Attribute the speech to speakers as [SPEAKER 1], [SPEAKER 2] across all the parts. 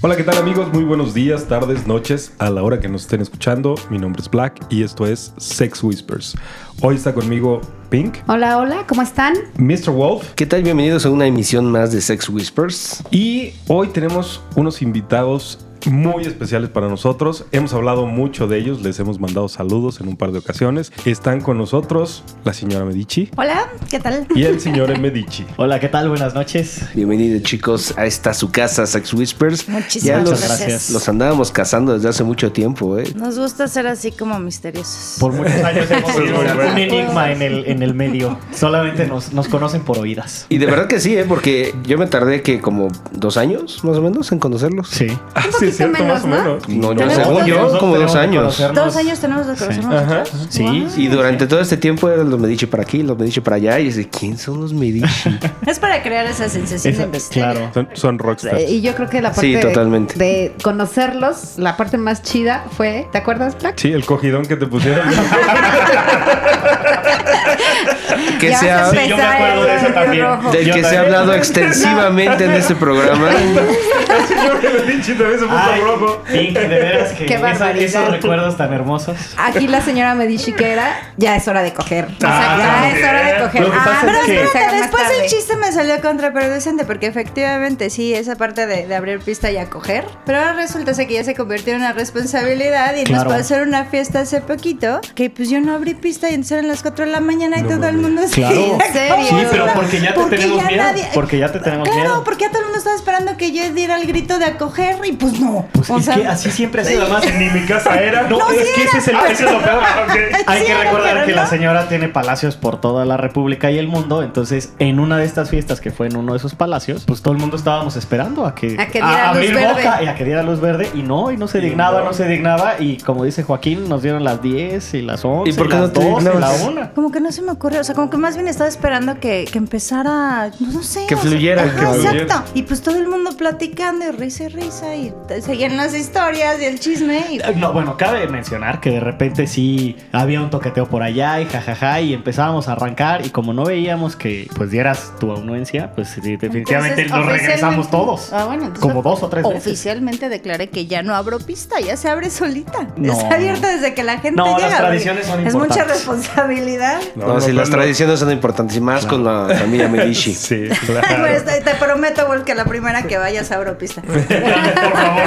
[SPEAKER 1] Hola, ¿qué tal amigos? Muy buenos días, tardes, noches, a la hora que nos estén escuchando. Mi nombre es Black y esto es Sex Whispers. Hoy está conmigo Pink,
[SPEAKER 2] Hola, hola, ¿cómo están?
[SPEAKER 1] Mr. Wolf
[SPEAKER 3] ¿Qué tal? Bienvenidos a una emisión más de Sex Whispers.
[SPEAKER 1] y hoy tenemos unos invitados muy especiales para nosotros. Hemos hablado mucho de ellos, les hemos mandado saludos en un par de ocasiones. Están con nosotros la señora Medici
[SPEAKER 4] Hola, ¿qué tal?
[SPEAKER 1] y el señor Medici.
[SPEAKER 5] Hola, ¿qué tal? Buenas noches.
[SPEAKER 3] Bienvenidos chicos a esta su casa, Sex Whispers.
[SPEAKER 4] Muchísimas
[SPEAKER 3] los,
[SPEAKER 4] gracias.
[SPEAKER 3] Los andábamos cazando desde hace mucho tiempo, ¿eh?
[SPEAKER 4] Nos gusta ser así como misteriosos.
[SPEAKER 5] Por muchos años hemos sido
[SPEAKER 1] muy bueno.
[SPEAKER 5] un enigma en el, en el medio. Solamente nos, nos conocen por oídas.
[SPEAKER 3] Y de verdad que sí, ¿eh? Porque yo me tardé que como dos años, más o menos, en conocerlos.
[SPEAKER 5] Sí.
[SPEAKER 1] Ah, sí,
[SPEAKER 2] poquito menos, ¿no?
[SPEAKER 3] No, yo,
[SPEAKER 4] Tenemos
[SPEAKER 3] según
[SPEAKER 4] dos
[SPEAKER 3] yo,
[SPEAKER 5] años,
[SPEAKER 3] como
[SPEAKER 5] tenemos
[SPEAKER 3] dos
[SPEAKER 5] que
[SPEAKER 3] años.
[SPEAKER 5] conocernos.
[SPEAKER 4] Dos años tenemos de conocernos
[SPEAKER 1] Ajá.
[SPEAKER 4] nosotros.
[SPEAKER 5] Sí,
[SPEAKER 4] Guau.
[SPEAKER 3] Y durante todo este tiempo eran los Medici para aquí, los Medici para allá. Y es de, ¿quién son los Medici?
[SPEAKER 4] Es para crear esa sensación
[SPEAKER 5] Esa-
[SPEAKER 4] de misterio.
[SPEAKER 5] claro.
[SPEAKER 1] Son, son rockstars.
[SPEAKER 2] Eh, Y yo creo que la parte
[SPEAKER 3] Sí,
[SPEAKER 2] de-
[SPEAKER 3] totalmente.
[SPEAKER 2] de, conocerlos, la parte más chida fue, ¿te acuerdas, Black?
[SPEAKER 1] Sí, el cogidón que te pusieron.
[SPEAKER 3] Que
[SPEAKER 2] Ya
[SPEAKER 3] se
[SPEAKER 2] vas a
[SPEAKER 3] ha-
[SPEAKER 2] empezar
[SPEAKER 5] yo me acuerdo de eso
[SPEAKER 2] el
[SPEAKER 5] también.
[SPEAKER 2] rojo.
[SPEAKER 3] del
[SPEAKER 5] Yo
[SPEAKER 3] que se ha
[SPEAKER 5] también.
[SPEAKER 3] hablado extensivamente en este programa.
[SPEAKER 1] El señor Medici también se puso
[SPEAKER 5] Ay,
[SPEAKER 1] rojo.
[SPEAKER 5] Pink, de veras que
[SPEAKER 2] Qué
[SPEAKER 5] esa-
[SPEAKER 2] barbaridad.
[SPEAKER 5] esos recuerdos tan hermosos.
[SPEAKER 2] Aquí la señora Medici que era, ya es hora de coger. O sea,
[SPEAKER 5] Ah,
[SPEAKER 2] ya
[SPEAKER 5] también.
[SPEAKER 2] es hora de coger. Ah,
[SPEAKER 5] Lo que pasa
[SPEAKER 4] Pero
[SPEAKER 5] es que-
[SPEAKER 2] que se haga
[SPEAKER 4] espérate,
[SPEAKER 2] más
[SPEAKER 4] después
[SPEAKER 2] tarde.
[SPEAKER 4] el chiste me salió contraproducente porque efectivamente sí, esa parte de, de abrir pista y acoger. Pero ahora resulta ser que ya se convirtió en una responsabilidad y
[SPEAKER 5] Claro.
[SPEAKER 4] nos pasó en una fiesta hace poquito que pues yo no abrí pista y entonces eran las 4 de la mañana y todo el mundo se
[SPEAKER 5] Claro.
[SPEAKER 4] ¿En serio?
[SPEAKER 5] Sí, pero porque ya te tenemos miedo. Porque ya te tenemos
[SPEAKER 4] claro,
[SPEAKER 5] miedo.
[SPEAKER 4] porque ya todo el mundo estaba esperando que yo diera el grito de acoger y pues no.
[SPEAKER 5] Pues
[SPEAKER 4] O
[SPEAKER 5] es
[SPEAKER 4] sea,
[SPEAKER 5] que así siempre ha sido más. Ni mi casa era. No,
[SPEAKER 4] No,
[SPEAKER 5] es
[SPEAKER 4] sí
[SPEAKER 5] que ese es, el, ese es lo peor. Hay
[SPEAKER 4] Sí
[SPEAKER 5] que
[SPEAKER 4] era,
[SPEAKER 5] recordar
[SPEAKER 4] pero
[SPEAKER 5] que
[SPEAKER 4] no.
[SPEAKER 5] la señora tiene palacios por toda la República y el mundo. Entonces, en una de estas fiestas que fue en uno de esos palacios, pues todo el mundo estábamos esperando a que,
[SPEAKER 2] A que diera luz
[SPEAKER 5] abrir
[SPEAKER 2] verde.
[SPEAKER 5] boca y a que diera luz verde. Y no, y no se
[SPEAKER 1] Y
[SPEAKER 5] dignaba,
[SPEAKER 1] no.
[SPEAKER 5] no. se dignaba. Y como dice Joaquín, nos dieron las 10 y las 11
[SPEAKER 3] ¿Y por qué no
[SPEAKER 5] las
[SPEAKER 3] te
[SPEAKER 5] 12 y la
[SPEAKER 3] dignabas?
[SPEAKER 5] 1.
[SPEAKER 4] Como que no se me ocurre, o sea, como que más bien estaba esperando que, que empezara, pues no, no sé.
[SPEAKER 3] Que
[SPEAKER 4] o sea,
[SPEAKER 3] fluyera,
[SPEAKER 4] ajá,
[SPEAKER 3] que
[SPEAKER 1] fluyera.
[SPEAKER 4] Exacto. Y pues todo el mundo platicando y risa y risa y te- seguían las historias y el chisme y... pues,
[SPEAKER 5] No, bueno, cabe mencionar que de repente sí había un toqueteo por allá y jajaja y empezábamos a arrancar y como no veíamos que pues dieras tu anuencia, pues sí, definitivamente
[SPEAKER 4] Entonces,
[SPEAKER 5] nos regresamos
[SPEAKER 4] oficialmente-
[SPEAKER 5] todos.
[SPEAKER 4] Ah, bueno, entonces-
[SPEAKER 5] como dos o tres veces.
[SPEAKER 4] Oficialmente declaré que ya no abro pista, ya se abre solita.
[SPEAKER 5] No.
[SPEAKER 4] Está abierta desde que la gente
[SPEAKER 5] No,
[SPEAKER 4] llega.
[SPEAKER 5] las
[SPEAKER 4] porque
[SPEAKER 5] tradiciones son
[SPEAKER 4] Es mucha
[SPEAKER 5] importantes.
[SPEAKER 4] responsabilidad.
[SPEAKER 3] No, si las
[SPEAKER 1] pero-
[SPEAKER 3] tradiciones son importantes y más con la familia Medici.
[SPEAKER 1] Sí, claro.
[SPEAKER 4] Ay, pues, te, te prometo, Wolf, que la primera que vayas abro pista.
[SPEAKER 5] por favor.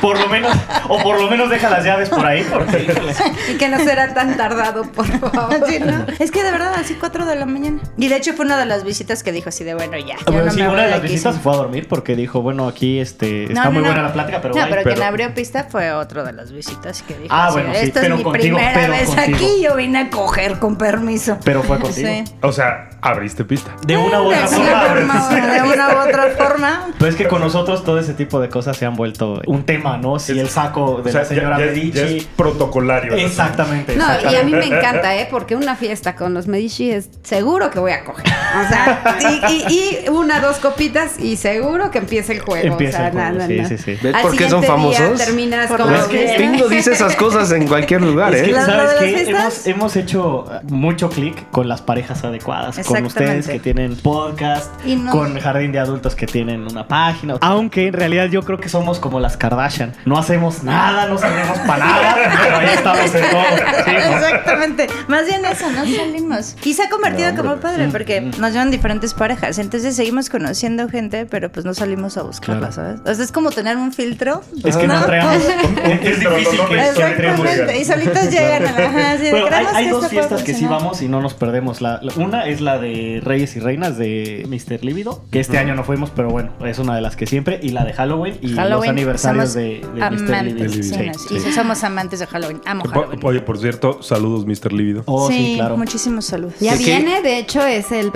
[SPEAKER 5] Por lo menos, o por lo menos deja las llaves por ahí. Porque, híjole.
[SPEAKER 2] Y que no será tan tardado, por favor.
[SPEAKER 4] Sí, ¿no? Es que de verdad, así 4 de la mañana. Y de hecho fue una de las visitas que dijo así de bueno, ya. ya
[SPEAKER 5] Ah, Bueno,
[SPEAKER 4] no
[SPEAKER 5] sí,
[SPEAKER 4] me
[SPEAKER 5] una
[SPEAKER 4] voy
[SPEAKER 5] de las
[SPEAKER 4] aquí".
[SPEAKER 5] visitas se fue a dormir porque dijo, bueno, aquí este,
[SPEAKER 4] No,
[SPEAKER 5] está
[SPEAKER 4] no,
[SPEAKER 5] muy
[SPEAKER 4] no.
[SPEAKER 5] buena la plática, pero...
[SPEAKER 4] No,
[SPEAKER 5] ay,
[SPEAKER 4] pero, quien abrió pista fue otro de las visitas que dijo.
[SPEAKER 5] Ah,
[SPEAKER 4] así,
[SPEAKER 5] bueno, sí,
[SPEAKER 4] Esta
[SPEAKER 5] pero
[SPEAKER 4] es mi
[SPEAKER 5] contigo,
[SPEAKER 4] primera
[SPEAKER 5] pero
[SPEAKER 4] vez
[SPEAKER 5] contigo".
[SPEAKER 4] aquí. Yo vine a coger con permiso.
[SPEAKER 5] Pero fue contigo.
[SPEAKER 4] Sí. Eh,
[SPEAKER 1] O sea, abriste pista.
[SPEAKER 5] De una u
[SPEAKER 4] De
[SPEAKER 5] otra
[SPEAKER 4] alguna
[SPEAKER 5] forma.
[SPEAKER 4] forma, de una u otra forma.
[SPEAKER 5] Pero es que con nosotros todo ese tipo de cosas se han vuelto un tema, ¿no? Si el saco de
[SPEAKER 1] O sea,
[SPEAKER 5] la señora
[SPEAKER 1] ya- ya-
[SPEAKER 5] Medici.
[SPEAKER 1] ya es protocolario. el
[SPEAKER 5] Exactamente.
[SPEAKER 2] No,
[SPEAKER 5] exactamente.
[SPEAKER 2] y a mí me encanta, ¿eh? Porque una fiesta con los Medici es seguro que voy a coger. O sea, y, y- y una, dos copitas y seguro que empieza el juego.
[SPEAKER 5] Empieza
[SPEAKER 2] o sea,
[SPEAKER 5] el juego,
[SPEAKER 2] na, na,
[SPEAKER 5] sí,
[SPEAKER 2] na.
[SPEAKER 5] sí, sí.
[SPEAKER 3] ¿Ves
[SPEAKER 2] Al
[SPEAKER 3] por qué son
[SPEAKER 2] siguiente día
[SPEAKER 3] famosos?
[SPEAKER 2] terminas
[SPEAKER 4] Por
[SPEAKER 2] como
[SPEAKER 3] Pues
[SPEAKER 5] que- este
[SPEAKER 2] bien.
[SPEAKER 3] Pink no dice esas cosas en cualquier lugar,
[SPEAKER 5] Es que,
[SPEAKER 3] ¿eh?
[SPEAKER 4] ¿Las-
[SPEAKER 5] ¿sabes
[SPEAKER 4] lo de las
[SPEAKER 5] qué?
[SPEAKER 4] fiestas?
[SPEAKER 5] Hemos, hemos hecho eh, mucho clic con las parejas adecuadas, con
[SPEAKER 4] Exactamente.
[SPEAKER 5] ustedes que tienen podcast,
[SPEAKER 4] Y no-
[SPEAKER 5] con Jardín de Adultos que tienen una página. Aunque en realidad yo creo que somos como las Kardashian. No hacemos nada, no sabemos para nada, pero ahí estamos en todo. Sí, ¿no?
[SPEAKER 4] Exactamente. Más bien eso, no salimos. Y se ha convertido
[SPEAKER 3] No,
[SPEAKER 4] como
[SPEAKER 3] hombre.
[SPEAKER 4] padre porque nos llevan diferentes parejas. Entonces seguimos conociendo gente, pero pues no salimos a buscarla, ¿sabes? O sea, es como tener un filtro.
[SPEAKER 5] Es que no traemos. Es difícil que encontremos.
[SPEAKER 4] Exactamente. Y solitos llegan. Ajá, así de,
[SPEAKER 5] Bueno, hay,
[SPEAKER 4] "Creemos
[SPEAKER 5] hay
[SPEAKER 4] que este
[SPEAKER 5] dos
[SPEAKER 4] esto puede
[SPEAKER 5] fiestas que sí
[SPEAKER 4] funcionar".
[SPEAKER 5] vamos y no nos perdemos. La, la- una es la de Reyes y Reinas de Mr. Líbido, que este año no fuimos, pero bueno, es una de las que siempre. Y la de Halloween y los
[SPEAKER 4] Halloween,
[SPEAKER 5] aniversarios
[SPEAKER 4] somos
[SPEAKER 5] de, de Mr. Líbido.
[SPEAKER 4] amantes, sí, no, sí, sí, somos amantes de Halloween. Amo
[SPEAKER 1] Po-
[SPEAKER 4] Halloween.
[SPEAKER 1] Oye, por cierto, saludos, Mr. Lívido.
[SPEAKER 5] Oh, sí, claro.
[SPEAKER 4] muchísimos saludos.
[SPEAKER 2] Ya
[SPEAKER 3] Sí, que-
[SPEAKER 2] viene, de hecho es el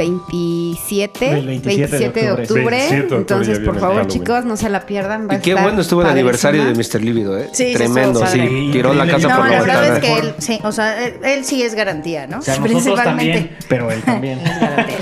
[SPEAKER 2] 27,
[SPEAKER 5] El 27 de
[SPEAKER 2] 27 de
[SPEAKER 5] octubre.
[SPEAKER 2] octubre.
[SPEAKER 1] 27 de octubre
[SPEAKER 2] entonces,
[SPEAKER 1] ya
[SPEAKER 2] por
[SPEAKER 1] viene
[SPEAKER 2] favor,
[SPEAKER 1] Halloween.
[SPEAKER 2] chicos, no se la pierdan. va
[SPEAKER 3] Y
[SPEAKER 2] a
[SPEAKER 3] qué
[SPEAKER 2] estar
[SPEAKER 3] bueno estuvo el
[SPEAKER 2] padrísima.
[SPEAKER 3] aniversario de Mr. Lívido, ¿eh?
[SPEAKER 4] Sí, sí,
[SPEAKER 3] Tremendo,
[SPEAKER 4] estuvo
[SPEAKER 3] sí.
[SPEAKER 4] padre.
[SPEAKER 3] Tiró la casa
[SPEAKER 4] No,
[SPEAKER 3] por
[SPEAKER 4] la
[SPEAKER 3] la
[SPEAKER 4] verdad
[SPEAKER 3] ventana.
[SPEAKER 4] es que él, sí, o sea, él, él sí es garantía, ¿no?
[SPEAKER 5] O sea, nosotros también, pero él también.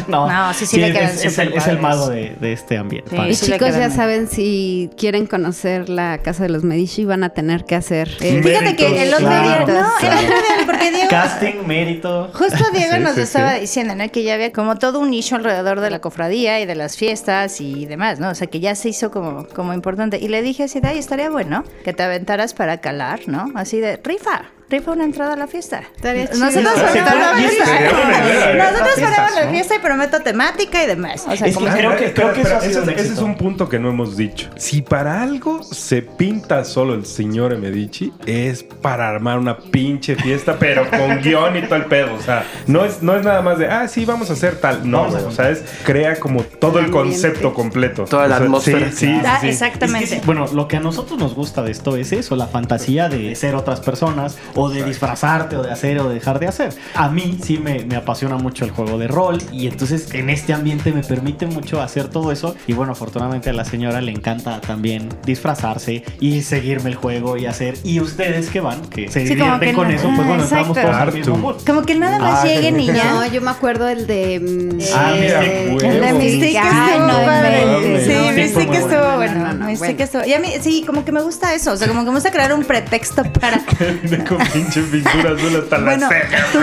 [SPEAKER 4] No, sí, sí le quedan
[SPEAKER 5] es, es el,
[SPEAKER 4] superpadres.
[SPEAKER 5] es el mago de, de este ambiente.
[SPEAKER 4] Sí.
[SPEAKER 5] padre.
[SPEAKER 2] Y
[SPEAKER 4] sí le
[SPEAKER 2] chicos ya
[SPEAKER 4] quedan.
[SPEAKER 2] saben, si quieren conocer la casa de los Medici, van a tener que hacer. eh,
[SPEAKER 1] Méritos,
[SPEAKER 4] Fíjate que el otro día,
[SPEAKER 5] claro.
[SPEAKER 4] no, el otro día, porque Diego,
[SPEAKER 5] Casting, mérito.
[SPEAKER 4] Justo Diego
[SPEAKER 1] Sí,
[SPEAKER 4] nos
[SPEAKER 1] sí,
[SPEAKER 4] estaba
[SPEAKER 1] sí.
[SPEAKER 4] diciendo, ¿no? Que ya había como todo un nicho alrededor de la cofradía y de las fiestas y demás, ¿no? O sea, que ya se hizo como, como importante. Y le dije así, de, ay, estaría bueno que te aventaras para calar, ¿no? Así de, rifa, rifa una entrada a la fiesta.
[SPEAKER 2] Estaría chido.
[SPEAKER 4] Nosotros
[SPEAKER 2] Sí,
[SPEAKER 4] ponemos la
[SPEAKER 5] sí,
[SPEAKER 4] fiesta.
[SPEAKER 5] sería buena idea, ¿eh?
[SPEAKER 4] Nosotros
[SPEAKER 5] Fiestas,
[SPEAKER 4] ponemos la
[SPEAKER 5] ¿no?
[SPEAKER 4] fiesta y prometo temática y demás. O sea,
[SPEAKER 5] Es
[SPEAKER 4] como
[SPEAKER 5] que-
[SPEAKER 4] que-
[SPEAKER 5] creo que- creo que eso ha sido
[SPEAKER 1] Ah, ese,
[SPEAKER 5] un
[SPEAKER 1] es- ese
[SPEAKER 5] éxito.
[SPEAKER 1] es un punto que no hemos dicho. Si para algo se pinta solo el señor Medici, es para armar una pinche fiesta, pero con guión y todo el pedo. O sea, no es, no es nada más de, ah, sí, vamos a hacer tal. No,
[SPEAKER 5] Vamos a
[SPEAKER 1] güey, o sea, es crea como todo el
[SPEAKER 2] Ambiente.
[SPEAKER 1] concepto completo.
[SPEAKER 3] Toda la
[SPEAKER 1] O sea,
[SPEAKER 3] atmósfera.
[SPEAKER 1] Sí, sí, sí,
[SPEAKER 4] Ah,
[SPEAKER 1] sí.
[SPEAKER 4] exactamente.
[SPEAKER 5] Es que sí, bueno, lo que a nosotros nos gusta de esto es eso, la fantasía de ser otras personas o de disfrazarte o de hacer o de dejar de hacer. A mí sí me, me apasiona mucho el juego de rol y entonces en este ambiente me permite mucho hacer todo eso y bueno, afortunadamente a la señora le encanta también disfrazarse y seguirme el juego y hacer y ustedes que van, que se
[SPEAKER 4] Sí, como
[SPEAKER 5] divierten
[SPEAKER 4] que
[SPEAKER 5] con
[SPEAKER 4] no-
[SPEAKER 5] eso, pues bueno,
[SPEAKER 4] ah,
[SPEAKER 5] estamos
[SPEAKER 4] exacto.
[SPEAKER 5] todos al mismo
[SPEAKER 1] Artu.
[SPEAKER 5] mood.
[SPEAKER 4] Como que nada más
[SPEAKER 5] Ah,
[SPEAKER 4] lleguen y
[SPEAKER 2] No,
[SPEAKER 4] ya.
[SPEAKER 2] yo me acuerdo el de. mm,
[SPEAKER 1] Ah,
[SPEAKER 2] eh,
[SPEAKER 1] mira,
[SPEAKER 4] El de
[SPEAKER 1] huevo.
[SPEAKER 4] Mystique
[SPEAKER 2] Ay,
[SPEAKER 4] estuvo
[SPEAKER 2] ah, no
[SPEAKER 4] padre.
[SPEAKER 1] inventes.
[SPEAKER 4] Sí,
[SPEAKER 1] No, sí,
[SPEAKER 4] Mystique
[SPEAKER 1] fue muy
[SPEAKER 4] estuvo
[SPEAKER 2] bueno.
[SPEAKER 4] bueno.
[SPEAKER 2] No, no, no,
[SPEAKER 4] Mystique
[SPEAKER 2] bueno.
[SPEAKER 4] estuvo- Y a mí, sí, como que me gusta eso. O sea, como que me gusta crear un pretexto para.
[SPEAKER 1] Con pinche pintura azul hasta la
[SPEAKER 4] Bueno,
[SPEAKER 1] ceja.
[SPEAKER 4] tú.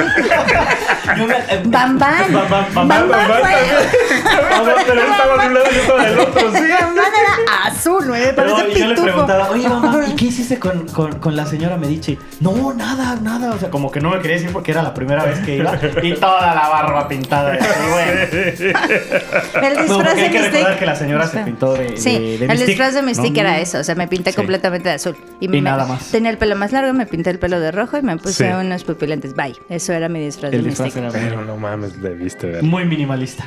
[SPEAKER 4] Bam Bam.
[SPEAKER 5] Bam Bam, Bam
[SPEAKER 4] Bam
[SPEAKER 1] Bam,
[SPEAKER 4] Bam fue-
[SPEAKER 1] Pero él estaba de un lado y yo estaba del otro, sí.
[SPEAKER 4] Bam Bam era azul, güey. Me
[SPEAKER 5] Pero
[SPEAKER 4] parece
[SPEAKER 5] yo le
[SPEAKER 4] pitufo.
[SPEAKER 5] preguntaba, oye mamá, ¿y qué hiciste con, con- con la señora Medici? No, nada, nada. O sea, como que no me quería decir porque era la primera vez que iba y toda la barba pintada. de azul, güey.
[SPEAKER 4] El
[SPEAKER 5] No,
[SPEAKER 4] disfraz de
[SPEAKER 5] porque hay que recordar que
[SPEAKER 4] Mystique.
[SPEAKER 5] la señora se pintó de,
[SPEAKER 4] Sí,
[SPEAKER 5] de- de
[SPEAKER 4] el
[SPEAKER 5] Mystique,
[SPEAKER 4] disfraz de Mystique
[SPEAKER 5] ¿no?
[SPEAKER 4] era eso, o sea, me pinté
[SPEAKER 5] Sí.
[SPEAKER 4] completamente de azul. me-
[SPEAKER 5] nada más.
[SPEAKER 4] Tenía el pelo más largo, me pinté el pelo de rojo y me puse
[SPEAKER 1] Sí.
[SPEAKER 4] unos pupilentes. Bye, eso era mi disfraz
[SPEAKER 5] El
[SPEAKER 4] de
[SPEAKER 5] disfraz
[SPEAKER 4] Mystique.
[SPEAKER 5] era
[SPEAKER 1] Pero no mames, le viste, ¿verdad?
[SPEAKER 5] muy minimalista.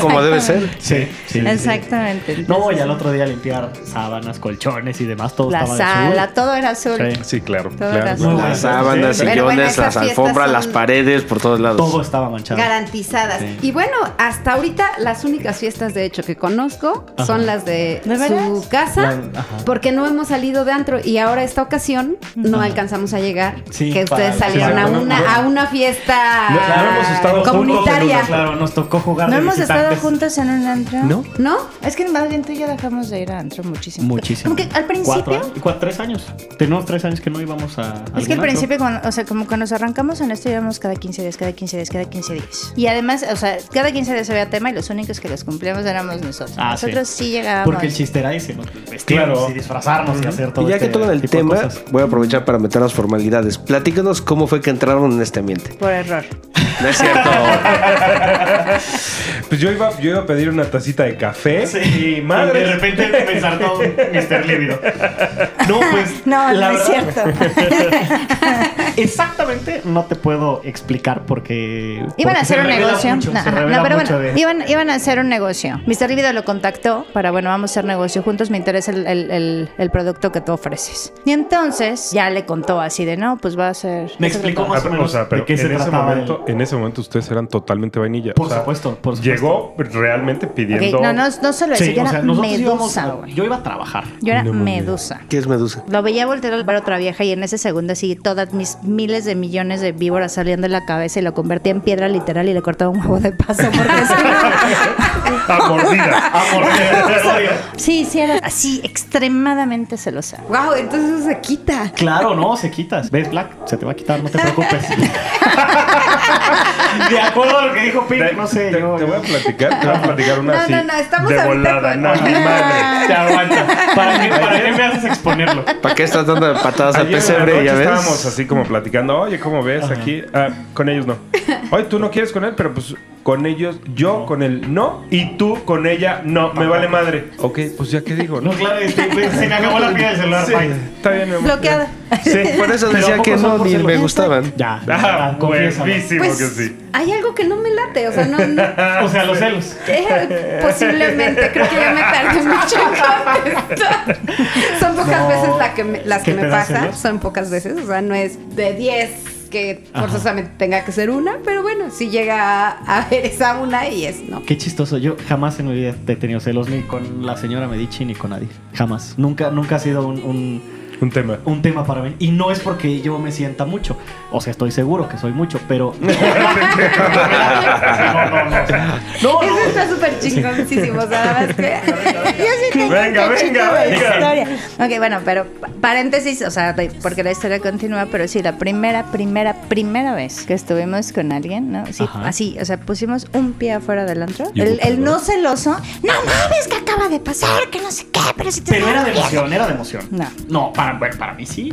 [SPEAKER 3] Como debe ser.
[SPEAKER 5] Sí, sí.
[SPEAKER 4] Exactamente.
[SPEAKER 5] No,
[SPEAKER 4] entonces,
[SPEAKER 5] y al otro día limpiar sábanas, colchones y demás, todo
[SPEAKER 4] La
[SPEAKER 5] estaba de
[SPEAKER 4] sala,
[SPEAKER 5] azul.
[SPEAKER 4] todo era azul.
[SPEAKER 5] Sí.
[SPEAKER 1] Sí, claro.
[SPEAKER 4] Todas
[SPEAKER 1] claro,
[SPEAKER 4] las-
[SPEAKER 1] claro.
[SPEAKER 5] Muy bueno.
[SPEAKER 3] Las sábanas,
[SPEAKER 5] Pero
[SPEAKER 2] bueno,
[SPEAKER 3] sillones,
[SPEAKER 2] esas
[SPEAKER 3] las
[SPEAKER 2] fiestas
[SPEAKER 3] alfombras,
[SPEAKER 2] son-
[SPEAKER 3] las paredes, por todos lados.
[SPEAKER 5] Todo estaba manchado.
[SPEAKER 2] Garantizadas.
[SPEAKER 5] Sí.
[SPEAKER 2] Y bueno, hasta ahorita las únicas fiestas de hecho que conozco
[SPEAKER 5] Ajá.
[SPEAKER 2] son las de,
[SPEAKER 4] ¿De
[SPEAKER 2] su
[SPEAKER 4] veras?
[SPEAKER 2] casa,
[SPEAKER 5] La- ajá.
[SPEAKER 2] porque no hemos salido de antro y ahora esta ocasión no alcanzamos a llegar,
[SPEAKER 5] Sí,
[SPEAKER 2] que
[SPEAKER 5] para-
[SPEAKER 2] ustedes salieron
[SPEAKER 1] sí,
[SPEAKER 2] a,
[SPEAKER 1] no,
[SPEAKER 2] una,
[SPEAKER 1] no.
[SPEAKER 2] a una fiesta
[SPEAKER 1] No, claro, hemos estado juntos en uno,
[SPEAKER 2] comunitaria,
[SPEAKER 5] Claro, nos tocó jugar
[SPEAKER 4] ¿No
[SPEAKER 5] de
[SPEAKER 4] hemos estado
[SPEAKER 5] visitantes.
[SPEAKER 4] juntos en un antro?
[SPEAKER 1] ¿No?
[SPEAKER 2] ¿no?
[SPEAKER 4] Es que más bien tú y yo dejamos de ir a antro muchísimo.
[SPEAKER 5] Muchísimo.
[SPEAKER 4] Como que al
[SPEAKER 5] Cuatro
[SPEAKER 4] principio...
[SPEAKER 5] años- cua- tres años. Tenemos tres años que no íbamos a. a
[SPEAKER 4] Es que al
[SPEAKER 5] algún antro.
[SPEAKER 4] principio, cuando- o sea, como cuando nos arrancamos en esto íbamos cada 15 días, cada 15 días, cada 15 días. Y además, o sea, cada 15 días había tema y los únicos que los cumplíamos éramos nosotros.
[SPEAKER 5] Ah, sí.
[SPEAKER 4] nosotros sí, llegábamos.
[SPEAKER 5] Porque el chiste era ese, ¿no? Pues Vestirnos
[SPEAKER 1] Claro.
[SPEAKER 5] y disfrazarnos y hacer todo
[SPEAKER 3] Y ya
[SPEAKER 5] este
[SPEAKER 3] que tocan el
[SPEAKER 5] tipo de
[SPEAKER 3] tema,
[SPEAKER 5] cosas.
[SPEAKER 3] voy a aprovechar para meter las formalidades. Platícanos cómo fue que entraron en este ambiente.
[SPEAKER 4] Por error.
[SPEAKER 3] No es cierto.
[SPEAKER 1] Pues yo iba, yo iba a pedir una tacita de café. Y madre.
[SPEAKER 5] Y de repente empezar todo un Mr. Líbido. No, pues.
[SPEAKER 4] No,
[SPEAKER 5] la
[SPEAKER 4] no es
[SPEAKER 5] verdad-
[SPEAKER 4] cierto.
[SPEAKER 5] Exactamente, no te puedo explicar porque.
[SPEAKER 4] Iban
[SPEAKER 5] porque
[SPEAKER 4] a hacer
[SPEAKER 5] se
[SPEAKER 4] un
[SPEAKER 5] revela
[SPEAKER 4] negocio.
[SPEAKER 5] mucho,
[SPEAKER 4] No,
[SPEAKER 5] se
[SPEAKER 4] no,
[SPEAKER 5] revela
[SPEAKER 4] no, pero
[SPEAKER 5] mucho
[SPEAKER 4] bueno,
[SPEAKER 5] de-
[SPEAKER 4] iban, iban a hacer un negocio. Mr. Lívido lo contactó para, bueno, vamos a hacer negocio juntos, me interesa el, el- el- el producto que tú ofreces. Y entonces ya le contó así de, no, pues va a ser...
[SPEAKER 5] Me explicó
[SPEAKER 1] Ah,
[SPEAKER 5] más o
[SPEAKER 1] pero,
[SPEAKER 5] menos
[SPEAKER 1] o sea, pero
[SPEAKER 5] de qué se
[SPEAKER 1] en, ese
[SPEAKER 5] trataba. el-
[SPEAKER 1] momento, en ese momento ustedes eran totalmente vainilla.
[SPEAKER 5] Por
[SPEAKER 1] O sea,
[SPEAKER 5] supuesto, por supuesto.
[SPEAKER 1] Llegó realmente
[SPEAKER 4] Ok,
[SPEAKER 1] pidiendo.
[SPEAKER 4] No, no, no solo eso,
[SPEAKER 5] Sí,
[SPEAKER 4] yo
[SPEAKER 5] o
[SPEAKER 4] era
[SPEAKER 5] sea, nosotros íbamos.
[SPEAKER 4] medusa,
[SPEAKER 5] a-
[SPEAKER 4] güey.
[SPEAKER 5] Yo iba a trabajar.
[SPEAKER 4] Yo era
[SPEAKER 1] No mames.
[SPEAKER 4] medusa.
[SPEAKER 3] ¿Qué es Medusa?
[SPEAKER 4] Lo veía voltear para otra vieja y en ese segundo así todas mis miles de millones de víboras saliendo de la cabeza y lo convertía en piedra literal y le cortaba un huevo de paso porque si no-
[SPEAKER 1] A mordidas. A mordidas.
[SPEAKER 4] Sí, sí, era así extremadamente celosa.
[SPEAKER 2] Wow, entonces eso se quita.
[SPEAKER 5] Claro, no, se quitas. ¿Ves, Black? Se te va a quitar, no te preocupes. De acuerdo a lo que dijo Pink, no sé.
[SPEAKER 1] te,
[SPEAKER 5] yo-
[SPEAKER 1] te voy a platicar, te voy a platicar una
[SPEAKER 2] No,
[SPEAKER 1] así.
[SPEAKER 2] no, no, estamos
[SPEAKER 1] de
[SPEAKER 2] ahorita
[SPEAKER 1] volada,
[SPEAKER 2] con- Ah.
[SPEAKER 1] no, ni madre.
[SPEAKER 5] Te aguanta. ¿Para qué, ¿Para qué me haces exponerlo?
[SPEAKER 3] ¿Para qué estás dando patadas al
[SPEAKER 1] Ayer en la
[SPEAKER 3] pesebre?
[SPEAKER 1] noche
[SPEAKER 3] Ya ves.
[SPEAKER 1] estábamos así como platicando, oye, ¿cómo ves aquí? Ah, con ellos no. Oye, tú no quieres con él, pero pues con ellos, yo con él no, y tú con ella no, me vale madre. Ok, pues ya qué digo,
[SPEAKER 5] No,
[SPEAKER 1] ¿no?
[SPEAKER 5] claro, este, pues, se me acabó la pila del celular.
[SPEAKER 1] Sí,
[SPEAKER 5] bye.
[SPEAKER 1] está bien, mi amor.
[SPEAKER 4] Bloqueada.
[SPEAKER 1] Sí,
[SPEAKER 3] Por eso
[SPEAKER 5] Pero ¿a
[SPEAKER 3] decía
[SPEAKER 5] poco
[SPEAKER 3] que
[SPEAKER 5] son
[SPEAKER 3] no,
[SPEAKER 5] por
[SPEAKER 3] ni me
[SPEAKER 5] celos?
[SPEAKER 3] gustaban.
[SPEAKER 5] Ya,
[SPEAKER 1] Ah,
[SPEAKER 5] ya, confiésalo.
[SPEAKER 1] buenísimo
[SPEAKER 2] Pues
[SPEAKER 1] que sí.
[SPEAKER 2] hay algo que no me late, o sea, no, no-
[SPEAKER 5] O sea, los celos.
[SPEAKER 2] eh, posiblemente creo que ya me tardé mucho en contestar. Son pocas
[SPEAKER 5] No.
[SPEAKER 2] veces la que me- las
[SPEAKER 5] ¿Que
[SPEAKER 2] que
[SPEAKER 5] te
[SPEAKER 2] me
[SPEAKER 5] da
[SPEAKER 2] pasa,
[SPEAKER 5] celos?
[SPEAKER 2] son pocas veces, o sea, no es de 10 que
[SPEAKER 5] Ajá.
[SPEAKER 2] forzosamente tenga que ser una, pero bueno, si llega a, a ver esa una y es no.
[SPEAKER 5] Qué chistoso. Yo jamás en mi vida he tenido celos ni con la señora Medici ni con nadie. Jamás. Nunca, nunca ha sido un, un-
[SPEAKER 1] Un tema.
[SPEAKER 5] un tema para mí. Y no es porque yo me sienta mucho. O sea, estoy seguro que soy mucho, pero. no, no, no, o sea,
[SPEAKER 1] Oh,
[SPEAKER 5] no,
[SPEAKER 2] Eso
[SPEAKER 5] no.
[SPEAKER 2] está súper chingoncísimo, ¿sabes qué?
[SPEAKER 4] Yo sí tengo
[SPEAKER 1] Venga,
[SPEAKER 4] un cachito
[SPEAKER 1] venga,
[SPEAKER 4] de
[SPEAKER 1] venga.
[SPEAKER 4] historia. Ok, bueno, pero pa- paréntesis, o sea, de- porque la historia continúa, pero sí, la primera, primera, primera vez que estuvimos con alguien, ¿no? Sí,
[SPEAKER 5] Ajá.
[SPEAKER 4] así, o sea, pusimos un pie afuera del antro.
[SPEAKER 1] ¿Y hubo
[SPEAKER 4] El, el
[SPEAKER 1] calor?
[SPEAKER 4] no celoso, no mames, que acaba de pasar, que no sé qué, pero si te
[SPEAKER 5] Pero era de emoción, era de emoción.
[SPEAKER 4] No.
[SPEAKER 5] No, para, bueno, para mí sí.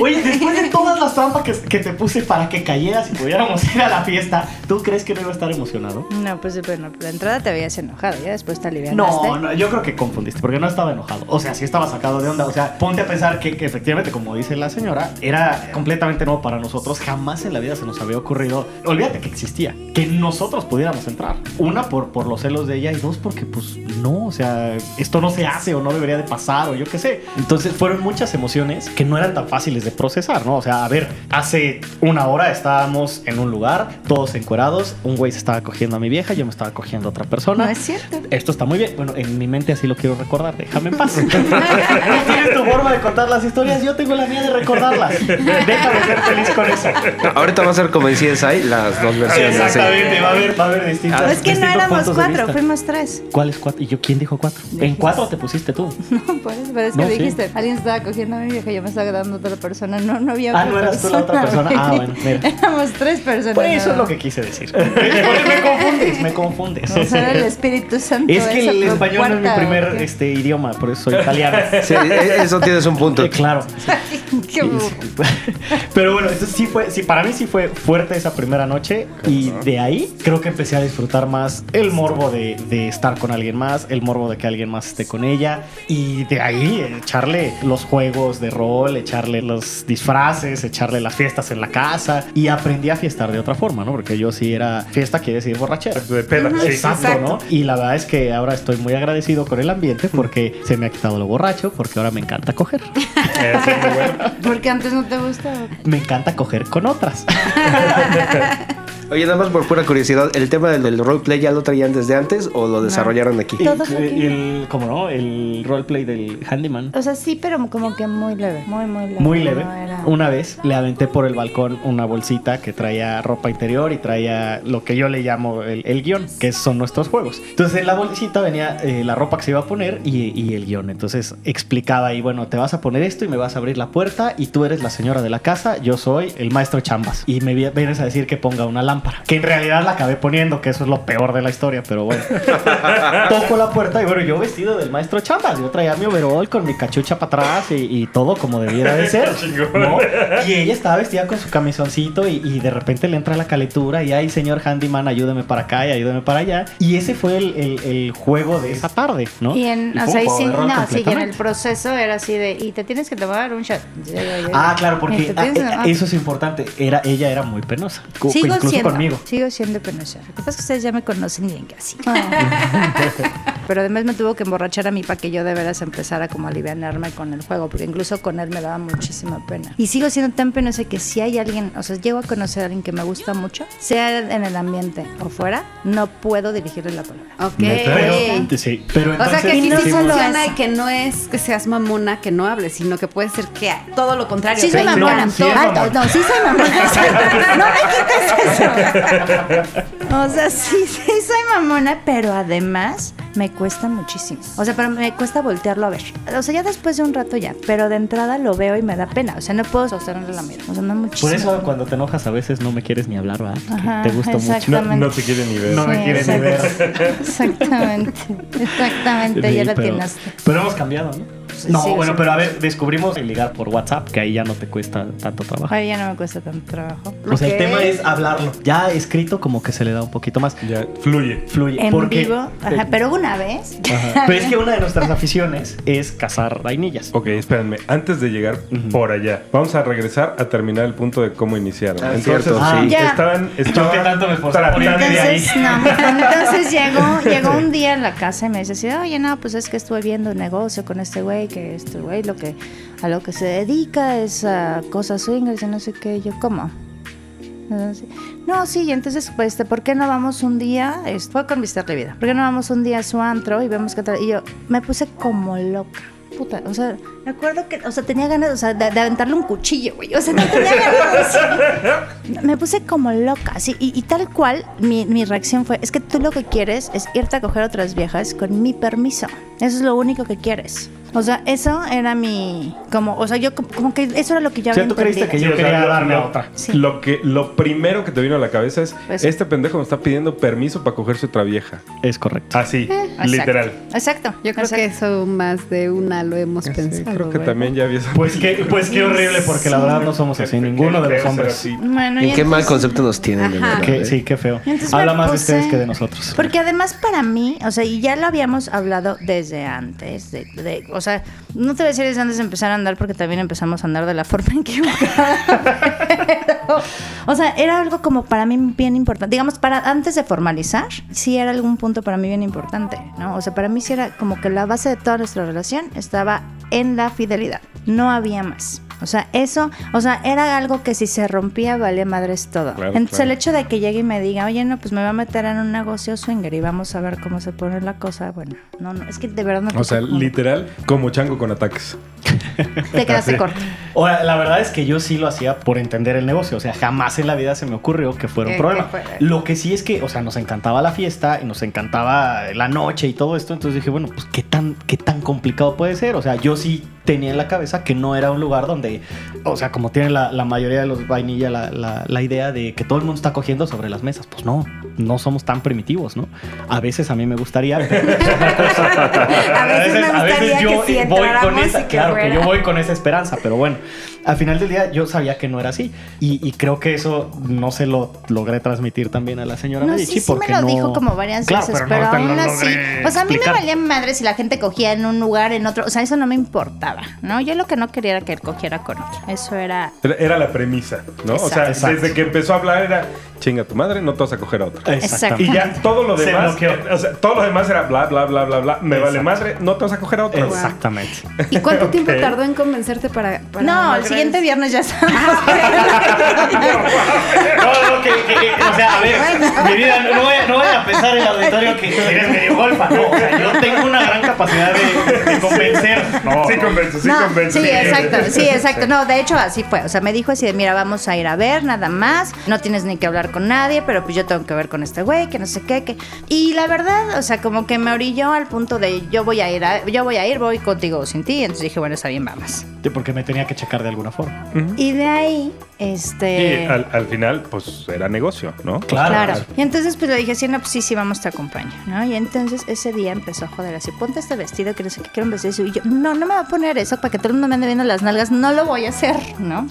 [SPEAKER 5] Oye, después de todas las trampas que, que te puse para que cayeras y pudiéramos ir a la fiesta, ¿tú crees que no iba a estar emocionado?
[SPEAKER 4] No, pues bueno, por la entrada te habías enojado, ya después te alivianaste.
[SPEAKER 5] No, no, yo creo que confundiste, porque no estaba enojado. O sea, sí estaba sacado de onda. O sea, ponte a pensar que, que efectivamente, como dice la señora, era completamente nuevo para nosotros. Jamás en la vida se nos había ocurrido. Olvídate que existía, que nosotros pudiéramos entrar. Una, por, por los celos de ella, y dos, porque pues no, o sea, esto no se hace o no debería de pasar o yo qué sé. Entonces fueron muchas emociones que no eran tan fáciles de procesar, ¿no? O sea, a ver, hace una hora estábamos en un lugar, todos encuerados, un güey se estaba cogiendo a mi vieja, yo me estaba cogiendo a otra persona.
[SPEAKER 4] No es cierto.
[SPEAKER 5] Esto está muy bien. Bueno, en mi mente así lo quiero recordar. Déjame en paz. Tú Tienes tu forma de contar las historias. Yo tengo la mía de recordarlas. Déjame ser feliz con eso.
[SPEAKER 3] Ahorita va a ser como en CSI las dos versiones. sí.
[SPEAKER 5] Exactamente. Va a haber, va a haber distintas.
[SPEAKER 4] es que no
[SPEAKER 5] distintos
[SPEAKER 4] éramos
[SPEAKER 5] puntos de
[SPEAKER 4] cuatro,
[SPEAKER 5] vista.
[SPEAKER 4] fuimos tres.
[SPEAKER 5] ¿Cuáles cuatro? ¿Y yo quién dijo cuatro? En cuatro te pusiste tú.
[SPEAKER 4] No, por eso, Pues, pero es que
[SPEAKER 5] No, sí.
[SPEAKER 4] dijiste, alguien estaba cogiendo a mi vieja, yo me estaba quedando a otra persona. No, no había
[SPEAKER 5] Ah, ¿no eras tú la otra persona? Ah,
[SPEAKER 4] güey.
[SPEAKER 5] bueno, mira.
[SPEAKER 4] Éramos tres personas.
[SPEAKER 5] Pues eso
[SPEAKER 4] nada
[SPEAKER 5] es lo que quise decir. me confundes, me
[SPEAKER 4] más.
[SPEAKER 5] confundes.
[SPEAKER 4] O sea, era el Espíritu Santo.
[SPEAKER 5] Es que
[SPEAKER 4] esa
[SPEAKER 5] el
[SPEAKER 4] tu
[SPEAKER 5] español no es mi
[SPEAKER 4] cuarta,
[SPEAKER 5] primer
[SPEAKER 4] ¿o qué?
[SPEAKER 5] este, idioma, por eso soy italiano.
[SPEAKER 3] Sí, e- eso tienes un punto.
[SPEAKER 5] Eh, Claro.
[SPEAKER 4] Qué burro.
[SPEAKER 5] pues, Pero bueno, eso sí fue, sí, para mí sí fue fuerte esa primera noche y de ahí creo que empecé a disfrutar más el morbo de, de estar con alguien más, el morbo de que alguien más esté con ella y de ahí eh, echarle los juegos de rol, echarle los disfraces, echarle las fiestas en la casa y aprendí a fiestar de otra forma, ¿no? Porque yo sí era fiesta quiere decir borrachera.
[SPEAKER 1] De peda. sí.
[SPEAKER 5] Exacto, ¿no? Y la verdad es que ahora estoy muy agradecido con el ambiente porque se me ha quitado lo borracho, porque ahora me encanta coger.
[SPEAKER 1] Eso es muy bueno.
[SPEAKER 4] Porque antes no te gustaba.
[SPEAKER 5] Me encanta coger con otras.
[SPEAKER 3] Oye, nada más por pura curiosidad, ¿el tema del, del roleplay ya lo traían desde antes o lo desarrollaron aquí?
[SPEAKER 5] Y-
[SPEAKER 4] Todos aquí.
[SPEAKER 5] y el, como no, el roleplay del handyman.
[SPEAKER 4] O sea, sí, pero como que muy leve. Muy, muy leve.
[SPEAKER 5] Muy leve.
[SPEAKER 4] No era-
[SPEAKER 5] Una vez le aventé por el balcón una bolsita que traía ropa interior y traía lo que yo le llamo el, el guión, que son nuestros juegos. Entonces en la bolsita venía eh, la ropa que se iba a poner y, y el guión. Entonces explicaba ahí, bueno, te vas a poner esto y me vas a abrir la puerta y tú eres la señora de la casa, yo soy el maestro chambas. Y me vi- vienes a decir que ponga una lámpara, que en realidad la acabé poniendo, que eso es lo peor de la historia, pero bueno. toco la puerta y bueno, yo vestido del maestro Chambas, yo traía mi overall con mi cachucha para atrás y, y todo como debiera de ser. ¿no? Y ella estaba vestida con su camisoncito y, y de repente le entra la calentura y ay señor handyman, ayúdame para acá y ayúdame para allá. Y ese fue el, el- el juego de esa tarde, ¿no?
[SPEAKER 4] Y en, o
[SPEAKER 5] fue
[SPEAKER 4] sea,
[SPEAKER 5] un
[SPEAKER 4] y sí,
[SPEAKER 5] power
[SPEAKER 4] no, sí, y en
[SPEAKER 5] roll
[SPEAKER 4] el
[SPEAKER 5] completamente.
[SPEAKER 4] proceso era así de, y te tienes que tomar un shot. Ya, ya, ya.
[SPEAKER 5] Ah, claro,
[SPEAKER 4] Y
[SPEAKER 5] porque
[SPEAKER 4] te Este, tienes que
[SPEAKER 5] ah,
[SPEAKER 4] tomar-
[SPEAKER 5] eh, eso es importante. Era, ella era muy penosa, co-
[SPEAKER 4] Sigo
[SPEAKER 5] incluso
[SPEAKER 4] siendo,
[SPEAKER 5] conmigo.
[SPEAKER 4] Sigo siendo penosa. Lo que pasa es que ustedes ya me conocen bien casi. Pero además me tuvo que emborrachar a mí para que yo de veras empezara como a alivianarme con el juego, porque incluso con él me daba muchísima pena. Y sigo siendo tan penosa que si hay alguien, o sea, llego a conocer a alguien que me gusta mucho, sea en el ambiente o fuera, no puedo dirigirle la palabra.
[SPEAKER 2] Ok.
[SPEAKER 5] Pero, sí, pero
[SPEAKER 2] O
[SPEAKER 5] entonces
[SPEAKER 2] sea que aquí
[SPEAKER 4] no
[SPEAKER 2] sí
[SPEAKER 4] solo
[SPEAKER 2] funciona
[SPEAKER 4] eso.
[SPEAKER 2] y que no es que seas mamona que no hables, sino que puede ser que a- todo lo contrario.
[SPEAKER 4] Sí soy
[SPEAKER 2] te
[SPEAKER 4] mamona.
[SPEAKER 2] inventas
[SPEAKER 5] sí es
[SPEAKER 4] Alto,
[SPEAKER 5] mamona.
[SPEAKER 4] no, sí soy mamona. Sí, No me quites eso. O sea, sí, sí soy mamona, pero además me cuesta muchísimo. O sea, pero me cuesta voltearlo a ver. O sea, ya después de un rato ya, pero de entrada lo veo y me da pena. O sea, no puedo sostenerle la mirada. O sea, no muchísimo.
[SPEAKER 5] Por eso cuando te enojas a veces no me quieres ni hablar, ¿verdad? Que
[SPEAKER 4] Ajá,
[SPEAKER 5] te gusta mucho.
[SPEAKER 1] No,
[SPEAKER 4] exactamente.
[SPEAKER 1] no te quiere ni ver.
[SPEAKER 5] No me
[SPEAKER 4] Sí,
[SPEAKER 5] quiere ni
[SPEAKER 4] exacto.
[SPEAKER 5] ver.
[SPEAKER 4] Exactamente. Exactamente, ya
[SPEAKER 5] Sí,
[SPEAKER 4] la
[SPEAKER 5] pero-
[SPEAKER 4] tienes.
[SPEAKER 5] Pero hemos cambiado, ¿no? No,
[SPEAKER 4] sí,
[SPEAKER 5] bueno,
[SPEAKER 4] sí.
[SPEAKER 5] pero a ver, descubrimos el ligar por WhatsApp, que ahí ya no te cuesta tanto trabajo.
[SPEAKER 4] Ay, ya no me cuesta tanto trabajo.
[SPEAKER 5] O sea, el
[SPEAKER 2] ok.
[SPEAKER 5] tema es hablarlo. Ya escrito como que se le da un poquito más.
[SPEAKER 1] Ya, fluye.
[SPEAKER 5] Fluye.
[SPEAKER 4] En
[SPEAKER 5] porque,
[SPEAKER 4] vivo, ajá, pero una vez.
[SPEAKER 5] Ajá. Pero es que una de nuestras aficiones es cazar vainillas.
[SPEAKER 1] Ok, espérenme. Antes de llegar por allá, vamos a regresar a terminar el punto de cómo iniciaron.
[SPEAKER 3] Ah,
[SPEAKER 1] Entonces,
[SPEAKER 3] cierto,
[SPEAKER 5] sí.
[SPEAKER 4] Ya.
[SPEAKER 1] estaban,
[SPEAKER 5] Yo que
[SPEAKER 1] estaban
[SPEAKER 5] tanto me esforcé por
[SPEAKER 1] tratando de ahí.
[SPEAKER 4] Entonces, no, entonces llegó, llegó un día en la casa y me dice así, oye, no, pues es que estuve viendo un negocio con este güey, que este güey lo que, a lo que se dedica es a cosas swingers y no sé qué, yo como. No, sí, y entonces, pues, este, ¿por qué no vamos un día? Es- Fue con Mr. Rivida. ¿Por qué no vamos un día a su antro y vemos qué tal? Y yo me puse como loca. puta, o sea, me acuerdo que, o sea, tenía ganas, o sea, de, de aventarle un cuchillo, güey, o sea, no tenía ganas. Me puse como loca, así, y, y tal cual mi, mi reacción fue, es que tú lo que quieres es irte a coger otras viejas con mi permiso, eso es lo único que quieres. O sea, eso era mi, como, o sea, yo co- como que eso era lo que yo
[SPEAKER 5] O sea,
[SPEAKER 4] había
[SPEAKER 5] tú creíste
[SPEAKER 4] entendido.
[SPEAKER 1] o
[SPEAKER 5] que yo
[SPEAKER 1] sea,
[SPEAKER 5] quería
[SPEAKER 1] lo-
[SPEAKER 5] darme
[SPEAKER 1] lo-
[SPEAKER 5] otra.
[SPEAKER 4] Sí.
[SPEAKER 1] Lo, que, lo primero que te vino a la cabeza es:
[SPEAKER 4] Pues-
[SPEAKER 1] este pendejo me está pidiendo permiso para cogerse otra vieja.
[SPEAKER 5] Es correcto.
[SPEAKER 1] Así,
[SPEAKER 4] Exacto.
[SPEAKER 1] literal.
[SPEAKER 4] Exacto,
[SPEAKER 2] Yo creo que eso más de una lo hemos
[SPEAKER 1] Sí,
[SPEAKER 2] pensado.
[SPEAKER 1] creo que
[SPEAKER 2] güey.
[SPEAKER 1] también ya había esa-
[SPEAKER 5] Pues qué, pues qué horrible, porque la verdad no somos así,
[SPEAKER 1] Que-
[SPEAKER 5] ninguno
[SPEAKER 1] que
[SPEAKER 5] de los
[SPEAKER 1] debe ser
[SPEAKER 5] hombres.
[SPEAKER 1] así.
[SPEAKER 4] Bueno, y
[SPEAKER 3] ¿En qué mal
[SPEAKER 4] entonces-
[SPEAKER 3] concepto nos tienen? de
[SPEAKER 2] Ajá.
[SPEAKER 3] verdad,
[SPEAKER 5] Qué-
[SPEAKER 3] eh?
[SPEAKER 5] sí, qué feo.
[SPEAKER 4] Y entonces
[SPEAKER 5] Habla
[SPEAKER 4] me
[SPEAKER 5] más
[SPEAKER 4] puse-
[SPEAKER 5] de ustedes que de nosotros.
[SPEAKER 4] Porque además para mí, o sea, y ya lo habíamos hablado desde antes, de, de- o sea, no te voy a decir desde antes de empezar a andar porque también empezamos a andar de la forma equivocada. pero, o sea, era algo como para mí bien importante. Digamos, para antes de formalizar, sí era algún punto para mí bien importante, ¿no? O sea, para mí sí era como que la base de toda nuestra relación estaba en la fidelidad. No había más. O sea, eso, o sea, era algo que si se rompía, valía madres todo.
[SPEAKER 1] Claro,
[SPEAKER 4] Entonces
[SPEAKER 1] claro.
[SPEAKER 4] el hecho de que llegue y me diga, oye, no, pues me voy a meter en un negocio swinger y vamos a ver cómo se pone la cosa. Bueno, no, no, es que de verdad no
[SPEAKER 1] O sea,
[SPEAKER 4] como-
[SPEAKER 1] literal, como chango con ataques.
[SPEAKER 4] te quedaste corto.
[SPEAKER 5] Ahora, la verdad es que yo sí lo hacía por entender el negocio. O sea, jamás en la vida se me ocurrió que fuera
[SPEAKER 2] Que-
[SPEAKER 5] un problema.
[SPEAKER 2] que fuera.
[SPEAKER 5] Lo que sí es que, o sea, nos encantaba la fiesta y nos encantaba la noche y todo esto. Entonces dije, bueno, pues qué tan, qué tan complicado puede ser. O sea, yo sí tenía en la cabeza que no era un lugar donde, o sea, como tiene la, la mayoría de los vainilla la, la- la idea de que todo el mundo está cogiendo sobre las mesas. Pues no, no somos tan primitivos, ¿no? A veces a mí me gustaría, pero
[SPEAKER 2] a veces me
[SPEAKER 5] a veces
[SPEAKER 2] gustaría
[SPEAKER 5] yo
[SPEAKER 2] que si
[SPEAKER 5] voy con
[SPEAKER 2] entráramos
[SPEAKER 5] esa,
[SPEAKER 2] y que
[SPEAKER 5] claro, que
[SPEAKER 2] fuera.
[SPEAKER 5] yo voy con esa esperanza, pero bueno, al final del día yo sabía que no era así y, y creo que eso no se lo logré transmitir también a la señora
[SPEAKER 4] No,
[SPEAKER 5] Medici
[SPEAKER 4] sí, sí me
[SPEAKER 5] porque
[SPEAKER 4] lo
[SPEAKER 5] no-
[SPEAKER 4] dijo como varias
[SPEAKER 5] Claro,
[SPEAKER 4] veces,
[SPEAKER 5] no
[SPEAKER 4] pero,
[SPEAKER 5] te lo
[SPEAKER 4] aún así,
[SPEAKER 5] logré
[SPEAKER 4] o sea, a mí me
[SPEAKER 5] explicar.
[SPEAKER 4] valía madre si la gente cogía en un lugar, en otro, o sea, eso no me importaba, ¿no? Yo lo que no quería era que él cogiera con otro, eso era...
[SPEAKER 1] Era, era la premisa, ¿no? o sea,
[SPEAKER 4] Exacto.
[SPEAKER 1] desde que empezó a hablar era chinga tu madre, no te vas a coger a otra.
[SPEAKER 5] Exactamente.
[SPEAKER 1] Y ya todo lo
[SPEAKER 5] Se
[SPEAKER 1] demás,
[SPEAKER 5] bloqueó.
[SPEAKER 1] o sea, todo lo demás era bla bla bla bla bla, me vale
[SPEAKER 5] Exacto.
[SPEAKER 1] madre, no te vas a coger a otra.
[SPEAKER 5] Exactamente.
[SPEAKER 2] ¿Y cuánto tiempo
[SPEAKER 1] Ok.
[SPEAKER 2] tardó en convencerte para.? para
[SPEAKER 4] No,
[SPEAKER 2] lograr
[SPEAKER 4] el siguiente
[SPEAKER 2] eso?
[SPEAKER 4] viernes ya está.
[SPEAKER 5] No, no, que, que- que- o sea, a ver, mi vida, no, no voy, a- no voy a pensar en el auditorio que eres medio golfa, no, o sea, yo tengo una gran capacidad de, de convencer. No,
[SPEAKER 1] Sí
[SPEAKER 5] no.
[SPEAKER 1] convenzo, sí
[SPEAKER 4] No,
[SPEAKER 1] convenzo.
[SPEAKER 4] sí, exacto, sí, exacto. No, de hecho así fue. O sea, me dijo así de, mira, vamos a ir a ver nada más. No tienes ni que hablar con nadie, pero pues yo tengo que ver con este güey, que no sé qué, que... Y la verdad, o sea, como que me orilló al punto de, yo voy a ir, a- yo voy a ir, voy contigo o sin ti. Entonces dije, bueno, está bien, vamos.
[SPEAKER 5] Porque me tenía que checar de alguna forma.
[SPEAKER 4] Y de ahí,
[SPEAKER 1] Y
[SPEAKER 4] este...
[SPEAKER 1] al, al final, pues era negocio, ¿no?
[SPEAKER 4] Claro. Y entonces pues le dije, sí, no, pues sí, sí, vamos, te acompaño, ¿no? Y entonces ese día empezó a joder así, ponte este vestido, que no sé qué, quiero un vestido. así. Y yo, no, no me va a poner eso para que todo el mundo me ande viendo las nalgas, no lo voy a hacer, ¿no?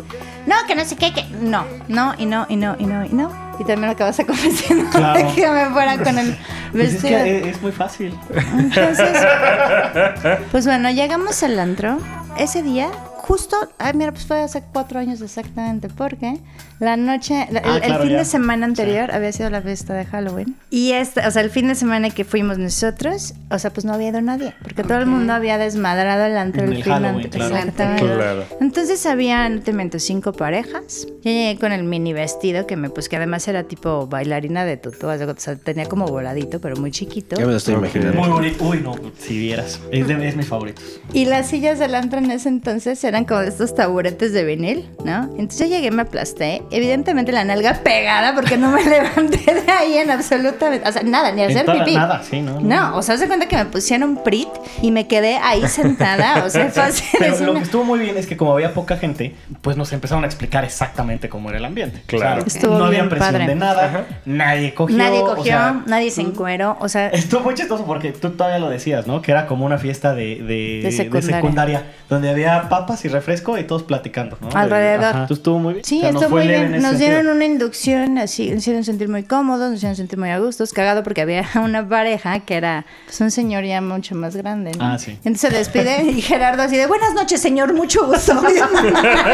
[SPEAKER 4] No, que no sé qué, que no, no, y no, y no, y no, y no. Y también me acabas convenciendo
[SPEAKER 5] Claro.
[SPEAKER 4] de que me fuera con el
[SPEAKER 5] Pues es que
[SPEAKER 4] vestido.
[SPEAKER 5] es- es muy fácil.
[SPEAKER 4] Entonces, pues bueno, llegamos al antro. Ese día, justo, ay, mira, pues fue hace cuatro años exactamente, porque la noche, la-
[SPEAKER 5] Ah,
[SPEAKER 4] el, el
[SPEAKER 5] claro,
[SPEAKER 4] fin
[SPEAKER 5] ya.
[SPEAKER 4] de semana anterior había sido la fiesta de Halloween. Y esta, o sea, el fin de semana que fuimos nosotros, o sea, pues no había ido nadie, porque todo el mundo había desmadrado el antro
[SPEAKER 5] En
[SPEAKER 4] el
[SPEAKER 5] el
[SPEAKER 4] fin
[SPEAKER 5] Halloween,
[SPEAKER 4] antes.
[SPEAKER 5] claro.
[SPEAKER 4] Exactamente.
[SPEAKER 1] Claro.
[SPEAKER 4] Entonces había, no te miento, cinco parejas. Yo llegué con el mini vestido que me, pues que además era tipo bailarina de tutú, haz de cuenta, o sea, tenía como voladito, pero muy chiquito.
[SPEAKER 3] Ya me lo estoy
[SPEAKER 1] Ok.
[SPEAKER 3] imaginando.
[SPEAKER 5] Muy bonito. Uy, no, si vieras. Es, de, es mi favorito.
[SPEAKER 4] Y las sillas del antro en ese entonces eran como de estos taburetes de vinil, ¿no? Entonces yo llegué, me aplasté, evidentemente la nalga pegada porque no me levanté de ahí en absolutamente, o sea, nada, ni
[SPEAKER 5] En
[SPEAKER 4] hacer
[SPEAKER 5] toda-
[SPEAKER 4] pipí.
[SPEAKER 5] nada, sí, no, no.
[SPEAKER 4] No, o sea, se cuenta que me pusieron prit y me quedé ahí sentada, o sea, fácil.
[SPEAKER 5] Pero
[SPEAKER 4] es
[SPEAKER 5] lo
[SPEAKER 4] una-
[SPEAKER 5] que estuvo muy bien es que como había poca gente, pues nos empezaron a explicar exactamente cómo era el ambiente.
[SPEAKER 1] Claro.
[SPEAKER 4] Estuvo
[SPEAKER 5] no
[SPEAKER 4] bien
[SPEAKER 5] había presión
[SPEAKER 4] padre.
[SPEAKER 5] de nada, nadie cogió.
[SPEAKER 4] Nadie
[SPEAKER 5] o
[SPEAKER 4] cogió,
[SPEAKER 5] sea, mm.
[SPEAKER 4] nadie se encueró, o sea,
[SPEAKER 5] Estuvo muy chistoso porque tú todavía lo decías, ¿no? Que era como una fiesta de, de,
[SPEAKER 4] De secundaria.
[SPEAKER 5] secundaria, donde había papas y refresco y todos platicando, ¿no? De-
[SPEAKER 4] Alrededor.
[SPEAKER 5] ajá. Entonces estuvo muy bien.
[SPEAKER 4] Sí,
[SPEAKER 5] O sea, nos
[SPEAKER 4] estuvo
[SPEAKER 5] fue
[SPEAKER 4] muy
[SPEAKER 5] leve en
[SPEAKER 4] bien.
[SPEAKER 5] ese
[SPEAKER 4] Nos
[SPEAKER 5] sentido.
[SPEAKER 4] dieron una inducción, así, nos hicieron sentir muy cómodos, nos hicieron sentir muy a gustos. Cagado porque había una pareja que era pues, un señor ya mucho más grande. ¿no?
[SPEAKER 5] Ah, sí.
[SPEAKER 4] Entonces se despide y Gerardo así de buenas noches, señor, mucho gusto.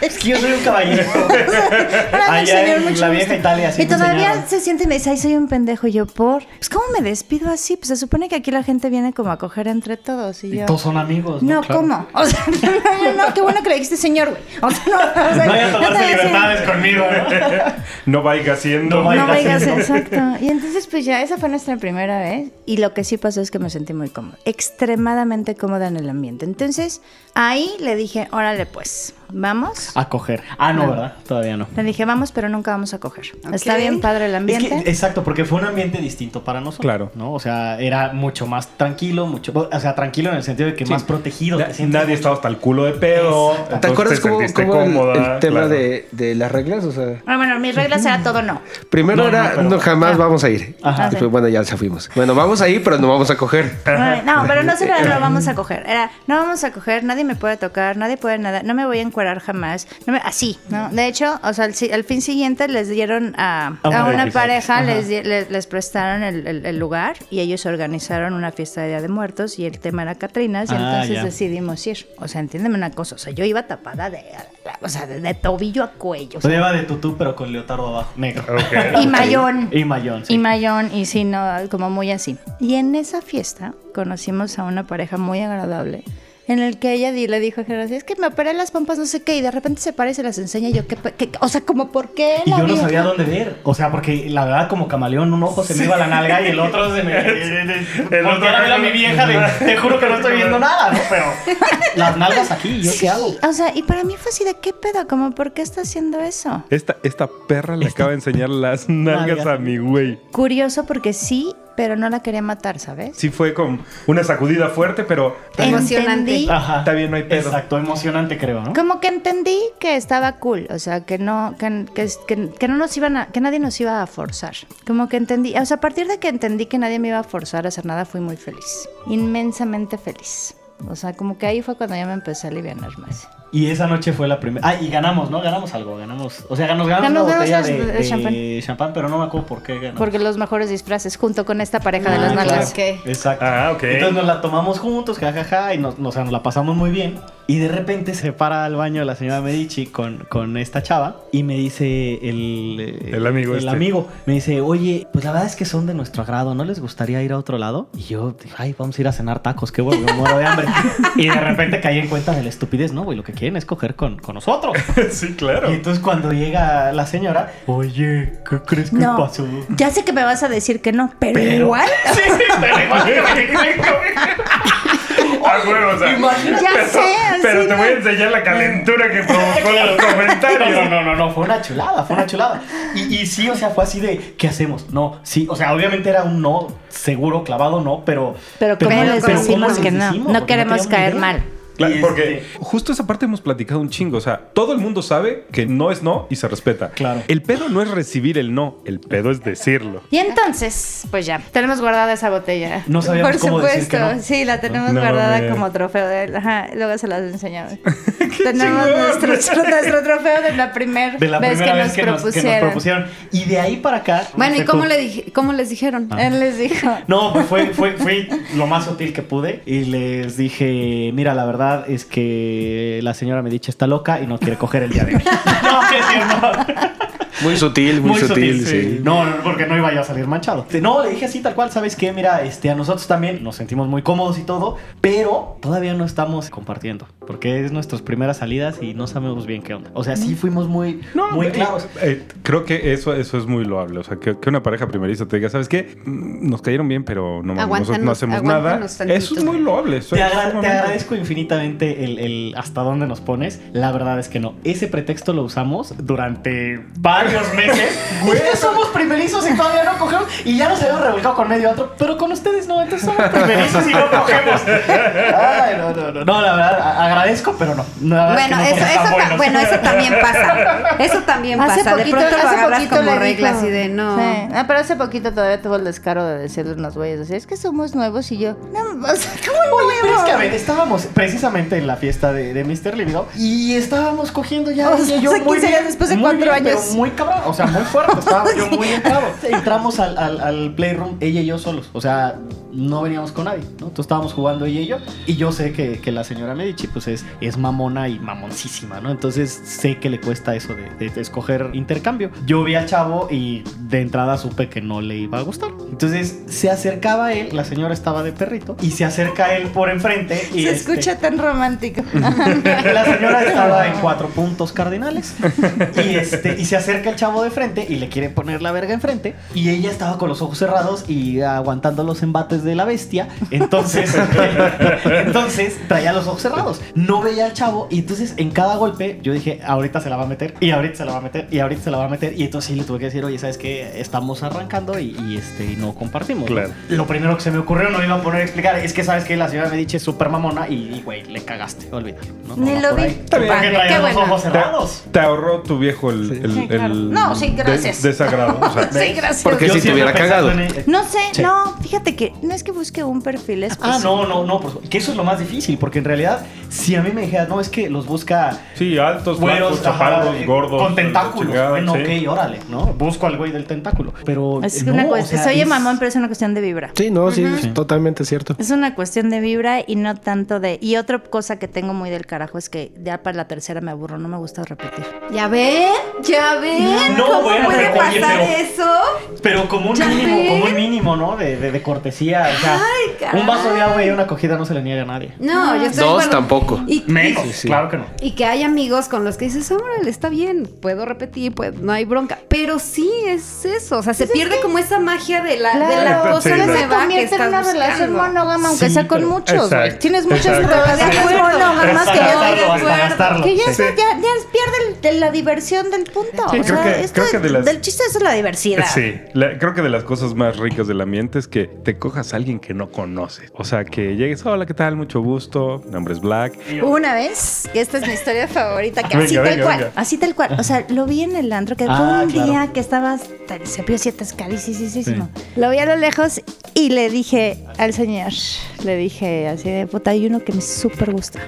[SPEAKER 5] Es que yo soy un caballero.
[SPEAKER 4] Ay,
[SPEAKER 5] Allá
[SPEAKER 4] señor,
[SPEAKER 5] en
[SPEAKER 4] mucho
[SPEAKER 5] la vieja
[SPEAKER 4] gusto.
[SPEAKER 5] Italia, sí
[SPEAKER 4] Y
[SPEAKER 5] me
[SPEAKER 4] todavía
[SPEAKER 5] enseñaron.
[SPEAKER 4] se siente y me dice, ay, soy un pendejo. Y yo, ¿por? Pues, ¿cómo me despido así? Pues se supone que aquí la gente viene como a coger entre todos. Y
[SPEAKER 5] Y
[SPEAKER 4] yo,
[SPEAKER 5] todos son amigos.
[SPEAKER 4] no,
[SPEAKER 5] Pues Claro.
[SPEAKER 4] ¿cómo? O sea, no, no, no, qué bueno que le dijiste señor, güey. O sea, no, o sea,
[SPEAKER 5] No vaya a
[SPEAKER 4] no te voy
[SPEAKER 5] tomarse
[SPEAKER 4] a decir-
[SPEAKER 5] libertades conmigo, ¿no?
[SPEAKER 1] No vaya siendo.
[SPEAKER 5] No vaya
[SPEAKER 4] No
[SPEAKER 5] Ay,
[SPEAKER 4] vayas,
[SPEAKER 5] sí.
[SPEAKER 4] exacto. Y entonces, pues ya, esa fue nuestra primera vez. Y lo que sí pasó es que me sentí muy cómoda, extremadamente cómoda en el ambiente. Entonces, ahí le dije, órale, pues, vamos.
[SPEAKER 5] A coger. Ah, no,
[SPEAKER 4] No.
[SPEAKER 5] ¿verdad? Todavía no.
[SPEAKER 4] Le dije, vamos, pero nunca vamos a coger. Está
[SPEAKER 2] Ok.
[SPEAKER 4] bien padre el
[SPEAKER 5] Es
[SPEAKER 4] ambiente.
[SPEAKER 5] que, exacto, porque fue un ambiente distinto para nosotros.
[SPEAKER 1] Claro.
[SPEAKER 5] ¿no? O sea, era mucho más tranquilo, mucho. O sea, tranquilo en el sentido de que más protegido.
[SPEAKER 1] Na-
[SPEAKER 5] te sientes
[SPEAKER 1] nadie
[SPEAKER 5] mucho-
[SPEAKER 1] estaba hasta el culo de pedo.
[SPEAKER 5] Exacto.
[SPEAKER 1] entonces
[SPEAKER 3] ¿Te acuerdas cómo,
[SPEAKER 1] sentiste
[SPEAKER 3] cómo el-
[SPEAKER 1] cómoda,
[SPEAKER 3] el, tema
[SPEAKER 1] claro.
[SPEAKER 3] de, de las reglas? O sea,
[SPEAKER 4] Ah, bueno, mis reglas era todo no.
[SPEAKER 3] primero
[SPEAKER 5] No, no,
[SPEAKER 3] era, no,
[SPEAKER 5] pero-
[SPEAKER 3] jamás vamos a ir.
[SPEAKER 5] Ajá.
[SPEAKER 3] Y pues, bueno, ya se fuimos. Bueno, vamos a ir, pero no vamos a coger.
[SPEAKER 4] Ay, No, pero no se no vamos a coger. Era, no vamos a coger, nadie me puede tocar, nadie puede nada, no me voy a encuerar jamás. No me- así, ¿no? De hecho, o sea, al, si- al fin siguiente les dieron a,
[SPEAKER 5] A una
[SPEAKER 4] a una
[SPEAKER 5] revista.
[SPEAKER 4] pareja,
[SPEAKER 5] Ajá.
[SPEAKER 4] les, di- les, les prestaron el, el- el lugar y ellos organizaron una fiesta de Día de Muertos y el tema era Catrinas y
[SPEAKER 5] Ah,
[SPEAKER 4] entonces
[SPEAKER 5] ya.
[SPEAKER 4] decidimos ir. O sea, entiéndeme una cosa, o sea, yo iba tapada de, o sea, de, de tobillo a cuello. o sea,
[SPEAKER 5] Se lleva de tutú, pero con leotardo abajo, negro.
[SPEAKER 1] Ok.
[SPEAKER 4] y mayón.
[SPEAKER 5] Y mayón. sí.
[SPEAKER 4] Y mayón, y sí, no, como muy así. Y en esa fiesta conocimos a una pareja muy agradable. En el que ella di- le dijo a Gerardo, es que me operé las pompas, no sé qué, y de repente se para y se las enseña. Y yo, ¿qué, pe- qué- qué? o sea, como, ¿por qué
[SPEAKER 5] Y
[SPEAKER 4] la
[SPEAKER 5] yo no
[SPEAKER 4] vieja?
[SPEAKER 5] sabía dónde ver. O sea, porque la verdad, como camaleón, un ojo se me iba a la nalga y el otro se me.
[SPEAKER 1] El
[SPEAKER 5] el
[SPEAKER 1] otro-
[SPEAKER 5] a ver a mi vieja, de, te juro que no estoy viendo nada, ¿no? Pero las nalgas aquí, ¿yo qué hago?
[SPEAKER 4] Sí, O sea, y para mí fue así de, ¿qué pedo? Como, ¿por qué está haciendo eso?
[SPEAKER 1] Esta, esta perra le acaba de enseñar las nalgas
[SPEAKER 5] Nalgas.
[SPEAKER 1] a mi güey.
[SPEAKER 4] Curioso porque sí, pero no la quería matar, ¿sabes?
[SPEAKER 1] Sí fue con una sacudida fuerte, pero
[SPEAKER 2] Emocionante.
[SPEAKER 4] Entendí
[SPEAKER 5] Ajá.
[SPEAKER 1] Está bien, no hay pedo.
[SPEAKER 5] Exacto, emocionante, creo, ¿no?
[SPEAKER 4] Como que entendí que estaba cool, o sea, que no, que, que- que- que no nos iban a, que nadie nos iba a forzar. Como que entendí, o sea, a partir de que entendí que nadie me iba a forzar a hacer nada, fui muy feliz. Inmensamente feliz. O sea, como que ahí fue cuando ya me empecé a aliviar más.
[SPEAKER 5] Y esa noche fue la primera. Ah, y ganamos, ¿no? Ganamos algo, ganamos. O sea, nos ganamos
[SPEAKER 4] Ganamos
[SPEAKER 5] una botella
[SPEAKER 4] las-
[SPEAKER 5] de,
[SPEAKER 4] de
[SPEAKER 5] de champán.
[SPEAKER 4] champán.
[SPEAKER 5] pero no me acuerdo por qué ganamos.
[SPEAKER 4] Porque los mejores disfraces junto con esta pareja de
[SPEAKER 5] Ah,
[SPEAKER 4] las
[SPEAKER 5] claro.
[SPEAKER 4] nalgas.
[SPEAKER 5] Exacto.
[SPEAKER 1] Ah, ok.
[SPEAKER 5] Entonces nos la tomamos juntos, jajaja, y nos, nos- o sea, nos la pasamos muy bien. Y de repente se para al baño la señora Medici con, con esta chava y me dice el, eh,
[SPEAKER 1] El amigo
[SPEAKER 5] el
[SPEAKER 1] este.
[SPEAKER 5] amigo, me dice, oye, pues la verdad es que son de nuestro agrado, ¿no les gustaría ir a otro lado? Y yo, dije, ay, vamos a ir a cenar tacos, qué bueno, me muero de hambre. y de repente caí en cuenta de la estupidez, ¿no? Güey, lo que quieren es coger con, con nosotros.
[SPEAKER 1] sí, claro.
[SPEAKER 5] Y entonces cuando llega la señora, oye, ¿qué crees que
[SPEAKER 4] No,
[SPEAKER 5] pasó?
[SPEAKER 4] ya sé que me vas a decir que no, pero, igual.
[SPEAKER 1] Ah, huevo, o sea,
[SPEAKER 4] Ya
[SPEAKER 1] pero,
[SPEAKER 4] sé, así
[SPEAKER 1] pero te
[SPEAKER 4] no.
[SPEAKER 1] voy a enseñar la calentura que provocó los comentarios.
[SPEAKER 5] No, no, no, no, no, fue una chulada, fue una chulada. Y, y sí, o sea, fue así de, ¿qué hacemos? No, sí, o sea, obviamente era un no seguro, clavado no, pero...
[SPEAKER 4] Pero ¿cómo les
[SPEAKER 5] pero
[SPEAKER 4] decimos
[SPEAKER 5] ¿cómo les
[SPEAKER 4] que no?
[SPEAKER 5] decimos?
[SPEAKER 4] No
[SPEAKER 5] Porque
[SPEAKER 4] queremos
[SPEAKER 5] teníamos
[SPEAKER 4] caer
[SPEAKER 5] idea.
[SPEAKER 4] mal.
[SPEAKER 1] Claro,
[SPEAKER 5] Y
[SPEAKER 1] porque
[SPEAKER 5] este,
[SPEAKER 1] justo esa parte hemos platicado un chingo. O sea, todo el mundo sabe que no es no y se respeta.
[SPEAKER 5] Claro.
[SPEAKER 1] El pedo no es recibir el no, el pedo es decirlo.
[SPEAKER 4] Y entonces, pues ya, tenemos guardada esa botella.
[SPEAKER 5] No sabíamos
[SPEAKER 4] Por
[SPEAKER 5] cómo decir
[SPEAKER 4] supuesto,
[SPEAKER 5] que no.
[SPEAKER 4] sí, la tenemos
[SPEAKER 1] No,
[SPEAKER 4] guardada
[SPEAKER 1] mira.
[SPEAKER 4] como trofeo de él. Ajá, luego se las enseñamos. tenemos
[SPEAKER 1] chingón!
[SPEAKER 4] nuestro, nuestro trofeo de la, primer
[SPEAKER 5] de la
[SPEAKER 4] vez
[SPEAKER 5] primera
[SPEAKER 4] que,
[SPEAKER 5] vez
[SPEAKER 4] nos
[SPEAKER 5] que nos, que nos
[SPEAKER 4] propusieron.
[SPEAKER 5] propusieron. Y de ahí para acá...
[SPEAKER 2] Bueno,
[SPEAKER 5] no
[SPEAKER 2] ¿y
[SPEAKER 5] sé
[SPEAKER 2] cómo,
[SPEAKER 5] tú-
[SPEAKER 2] le dije- cómo les dijeron?
[SPEAKER 5] Ah.
[SPEAKER 4] Él les dijo.
[SPEAKER 5] No, pues fue, fue, fui lo más sutil que pude y les dije, mira, la verdad es que la señora me está loca y no quiere coger el día de hoy. no, que sí, no.
[SPEAKER 3] Muy sutil, muy, sutil, sí.
[SPEAKER 5] No, no, porque no iba yo a salir manchado. No, le dije así tal cual, ¿sabes qué? Mira, este, a nosotros también nos sentimos muy cómodos y todo, pero todavía no estamos compartiendo, porque es nuestras primeras salidas y no sabemos bien qué onda. O sea, sí fuimos muy, muy
[SPEAKER 1] eh,
[SPEAKER 5] claros.
[SPEAKER 1] eh, creo que eso, eso es muy loable. O sea, que, que una pareja primeriza te diga, ¿sabes qué? Mm, Nos cayeron bien, pero no, mames,
[SPEAKER 2] Aguántanos,
[SPEAKER 1] nosotros no hacemos nada.
[SPEAKER 2] aguántanos tantito.
[SPEAKER 1] Eso es muy loable. eso
[SPEAKER 5] Te,
[SPEAKER 1] es
[SPEAKER 5] agra- te
[SPEAKER 1] sumamente-
[SPEAKER 5] agradezco infinitamente el, el hasta dónde nos pones. La verdad es que no. Ese pretexto lo usamos durante varios meses. es que somos primerizos y todavía no cogemos. Y ya nos habíamos revolcado con medio otro. Pero con ustedes no, entonces somos primerizos y no cogemos. Ay, no, no, no. No, la verdad, a- agradezco, pero no. La verdad Ah, es que
[SPEAKER 2] Bueno, eso,
[SPEAKER 5] no somos
[SPEAKER 2] eso
[SPEAKER 5] tan
[SPEAKER 2] ta-
[SPEAKER 5] buenos.
[SPEAKER 2] bueno, eso también pasa. Eso también
[SPEAKER 4] Hace
[SPEAKER 2] pasa.
[SPEAKER 4] poquito,
[SPEAKER 2] de pronto lo
[SPEAKER 4] hace
[SPEAKER 2] agarras
[SPEAKER 4] poquito
[SPEAKER 2] como
[SPEAKER 4] le
[SPEAKER 2] regla
[SPEAKER 4] dijo.
[SPEAKER 2] así de no.
[SPEAKER 4] Sí. Ah, pero hace poquito todavía tuvo el descaro de decirle a unos güeyes, así, es que somos nuevos y yo, no, o sea, ¿cómo
[SPEAKER 5] Oye, pero es
[SPEAKER 4] nuevos?
[SPEAKER 5] que a ver, estábamos precisamente en la fiesta de, de Mr. Libido y estábamos cogiendo ya.
[SPEAKER 4] O
[SPEAKER 5] decía
[SPEAKER 4] sea, 15 días después de
[SPEAKER 5] muy
[SPEAKER 4] cuatro
[SPEAKER 5] bien, pero
[SPEAKER 4] años.
[SPEAKER 5] muy cabrón, o sea, muy fuerte, estaba yo muy entrado. Entramos al, al- al playroom ella y yo solos, o sea, no veníamos con nadie, ¿no? Entonces estábamos jugando ella y yo, y yo sé que, que la señora Medici, pues es, es mamona y mamoncísima, ¿no? Entonces sé que le cuesta eso de, de- de escoger intercambio. Yo vi al chavo y de entrada supe que no le iba a gustar. Entonces se acercaba a él, la señora estaba de perrito, y se acerca a él por enfrente. Y
[SPEAKER 4] Se
[SPEAKER 5] este,
[SPEAKER 4] escucha tan romántico.
[SPEAKER 5] la señora estaba en cuatro puntos cardinales. Y, este, y se acerca el chavo de frente y le quiere poner la verga enfrente. Y ella estaba con los ojos cerrados y aguantando los embates de la bestia. Entonces, entonces traía los ojos cerrados. No veía al chavo. Y entonces en cada golpe yo dije, ahorita se la va a meter. Y ahorita se la va a meter. Y ahorita se la va a meter. Y entonces sí le tuve que decir, oye, ¿sabes qué? Estamos arrancando y, y, este, y no compartimos.
[SPEAKER 1] Claro.
[SPEAKER 5] Lo primero que se me ocurrió, no me iba a poner a explicar, es que sabes que la señora me dice es súper mamona y, y, güey, le cagaste, olvídalo. No,
[SPEAKER 4] Ni
[SPEAKER 5] va
[SPEAKER 4] lo
[SPEAKER 5] por
[SPEAKER 4] vi.
[SPEAKER 5] ahí.
[SPEAKER 4] Está bien.
[SPEAKER 5] Porque traía
[SPEAKER 4] Qué
[SPEAKER 5] los
[SPEAKER 4] bueno.
[SPEAKER 5] ojos cerrados.
[SPEAKER 1] Te, te ahorró tu viejo el, el-
[SPEAKER 4] Sí, claro.
[SPEAKER 1] el
[SPEAKER 4] No, sí,
[SPEAKER 1] de-
[SPEAKER 4] gracias.
[SPEAKER 1] desagrado. o sea.
[SPEAKER 4] Sí, gracias.
[SPEAKER 3] Porque
[SPEAKER 5] Yo
[SPEAKER 3] si te
[SPEAKER 5] siempre
[SPEAKER 3] hubiera
[SPEAKER 5] pensando
[SPEAKER 3] cagado.
[SPEAKER 5] en ella.
[SPEAKER 4] No sé,
[SPEAKER 5] Sí.
[SPEAKER 4] no, fíjate que no es pues que busque un perfil
[SPEAKER 5] Ah,
[SPEAKER 4] específico.
[SPEAKER 5] no, no, no, por su- que eso es lo más difícil, porque en realidad, si a mí me dijeras, no, es que los busca
[SPEAKER 1] Sí, altos,
[SPEAKER 5] güeros,
[SPEAKER 1] flacos,
[SPEAKER 5] ajá,
[SPEAKER 1] chaparros,
[SPEAKER 5] eh,
[SPEAKER 1] gordos.
[SPEAKER 5] con tentáculos,
[SPEAKER 1] chingada,
[SPEAKER 5] bueno,
[SPEAKER 1] sí.
[SPEAKER 5] ok, órale, ¿no? Busco al güey del tentáculo, pero... eh,
[SPEAKER 4] Es
[SPEAKER 5] no,
[SPEAKER 4] una
[SPEAKER 5] o
[SPEAKER 4] cuestión.
[SPEAKER 5] sea,
[SPEAKER 4] Se oye
[SPEAKER 5] es-
[SPEAKER 4] mamón, pero es una cuestión de vibra.
[SPEAKER 3] Sí, no, sí, es totalmente cierto.
[SPEAKER 4] Es una cuestión de vibra y no tanto de. Y otra cosa que tengo muy del carajo es que ya para la tercera me aburro, no me gusta repetir.
[SPEAKER 2] ¿Ya ven? ¿Ya ven?
[SPEAKER 5] No,
[SPEAKER 2] ¿Cómo
[SPEAKER 5] bueno,
[SPEAKER 2] puede
[SPEAKER 5] pero, oye,
[SPEAKER 2] pasar
[SPEAKER 5] pero-
[SPEAKER 2] eso?
[SPEAKER 5] Pero como un
[SPEAKER 2] ¿Ya
[SPEAKER 5] mínimo,
[SPEAKER 2] ven?
[SPEAKER 5] como un mínimo, ¿no? De, de- de cortesía, o sea,
[SPEAKER 2] Ay, caray.
[SPEAKER 5] un vaso de agua y una acogida no se le niega a nadie.
[SPEAKER 2] No, yo estoy de
[SPEAKER 3] Dos
[SPEAKER 2] acuerdo.
[SPEAKER 3] tampoco.
[SPEAKER 2] Y,
[SPEAKER 5] Menos, claro que no.
[SPEAKER 2] y que hay amigos con los que dices, órale, está bien, puedo repetir, pues no hay bronca. Pero sí es eso, o sea, se pierde como esa magia de la, de la
[SPEAKER 4] Pues Claro,
[SPEAKER 2] cosa
[SPEAKER 1] sí,
[SPEAKER 4] no
[SPEAKER 1] claro.
[SPEAKER 4] se
[SPEAKER 2] nueva que
[SPEAKER 4] convierte en
[SPEAKER 2] estás
[SPEAKER 4] una relación
[SPEAKER 2] buscando.
[SPEAKER 4] monógama, aunque
[SPEAKER 5] Sí,
[SPEAKER 4] sea con
[SPEAKER 5] pero-
[SPEAKER 4] muchos, güey.
[SPEAKER 1] exacto,
[SPEAKER 4] Tienes muchas
[SPEAKER 1] exacto.
[SPEAKER 4] relaciones
[SPEAKER 2] Sí,
[SPEAKER 4] monógamas que ya
[SPEAKER 2] gastarlo,
[SPEAKER 4] tienes.
[SPEAKER 2] hasta gastarlo,
[SPEAKER 4] Que ya,
[SPEAKER 5] Sí.
[SPEAKER 4] se- ya, ya pierde el- de la diversión del punto.
[SPEAKER 1] Sí, creo
[SPEAKER 4] o sea,
[SPEAKER 1] que-
[SPEAKER 4] esto
[SPEAKER 1] creo que
[SPEAKER 4] es-
[SPEAKER 1] de las-
[SPEAKER 4] del chiste es la diversidad.
[SPEAKER 1] Sí, la- creo que de las cosas más ricas del ambiente es que te cojas a alguien que no conoces. O sea, que llegues, hola, ¿qué tal? Mucho gusto, mi nombre es Black.
[SPEAKER 4] Hubo Una vez, que esta es mi historia favorita, que
[SPEAKER 1] Venga,
[SPEAKER 4] así tal
[SPEAKER 1] venga,
[SPEAKER 4] cual,
[SPEAKER 1] venga.
[SPEAKER 4] así tal cual. O sea, lo vi en el antro, que fue
[SPEAKER 5] Ah,
[SPEAKER 4] un
[SPEAKER 5] claro.
[SPEAKER 4] día que estaba hasta el cepillo siete escalisísimo. Lo vi a lo lejos y le dije al señor, le dije así de puta, hay uno que me súper gusta.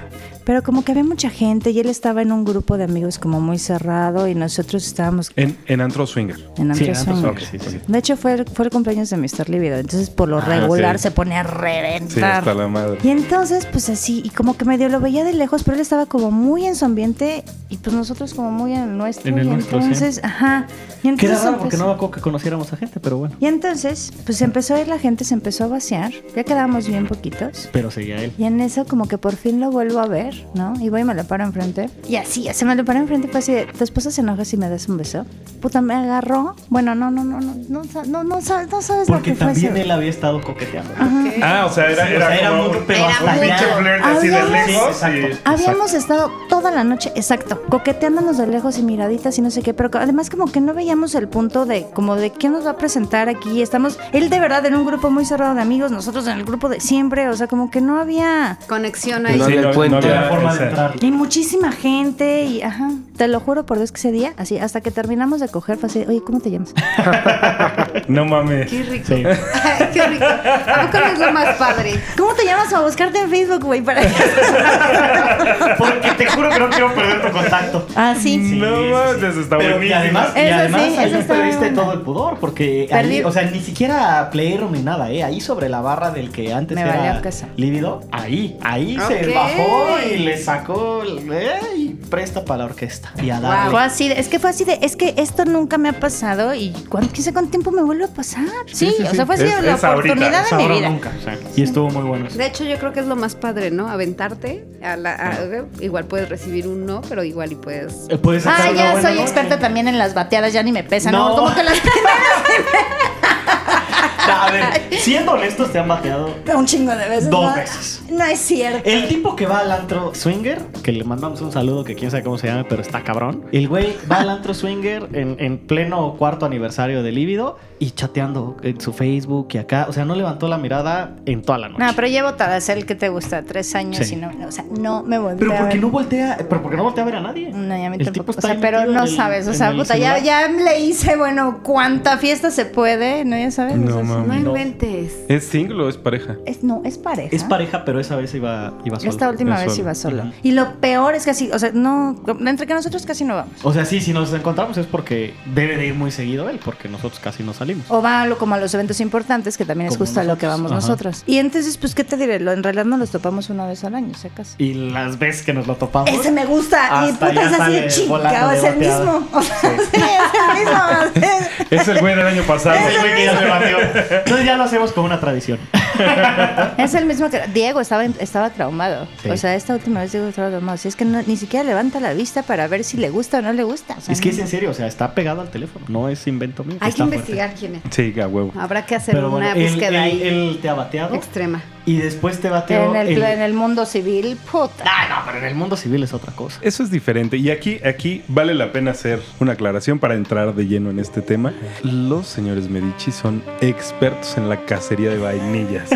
[SPEAKER 4] Pero como que había mucha gente y él estaba en un grupo de amigos como muy cerrado y nosotros estábamos
[SPEAKER 1] En, en Antro Swinger.
[SPEAKER 4] en antro
[SPEAKER 5] Sí, antes,
[SPEAKER 4] swinger.
[SPEAKER 5] ok, sí, sí, sí.
[SPEAKER 4] De hecho, fue el, fue el cumpleaños de Mr. Lívido. Entonces, por lo
[SPEAKER 1] Ah,
[SPEAKER 4] regular,
[SPEAKER 1] sí.
[SPEAKER 4] se pone a
[SPEAKER 1] Sí,
[SPEAKER 4] reventar.
[SPEAKER 1] hasta la madre.
[SPEAKER 4] Y entonces, pues así, y como que medio lo veía de lejos, pero él estaba como muy en su ambiente y pues nosotros como muy en el nuestro.
[SPEAKER 5] En el
[SPEAKER 4] y
[SPEAKER 5] nuestro, sí.
[SPEAKER 4] entonces, ajá. Y
[SPEAKER 5] Que era
[SPEAKER 4] entonces,
[SPEAKER 5] raro porque
[SPEAKER 4] empezó-
[SPEAKER 5] no me acuerdo que conociéramos a gente, pero bueno.
[SPEAKER 4] y entonces, pues empezó a ir la gente, se empezó a vaciar. Ya quedábamos bien poquitos.
[SPEAKER 5] Pero seguía él.
[SPEAKER 4] Y en eso como que por fin lo vuelvo a ver, ¿no? Y voy y me lo paro enfrente. Y así, se me lo paro enfrente y fue así, de, tu esposa se enoja si me das un beso. Puta, me agarró. Bueno, no, no, no, no, no, sa- no, no, sa- no sabes lo
[SPEAKER 5] Porque
[SPEAKER 4] que fue
[SPEAKER 5] también
[SPEAKER 4] eso.
[SPEAKER 5] él había estado coqueteando.
[SPEAKER 1] Ah, o sea, era,
[SPEAKER 5] Sí, o sea, era
[SPEAKER 1] como
[SPEAKER 5] muy-
[SPEAKER 1] un-
[SPEAKER 5] pero
[SPEAKER 1] un
[SPEAKER 5] hasta
[SPEAKER 1] pinche
[SPEAKER 5] allá.
[SPEAKER 1] flirt así de
[SPEAKER 4] Habíamos-
[SPEAKER 1] lejos.
[SPEAKER 5] Sí,
[SPEAKER 1] y-
[SPEAKER 5] exacto.
[SPEAKER 4] Habíamos estado toda la noche, exacto, coqueteándonos de lejos y miraditas y no sé qué, pero además como que no veíamos el punto de como de qué nos va a presentar aquí. Estamos, él de verdad en un grupo muy cerrado de amigos, nosotros en el grupo de siempre, o sea, como que no había
[SPEAKER 2] Conexión
[SPEAKER 3] Que
[SPEAKER 2] ahí.
[SPEAKER 3] no
[SPEAKER 1] Sí,
[SPEAKER 3] había puente.
[SPEAKER 5] Era la forma
[SPEAKER 1] esa-
[SPEAKER 5] de entrar.
[SPEAKER 4] y muchísima gente y ajá, te lo juro por Dios que ese día, así hasta que terminamos de coger fue así, "Oye, ¿cómo te llamas?"
[SPEAKER 1] No mames.
[SPEAKER 2] Qué rico.
[SPEAKER 5] Sí.
[SPEAKER 2] Ay, qué rico. ¿A poco no es lo más padre?
[SPEAKER 4] ¿Cómo te llamas para buscarte en Facebook, güey, para
[SPEAKER 5] Porque te juro que no quiero perder tu contacto.
[SPEAKER 4] Ah, sí.
[SPEAKER 1] No mames, eso está
[SPEAKER 5] Pero y
[SPEAKER 1] buenísimo.
[SPEAKER 5] además, y
[SPEAKER 4] Eso
[SPEAKER 5] además
[SPEAKER 4] sí,
[SPEAKER 5] ahí
[SPEAKER 4] eso está
[SPEAKER 5] perdiste
[SPEAKER 4] bueno.
[SPEAKER 5] todo el pudor, porque
[SPEAKER 4] Perdí-
[SPEAKER 5] ahí, o sea, ni siquiera Playroom ni nada, ¿eh? Ahí sobre la barra del que antes
[SPEAKER 4] Me
[SPEAKER 5] era
[SPEAKER 4] valió queso.
[SPEAKER 5] lívido, ahí, ahí se
[SPEAKER 2] Ok.
[SPEAKER 5] bajó y le sacó, eh, y presta para la orquesta. Y a darle.
[SPEAKER 4] Fue así, de- es que fue así de, es que esto nunca me ha pasado y cuánto, quién sabe cuánto tiempo me vuelve a pasar. Sí,
[SPEAKER 1] sí,
[SPEAKER 4] o sea,
[SPEAKER 1] sí.
[SPEAKER 4] fue así
[SPEAKER 1] Es-
[SPEAKER 4] la
[SPEAKER 1] es ahorita,
[SPEAKER 4] oportunidad
[SPEAKER 5] Es
[SPEAKER 4] de mi
[SPEAKER 5] ahora o
[SPEAKER 4] vida.
[SPEAKER 5] nunca, o sea, y estuvo muy bueno.
[SPEAKER 2] De hecho, yo creo que es lo más padre, ¿no? Aventarte. A la, a- igual puedes recibir un no, pero igual y puedes.
[SPEAKER 5] Eh, Puedes
[SPEAKER 4] Ah,
[SPEAKER 5] hacer una
[SPEAKER 4] ya
[SPEAKER 5] buena
[SPEAKER 4] soy
[SPEAKER 5] noche.
[SPEAKER 4] experta también en las bateadas, ya ni me pesan. No,
[SPEAKER 5] No.
[SPEAKER 4] como que las
[SPEAKER 5] A ver, siendo honestos, te han bateado
[SPEAKER 4] un chingo de veces.
[SPEAKER 5] Dos
[SPEAKER 4] ¿no?
[SPEAKER 5] veces. Eh,
[SPEAKER 4] No es cierto.
[SPEAKER 5] El tipo que va al antro swinger, que le mandamos un saludo que quién sabe cómo se llama, pero está cabrón. El güey va al antro swinger en, en pleno cuarto aniversario de Líbido y chateando en su Facebook y acá. O sea, no levantó la mirada en toda la noche.
[SPEAKER 4] No, pero llevo Tadasel que te gusta tres años
[SPEAKER 5] Sí.
[SPEAKER 4] y no, o sea, no me volví
[SPEAKER 5] Pero
[SPEAKER 4] a
[SPEAKER 5] porque
[SPEAKER 4] ver.
[SPEAKER 5] no voltea, pero porque no voltea a ver a nadie.
[SPEAKER 4] No, ya a mí
[SPEAKER 5] El tipo
[SPEAKER 4] tampoco. O
[SPEAKER 5] está
[SPEAKER 4] sea,
[SPEAKER 5] ahí
[SPEAKER 4] pero
[SPEAKER 5] metido
[SPEAKER 4] no
[SPEAKER 5] en el-
[SPEAKER 4] sabes, o
[SPEAKER 5] en
[SPEAKER 4] sea,
[SPEAKER 5] el
[SPEAKER 4] puta, ya,
[SPEAKER 5] celular.
[SPEAKER 4] ya le hice, bueno, cuánta fiesta se puede, ¿no? Ya sabes. o
[SPEAKER 1] No
[SPEAKER 4] sea, sí.
[SPEAKER 5] Ah,
[SPEAKER 2] No
[SPEAKER 1] mames.
[SPEAKER 2] inventes.
[SPEAKER 1] ¿Es single o es pareja?
[SPEAKER 4] Es, no, es pareja.
[SPEAKER 5] Es pareja, pero esa vez iba, iba solo.
[SPEAKER 4] Esta última
[SPEAKER 1] es
[SPEAKER 4] vez
[SPEAKER 1] solo.
[SPEAKER 4] iba solo.
[SPEAKER 5] Ujú.
[SPEAKER 4] Y lo peor es que así, o sea, no, entre que nosotros casi no vamos.
[SPEAKER 5] O sea, sí, si nos encontramos es porque debe de ir muy seguido él, porque nosotros casi no salimos.
[SPEAKER 4] O va a lo- como a los eventos importantes, que también es
[SPEAKER 5] Como
[SPEAKER 4] justo a lo que vamos
[SPEAKER 5] nosotros, ajá.
[SPEAKER 4] nosotros. Y entonces, pues, ¿qué te diré? Lo- En realidad nos los topamos una vez al año, si acaso.
[SPEAKER 5] Y las veces que nos lo topamos.
[SPEAKER 4] Ese me gusta. Y
[SPEAKER 5] Hasta
[SPEAKER 4] puta,
[SPEAKER 5] ya
[SPEAKER 4] es así de
[SPEAKER 5] sale
[SPEAKER 4] chingado.
[SPEAKER 5] volando de
[SPEAKER 4] Es el
[SPEAKER 5] bateado.
[SPEAKER 4] mismo. O sea, sí, es el mismo.
[SPEAKER 1] Es el güey del año pasado.
[SPEAKER 5] Ese güey que ya se batió. Entonces ya lo hacemos como una tradición.
[SPEAKER 4] Es el mismo que Diego estaba, estaba traumado.
[SPEAKER 5] Sí.
[SPEAKER 4] O sea, esta última vez Diego estaba traumado. Si es que no- ni siquiera levanta la vista para ver si le gusta o no le gusta. O sea,
[SPEAKER 5] Es que
[SPEAKER 4] no-
[SPEAKER 5] es en serio, o sea, está pegado al teléfono. No es invento mío.
[SPEAKER 2] Hay que
[SPEAKER 5] Está fuerte.
[SPEAKER 2] investigar quién es.
[SPEAKER 1] Sí, a huevo.
[SPEAKER 2] Habrá que hacer
[SPEAKER 5] Pero bueno,
[SPEAKER 2] una
[SPEAKER 5] él-
[SPEAKER 2] búsqueda
[SPEAKER 5] él,
[SPEAKER 2] ahí
[SPEAKER 5] él te ha bateado
[SPEAKER 2] extrema.
[SPEAKER 5] y después te bateó.
[SPEAKER 4] en, el,
[SPEAKER 5] el-
[SPEAKER 4] en el mundo civil, puta.
[SPEAKER 5] Ah, no, pero en el mundo civil es otra cosa.
[SPEAKER 1] Eso es diferente. Y aquí, aquí vale la pena hacer una aclaración para entrar de lleno en este tema. Los señores Medici son expertos en la cacería de vainillas.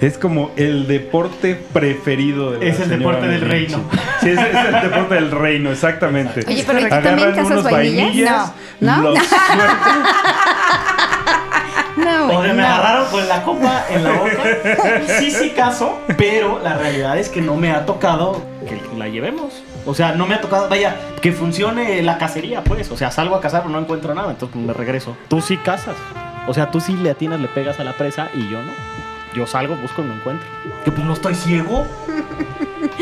[SPEAKER 1] Es como el deporte preferido de la
[SPEAKER 5] Es el
[SPEAKER 1] señora
[SPEAKER 5] deporte del
[SPEAKER 1] Medici.
[SPEAKER 5] reino.
[SPEAKER 1] Sí, es, es el deporte del reino, exactamente.
[SPEAKER 2] Oye, pero ¿y tú
[SPEAKER 1] Agarran
[SPEAKER 2] también cazas
[SPEAKER 1] unos
[SPEAKER 2] vainillas? No, ¿no?
[SPEAKER 1] los sueltan.
[SPEAKER 2] No,
[SPEAKER 5] O
[SPEAKER 2] güey,
[SPEAKER 5] sea, me
[SPEAKER 2] no.
[SPEAKER 5] agarraron con la copa en la boca. Sí, sí, caso. Pero la realidad es que no me ha tocado que la llevemos. O sea, no me ha tocado, vaya, que funcione la cacería, pues. O sea, salgo a cazar, pero no encuentro nada, entonces me regreso. Tú sí cazas. O sea, tú sí le atinas, le pegas a la presa y yo no. Yo salgo, busco y no encuentro. Yo pues no estoy ciego.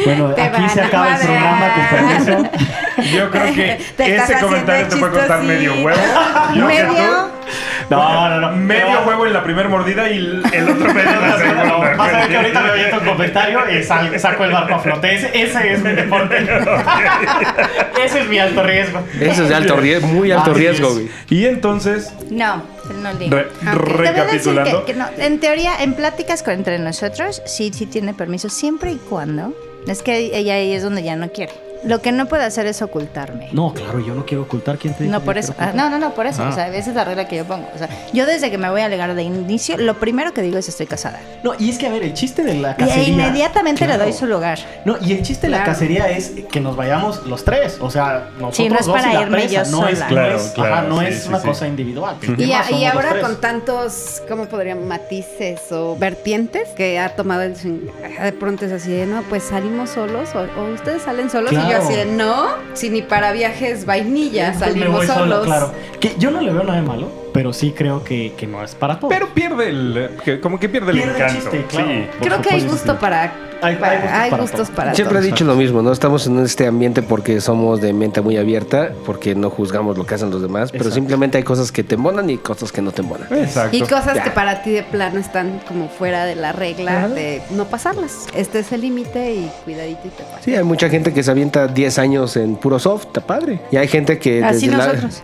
[SPEAKER 5] Bueno,
[SPEAKER 2] Te
[SPEAKER 5] aquí se
[SPEAKER 2] van a
[SPEAKER 5] acaba el programa con
[SPEAKER 2] cuadrar.
[SPEAKER 5] permiso.
[SPEAKER 1] Yo creo que
[SPEAKER 2] Te estás
[SPEAKER 1] ese
[SPEAKER 2] haciendo
[SPEAKER 1] comentario te puede costar
[SPEAKER 2] chistosito.
[SPEAKER 1] medio huevo. Yo que
[SPEAKER 2] ¿Medio?
[SPEAKER 5] No, no, no.
[SPEAKER 1] tú, medio huevo en la primera mordida y el el otro medio en la
[SPEAKER 5] No,
[SPEAKER 1] segunda.
[SPEAKER 5] Vas a ver que ahorita me aviento un comentario y sal- saco el barco a flote. Ese, ese es mi deporte. ese es mi alto riesgo.
[SPEAKER 3] Eso es de alto riesgo, muy alto
[SPEAKER 5] Así
[SPEAKER 3] riesgo,
[SPEAKER 5] es.
[SPEAKER 3] güey.
[SPEAKER 1] Y entonces,
[SPEAKER 4] No, no liga.
[SPEAKER 1] re-
[SPEAKER 2] Ah, ok.
[SPEAKER 4] Te voy a decir
[SPEAKER 1] recapitulando.
[SPEAKER 4] que, que no, en teoría, en pláticas con, entre nosotros, sí, sí tiene permiso, siempre y cuando. Es que ella ahí es donde ya no quiere. Lo que no puede hacer es ocultarme.
[SPEAKER 5] No, claro, yo no quiero ocultar quién te
[SPEAKER 4] No, por eso. Ah, no, no, no, por eso. O sea, esa es la regla que yo pongo. O sea, yo desde que me voy a alegar de inicio, lo primero que digo es estoy casada.
[SPEAKER 5] No, y es que a ver, el chiste de la
[SPEAKER 4] Y
[SPEAKER 5] cacería.
[SPEAKER 4] inmediatamente
[SPEAKER 5] Claro.
[SPEAKER 4] le doy su lugar.
[SPEAKER 5] No, y el chiste de la
[SPEAKER 2] Claro.
[SPEAKER 5] cacería es que nos vayamos los tres. O sea, nosotros
[SPEAKER 4] Sí, no es
[SPEAKER 5] dos
[SPEAKER 4] para
[SPEAKER 5] y la
[SPEAKER 4] irme
[SPEAKER 5] presa.
[SPEAKER 4] yo
[SPEAKER 5] no es,
[SPEAKER 4] sola.
[SPEAKER 5] no
[SPEAKER 1] Claro,
[SPEAKER 5] es-
[SPEAKER 1] claro,
[SPEAKER 5] ajá, no
[SPEAKER 1] sí,
[SPEAKER 5] es
[SPEAKER 1] sí,
[SPEAKER 5] una
[SPEAKER 1] sí.
[SPEAKER 5] cosa individual. El
[SPEAKER 2] Y,
[SPEAKER 5] tema
[SPEAKER 2] a- y
[SPEAKER 5] somos los
[SPEAKER 2] ahora
[SPEAKER 5] tres.
[SPEAKER 2] con tantos, ¿cómo podrían? Matices o vertientes que ha tomado el swing. De pronto es así de, no, pues salimos solos o, o ustedes salen solos. Y yo
[SPEAKER 5] Claro.
[SPEAKER 2] así de, no, si ni para viajes vainilla
[SPEAKER 5] Entonces me
[SPEAKER 2] salimos
[SPEAKER 5] voy solo,
[SPEAKER 2] solos.
[SPEAKER 5] claro. Que yo no le veo nada de malo, pero sí creo que, que no es para todos.
[SPEAKER 1] Pero pierde el. que- Como que pierde el
[SPEAKER 5] Pierde el
[SPEAKER 1] encanto.
[SPEAKER 5] chiste, claro.
[SPEAKER 1] Sí.
[SPEAKER 5] Por
[SPEAKER 2] Creo que hay
[SPEAKER 5] supuesto.
[SPEAKER 2] gusto para.
[SPEAKER 5] Hay- hay
[SPEAKER 2] para-
[SPEAKER 5] gustos
[SPEAKER 2] hay
[SPEAKER 5] para
[SPEAKER 2] gustos
[SPEAKER 5] todo.
[SPEAKER 2] para.
[SPEAKER 3] Siempre he
[SPEAKER 2] todo.
[SPEAKER 3] dicho lo mismo, ¿no? Estamos en este ambiente porque somos de mente muy abierta, porque no juzgamos lo que hacen los demás, pero
[SPEAKER 5] Exacto.
[SPEAKER 3] simplemente hay cosas que te embonan y cosas que no te embonan.
[SPEAKER 1] Exacto.
[SPEAKER 2] Y cosas que
[SPEAKER 3] Ya.
[SPEAKER 2] para ti de plano están como fuera de la regla de no pasarlas. Este es el límite y cuidadito y te pasa.
[SPEAKER 3] Sí, hay mucha gente que se avienta 10 años en puro soft, está padre. Y hay gente que...
[SPEAKER 4] Así
[SPEAKER 3] desde la-
[SPEAKER 4] nosotros.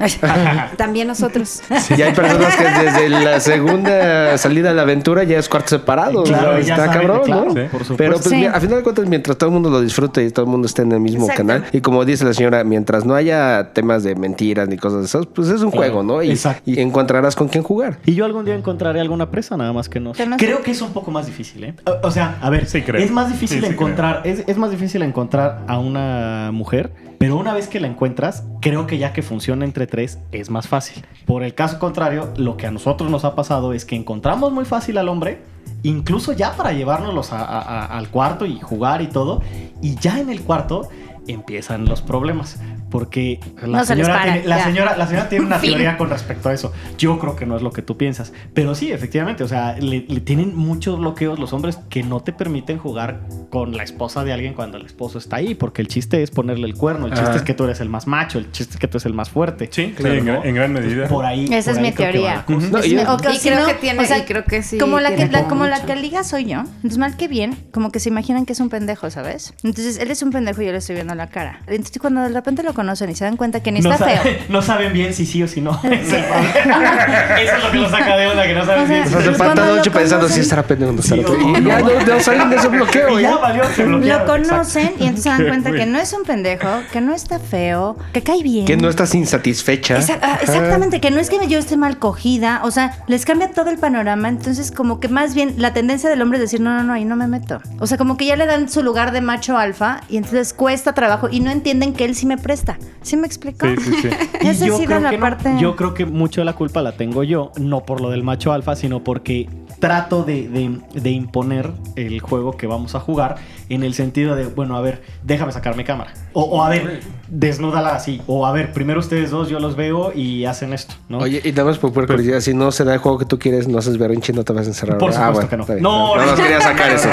[SPEAKER 2] También nosotros.
[SPEAKER 3] Y hay personas que desde la segunda salida a la aventura ya es cuarto separado.
[SPEAKER 5] Claro,
[SPEAKER 3] ¿no?
[SPEAKER 5] ya
[SPEAKER 3] Está
[SPEAKER 5] saben,
[SPEAKER 3] cabrón,
[SPEAKER 5] claro,
[SPEAKER 3] ¿no?
[SPEAKER 5] sí, por supuesto.
[SPEAKER 3] Pero pues,
[SPEAKER 4] Sí.
[SPEAKER 3] mira, a final de cuentas, mientras todo el mundo lo disfrute y todo el mundo esté en el mismo
[SPEAKER 2] Exacto.
[SPEAKER 3] canal, y como dice la señora, mientras no haya temas de mentiras ni cosas de esas, pues es un
[SPEAKER 5] Claro,
[SPEAKER 3] juego, ¿no? Y,
[SPEAKER 5] exacto.
[SPEAKER 3] y encontrarás con quién jugar.
[SPEAKER 5] Y yo algún día encontraré alguna presa, nada más que no.
[SPEAKER 4] Que no sé.
[SPEAKER 5] Creo que es un poco más difícil, ¿eh? O, o sea, a ver,
[SPEAKER 1] Sí, creo.
[SPEAKER 5] es más difícil
[SPEAKER 1] Sí, sí,
[SPEAKER 5] encontrar, es, es más difícil encontrar a una mujer, pero una vez que la encuentras, creo que ya que funciona entre tres es más fácil. Por el caso contrario, lo que a nosotros nos ha pasado es que encontramos muy fácil al hombre, incluso ya para llevárnoslos a- a- a- al cuarto y jugar y todo, y ya en el cuarto empiezan los problemas. Porque la,
[SPEAKER 4] No se les
[SPEAKER 5] señora,
[SPEAKER 4] para,
[SPEAKER 5] tiene, la
[SPEAKER 4] ya.
[SPEAKER 5] señora- la señora tiene una
[SPEAKER 4] Fin.
[SPEAKER 5] teoría con respecto a eso. Yo creo que no es lo que tú piensas. Pero sí, efectivamente, o sea, le, le tienen muchos bloqueos los hombres que no te permiten jugar con la esposa de alguien cuando el esposo está ahí, porque el chiste es ponerle el cuerno, el chiste
[SPEAKER 1] Ajá.
[SPEAKER 5] es que tú eres el más macho, el chiste es que tú eres el más fuerte.
[SPEAKER 1] Sí,
[SPEAKER 5] Claro,
[SPEAKER 1] en,
[SPEAKER 5] ¿no?
[SPEAKER 1] gran- en gran medida.
[SPEAKER 5] Por ahí.
[SPEAKER 4] Esa
[SPEAKER 5] por
[SPEAKER 4] es
[SPEAKER 5] ahí
[SPEAKER 4] mi
[SPEAKER 5] creo que va
[SPEAKER 4] teoría.
[SPEAKER 5] la cosa.
[SPEAKER 3] No,
[SPEAKER 4] Es
[SPEAKER 3] y-
[SPEAKER 4] mi- o que
[SPEAKER 2] Y
[SPEAKER 4] si
[SPEAKER 2] creo
[SPEAKER 4] no,
[SPEAKER 2] que tiene-
[SPEAKER 4] o sea,
[SPEAKER 2] y creo que sí
[SPEAKER 4] Como la que,
[SPEAKER 2] tiene
[SPEAKER 4] la-
[SPEAKER 2] poco
[SPEAKER 4] como la
[SPEAKER 2] mucho.
[SPEAKER 4] que liga soy yo. Entonces, mal que bien, como que se imaginan que es un pendejo, ¿sabes? Entonces, él es un pendejo y yo le estoy viendo la cara. Entonces, cuando de repente lo conocen y se dan cuenta que ni
[SPEAKER 5] no,
[SPEAKER 4] está
[SPEAKER 5] sabe-
[SPEAKER 4] feo.
[SPEAKER 5] no saben bien si sí o si no. Es el problema. Eso es lo que lo saca de onda, que no saben
[SPEAKER 4] O sea,
[SPEAKER 5] bien si
[SPEAKER 3] O sea,
[SPEAKER 4] Pero
[SPEAKER 3] te
[SPEAKER 4] cuando
[SPEAKER 3] falta
[SPEAKER 4] lo
[SPEAKER 3] noche pensando
[SPEAKER 4] conocen-
[SPEAKER 3] si estará pendejo o no estará
[SPEAKER 5] Sí,
[SPEAKER 3] pendejo.
[SPEAKER 5] o
[SPEAKER 3] Y
[SPEAKER 5] no.
[SPEAKER 3] ya no, no salen de ese bloqueo, ¿eh?
[SPEAKER 5] Y ya valió, se
[SPEAKER 4] Lo
[SPEAKER 5] bloquearon, exacto.
[SPEAKER 4] conocen y entonces se dan cuenta que no es un pendejo, que no está feo, que cae bien.
[SPEAKER 3] Que no estás insatisfecha.
[SPEAKER 4] Esa- ah, exactamente, que no es que yo esté mal cogida, o sea, les cambia todo el panorama, entonces como que más bien la tendencia del hombre es decir, no, no, no, ahí no me meto. O sea, como que ya le dan su lugar de macho alfa y entonces cuesta trabajo y no entienden que él sí me presta. ¿Sí me explicó?
[SPEAKER 1] Sí, sí, sí.
[SPEAKER 5] Y
[SPEAKER 4] Esa ha
[SPEAKER 5] yo,
[SPEAKER 4] sido
[SPEAKER 5] creo
[SPEAKER 4] la
[SPEAKER 5] que no.
[SPEAKER 4] parte.
[SPEAKER 5] yo creo que mucho de la culpa la tengo yo, no por lo del macho alfa, sino porque trato de, de- de imponer el juego que vamos a jugar en el sentido de, bueno, a ver, déjame sacar mi cámara. O, o, a ver, desnúdala así. O a ver, primero ustedes dos, yo los veo y hacen esto, ¿no?
[SPEAKER 3] Oye, y nada más por pura curiosidad, si no se da el juego que tú quieres, no haces berrinche, no te vas a encerrar.
[SPEAKER 5] Por
[SPEAKER 3] ¿verdad?
[SPEAKER 5] supuesto que no.
[SPEAKER 3] ah, está bien. No,
[SPEAKER 5] No, no,
[SPEAKER 3] no,
[SPEAKER 5] no,
[SPEAKER 3] quería sacar eso.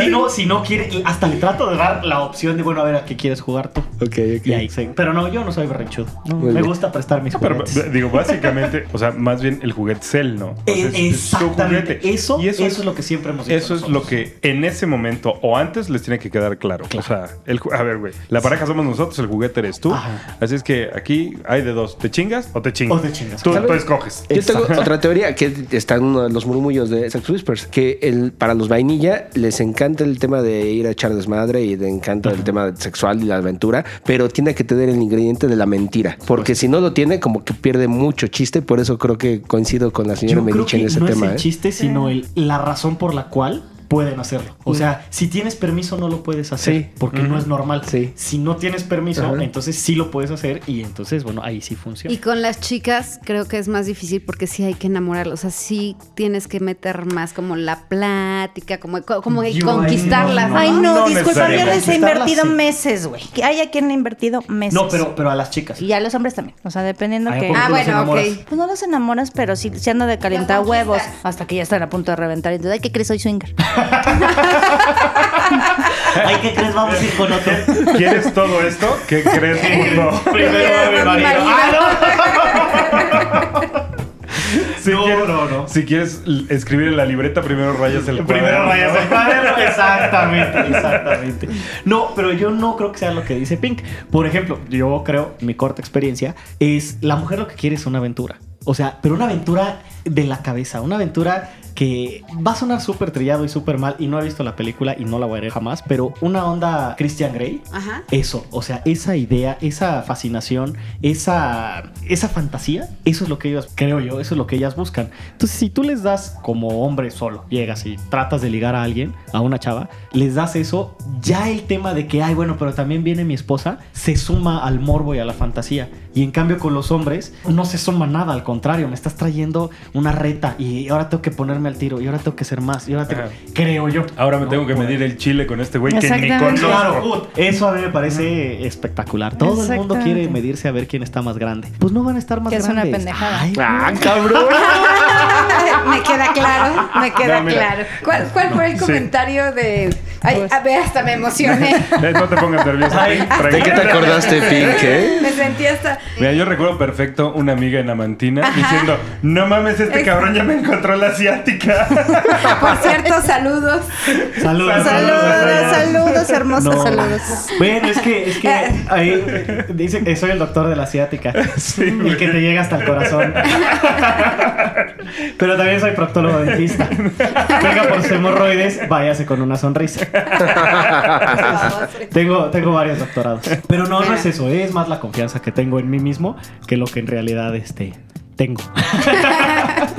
[SPEAKER 5] si no, si no quiere, hasta le trato de dar la opción de, bueno, a ver, ¿a qué quieres jugar tú?
[SPEAKER 3] Ok, ok.
[SPEAKER 5] Y ahí se- Pero no, yo no soy berrinchudo. No,
[SPEAKER 3] Muy
[SPEAKER 5] me
[SPEAKER 3] bien.
[SPEAKER 5] gusta prestar mis
[SPEAKER 1] Pero,
[SPEAKER 5] juguetes.
[SPEAKER 1] b- digo, básicamente, o sea, más bien el juguete es él, ¿no? O sea,
[SPEAKER 5] Eh,
[SPEAKER 1] es- es su
[SPEAKER 5] Exactamente.
[SPEAKER 1] juguete.
[SPEAKER 5] Eso,
[SPEAKER 1] Y
[SPEAKER 5] eso es lo que siempre hemos dicho.
[SPEAKER 1] Eso es
[SPEAKER 5] nosotros.
[SPEAKER 1] lo que en ese momento o antes les tiene que quedar claro. O sea, el, ju- a ver, güey, la pareja somos nosotros, el juguete eres tú.
[SPEAKER 5] Ajá.
[SPEAKER 1] Así es que aquí hay de dos, ¿te chingas o te chingas?
[SPEAKER 5] O te chingas.
[SPEAKER 1] Tú,
[SPEAKER 5] ¿Sabes?
[SPEAKER 1] tú escoges.
[SPEAKER 3] Yo tengo otra teoría que está en uno de los murmullos de Sex Whispers, que el, para los vainilla les encanta el tema de ir a echar desmadre y le encanta el tema sexual y la aventura, pero tiene que tener el ingrediente de la mentira,
[SPEAKER 5] Pues
[SPEAKER 3] porque si no lo tiene como que pierde mucho chiste, por eso creo que coincido con la señora
[SPEAKER 5] Yo creo
[SPEAKER 3] Medici
[SPEAKER 5] que
[SPEAKER 3] en ese
[SPEAKER 5] no
[SPEAKER 3] tema.
[SPEAKER 5] es el
[SPEAKER 3] ¿eh?
[SPEAKER 5] chiste, sino el, la razón por la cual pueden hacerlo. O sea, si tienes permiso no lo puedes hacer
[SPEAKER 3] Sí.
[SPEAKER 5] porque no es normal.
[SPEAKER 3] Sí.
[SPEAKER 5] Si no tienes permiso,
[SPEAKER 3] Ajá.
[SPEAKER 5] entonces sí lo puedes hacer y entonces, bueno, ahí sí funciona.
[SPEAKER 2] Y con las chicas creo que es más difícil porque sí hay que enamorarlos. O sea, sí tienes que meter más como la plática, como, co- como el
[SPEAKER 5] Yo ahí no,
[SPEAKER 2] conquistarlas.
[SPEAKER 5] no,
[SPEAKER 4] Ay, no,
[SPEAKER 1] No
[SPEAKER 4] disculpa, yo les he
[SPEAKER 5] necesariamente.
[SPEAKER 4] invertido
[SPEAKER 5] Sí.
[SPEAKER 4] meses, güey. Que Hay a quien le he invertido meses.
[SPEAKER 5] No, pero, pero a las chicas.
[SPEAKER 4] Y a los hombres también. O sea, dependiendo
[SPEAKER 5] Ay, ¿a
[SPEAKER 4] que.
[SPEAKER 5] poco
[SPEAKER 2] Ah,
[SPEAKER 5] tú
[SPEAKER 2] bueno,
[SPEAKER 5] las
[SPEAKER 2] ok.
[SPEAKER 5] enamoras?
[SPEAKER 4] Pues no los enamoras, pero sí se anda de calentar
[SPEAKER 2] Los
[SPEAKER 4] huevos
[SPEAKER 2] conquistas.
[SPEAKER 4] hasta que ya están a punto de reventar. Y entonces, ay, ¿qué crees? Soy swinger.
[SPEAKER 5] Ay, ¿qué crees? Vamos a ir con otro.
[SPEAKER 1] ¿Quieres todo esto? ¿Qué crees, mundo?
[SPEAKER 2] Primero mi marido.
[SPEAKER 5] Ah,
[SPEAKER 1] Si,
[SPEAKER 5] No,
[SPEAKER 1] quieres,
[SPEAKER 5] no, no.
[SPEAKER 1] si quieres l- escribir en la libreta, primero rayas el
[SPEAKER 5] Primero
[SPEAKER 1] cuaderno,
[SPEAKER 5] rayas
[SPEAKER 1] ¿no?
[SPEAKER 5] el cuaderno. Exactamente, exactamente. No, pero yo no creo que sea lo que dice Pink. Por ejemplo, yo creo, mi corta experiencia, es la mujer lo que quiere es una aventura. O sea, pero una aventura de la cabeza, una aventura que va a sonar súper trillado y súper mal y no he visto la película y no la voy a ver jamás, pero una onda Christian Grey,
[SPEAKER 2] Ajá.
[SPEAKER 5] eso, o sea, esa idea, esa fascinación, esa, esa fantasía, eso es lo que ellas, creo yo, eso es lo que ellas buscan. Entonces, si tú les das como hombre solo, llegas y tratas de ligar a alguien, a una chava, les das eso, ya el tema de que, ay, bueno, pero también viene mi esposa, se suma al morbo y a la fantasía. Y en cambio con los hombres, no se suma nada, al contrario, me estás trayendo una reta y ahora tengo que ponerme al tiro y ahora tengo que ser más, y ahora tengo,
[SPEAKER 1] Ajá.
[SPEAKER 5] creo yo.
[SPEAKER 1] Ahora me tengo que
[SPEAKER 5] Por ahí.
[SPEAKER 1] medir el chile con este güey que ni
[SPEAKER 4] Exactamente.
[SPEAKER 1] conozco.
[SPEAKER 5] Claro, ut, eso a mí me parece espectacular. Todo el mundo
[SPEAKER 4] Exactamente.
[SPEAKER 5] quiere medirse a ver quién está más grande. Pues no van a estar más
[SPEAKER 4] Que es una
[SPEAKER 5] grandes.
[SPEAKER 4] pendejada.
[SPEAKER 5] Ay,
[SPEAKER 3] Ah, cabrón.
[SPEAKER 2] me queda claro, me queda
[SPEAKER 1] No, mira.
[SPEAKER 2] claro. ¿Cuál, cuál fue el
[SPEAKER 1] Sí.
[SPEAKER 2] comentario de... Ay, a ver, hasta me emocioné.
[SPEAKER 1] Eh, No te pongas nervioso.
[SPEAKER 5] Ay,
[SPEAKER 1] Pink,
[SPEAKER 3] ¿De qué te
[SPEAKER 1] tranquila.
[SPEAKER 3] acordaste, Pink? eh?
[SPEAKER 2] Me sentí hasta...
[SPEAKER 1] Mira, yo recuerdo perfecto una amiga en Amantina diciendo, no mames, este
[SPEAKER 2] Ex-
[SPEAKER 1] cabrón ya me encontró la asiática.
[SPEAKER 2] Por cierto, saludos.
[SPEAKER 5] Saludos,
[SPEAKER 4] Saludos, saludos, hermosos
[SPEAKER 5] No.
[SPEAKER 4] saludos. Eh.
[SPEAKER 5] Bueno, es que, es que ahí dice que soy el doctor de la asiática.
[SPEAKER 1] Sí,
[SPEAKER 5] el
[SPEAKER 1] güey.
[SPEAKER 5] que te llega hasta el corazón. Pero también soy proctólogo dentista. Venga por sus hemorroides, váyase con una sonrisa. Tengo, tengo varios doctorados. Pero no, no es eso, es más la confianza que tengo en mí mismo que lo que en realidad este, tengo.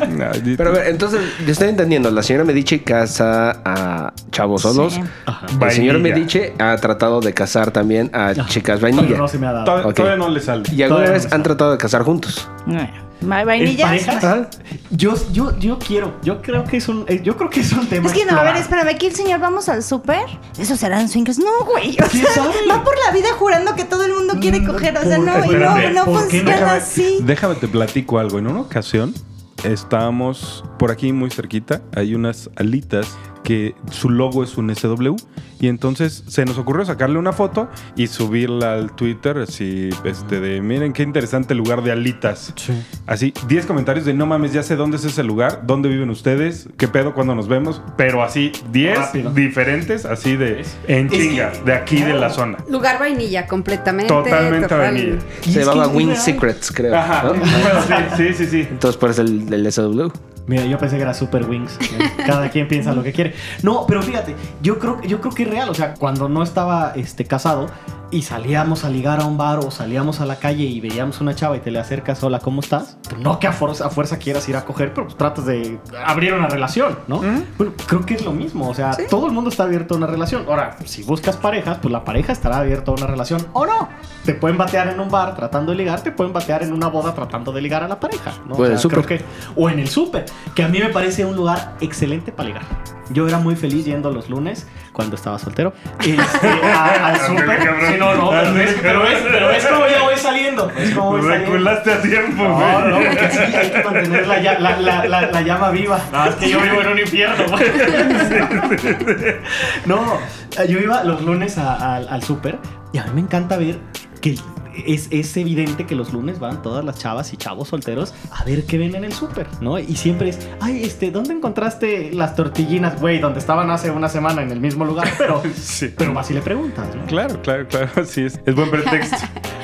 [SPEAKER 1] No, di-
[SPEAKER 3] Pero a ver, entonces, yo estoy entendiendo, la señora Medici casa a chavos solos.
[SPEAKER 4] Sí.
[SPEAKER 5] Ajá.
[SPEAKER 3] El señor
[SPEAKER 1] Vainilla.
[SPEAKER 3] Medici ha tratado de casar también a chicas
[SPEAKER 5] Pero
[SPEAKER 3] vainilla.
[SPEAKER 5] no se me ha
[SPEAKER 1] Tod-
[SPEAKER 5] dado.
[SPEAKER 3] Ok.
[SPEAKER 1] Todavía no le sale.
[SPEAKER 3] Y alguna
[SPEAKER 5] Todavía
[SPEAKER 3] vez
[SPEAKER 5] no
[SPEAKER 3] han tratado de casar juntos.
[SPEAKER 4] Bueno, ¿va-
[SPEAKER 5] ¿En
[SPEAKER 4] ¿Vainillas?
[SPEAKER 5] parejas? Yo, yo, yo quiero, yo creo que es un, eh, yo creo que es un tema.
[SPEAKER 4] Es que no, a ver,
[SPEAKER 5] explorar.
[SPEAKER 4] espérame, aquí el señor, vamos al súper. ¿Esos serán swingers? No, güey. O
[SPEAKER 5] ¿Quién
[SPEAKER 4] sea,
[SPEAKER 5] sabe?
[SPEAKER 4] va por la vida jurando que todo el mundo quiere
[SPEAKER 5] Mm,
[SPEAKER 4] coger. O sea,
[SPEAKER 5] ¿por-
[SPEAKER 4] no, y
[SPEAKER 5] espérame,
[SPEAKER 4] no, no
[SPEAKER 5] ¿por qué no?
[SPEAKER 4] funciona así.
[SPEAKER 1] Déjame te platico algo. En una ocasión estábamos por aquí muy cerquita. Hay unas alitas que su logo es un SW. Y entonces se nos ocurrió sacarle una foto y subirla al Twitter. Así, este, de miren qué interesante lugar de alitas. Así, 10 comentarios de no mames, ya sé dónde es ese lugar, dónde viven ustedes, qué pedo cuando nos vemos. Pero así, 10
[SPEAKER 5] Rápido.
[SPEAKER 1] diferentes, así de en
[SPEAKER 5] que-
[SPEAKER 1] chinga, de aquí de la zona.
[SPEAKER 2] Lugar vainilla, completamente.
[SPEAKER 1] Totalmente
[SPEAKER 2] total.
[SPEAKER 1] avenida.
[SPEAKER 5] Y
[SPEAKER 3] Se
[SPEAKER 5] es
[SPEAKER 3] llamaba
[SPEAKER 5] que es
[SPEAKER 3] Win
[SPEAKER 5] real.
[SPEAKER 3] Secrets, creo.
[SPEAKER 1] Ajá.
[SPEAKER 3] ¿no?
[SPEAKER 1] Bueno, sí, sí, sí, sí.
[SPEAKER 3] Entonces, por eso el, el SW.
[SPEAKER 5] Mira, yo pensé que era Super Wings. Cada quien piensa lo que quiere. No, pero fíjate, yo creo, yo creo que es real. O sea, cuando no estaba este, casado, y salíamos a ligar a un bar o salíamos a la calle y veíamos una chava y te le acercas, hola, ¿cómo estás? Pues no que a fuerza, a fuerza quieras ir a coger, pero pues tratas de abrir una relación, ¿no? Bueno, creo que es lo mismo, o sea, todo el mundo está abierto a una relación. Ahora, si buscas parejas, pues la pareja estará abierta a una relación o no. Te pueden batear en un bar tratando de ligar, te pueden batear en una boda tratando de ligar a la pareja, ¿no?
[SPEAKER 3] O en el
[SPEAKER 5] creo
[SPEAKER 3] súper.
[SPEAKER 5] que- o en el súper, que a mí me parece un lugar excelente para ligar. Yo era muy feliz yendo los lunes cuando estaba soltero. Este, a- al súper. Sí, no, no, pero es, pero es- pero es como ya voy saliendo. Es como voy saliendo.
[SPEAKER 1] Reculaste a tiempo,
[SPEAKER 5] No,
[SPEAKER 1] güey.
[SPEAKER 5] no, porque sí, hay que mantener la, ya- la- la- la- la llama viva. No, es que yo vivo en un infierno. No, yo iba los lunes a- a- al súper y a mí me encanta ver que es, es evidente que los lunes van todas las chavas y chavos solteros a ver qué ven en el súper, ¿no? Y siempre es, ay, este, ¿dónde encontraste las tortillinas, güey? Donde estaban hace una semana en el mismo lugar, pero,
[SPEAKER 1] Sí.
[SPEAKER 5] pero vas y le preguntas, ¿no?
[SPEAKER 1] Claro, claro, claro. Así es. Es buen pretexto.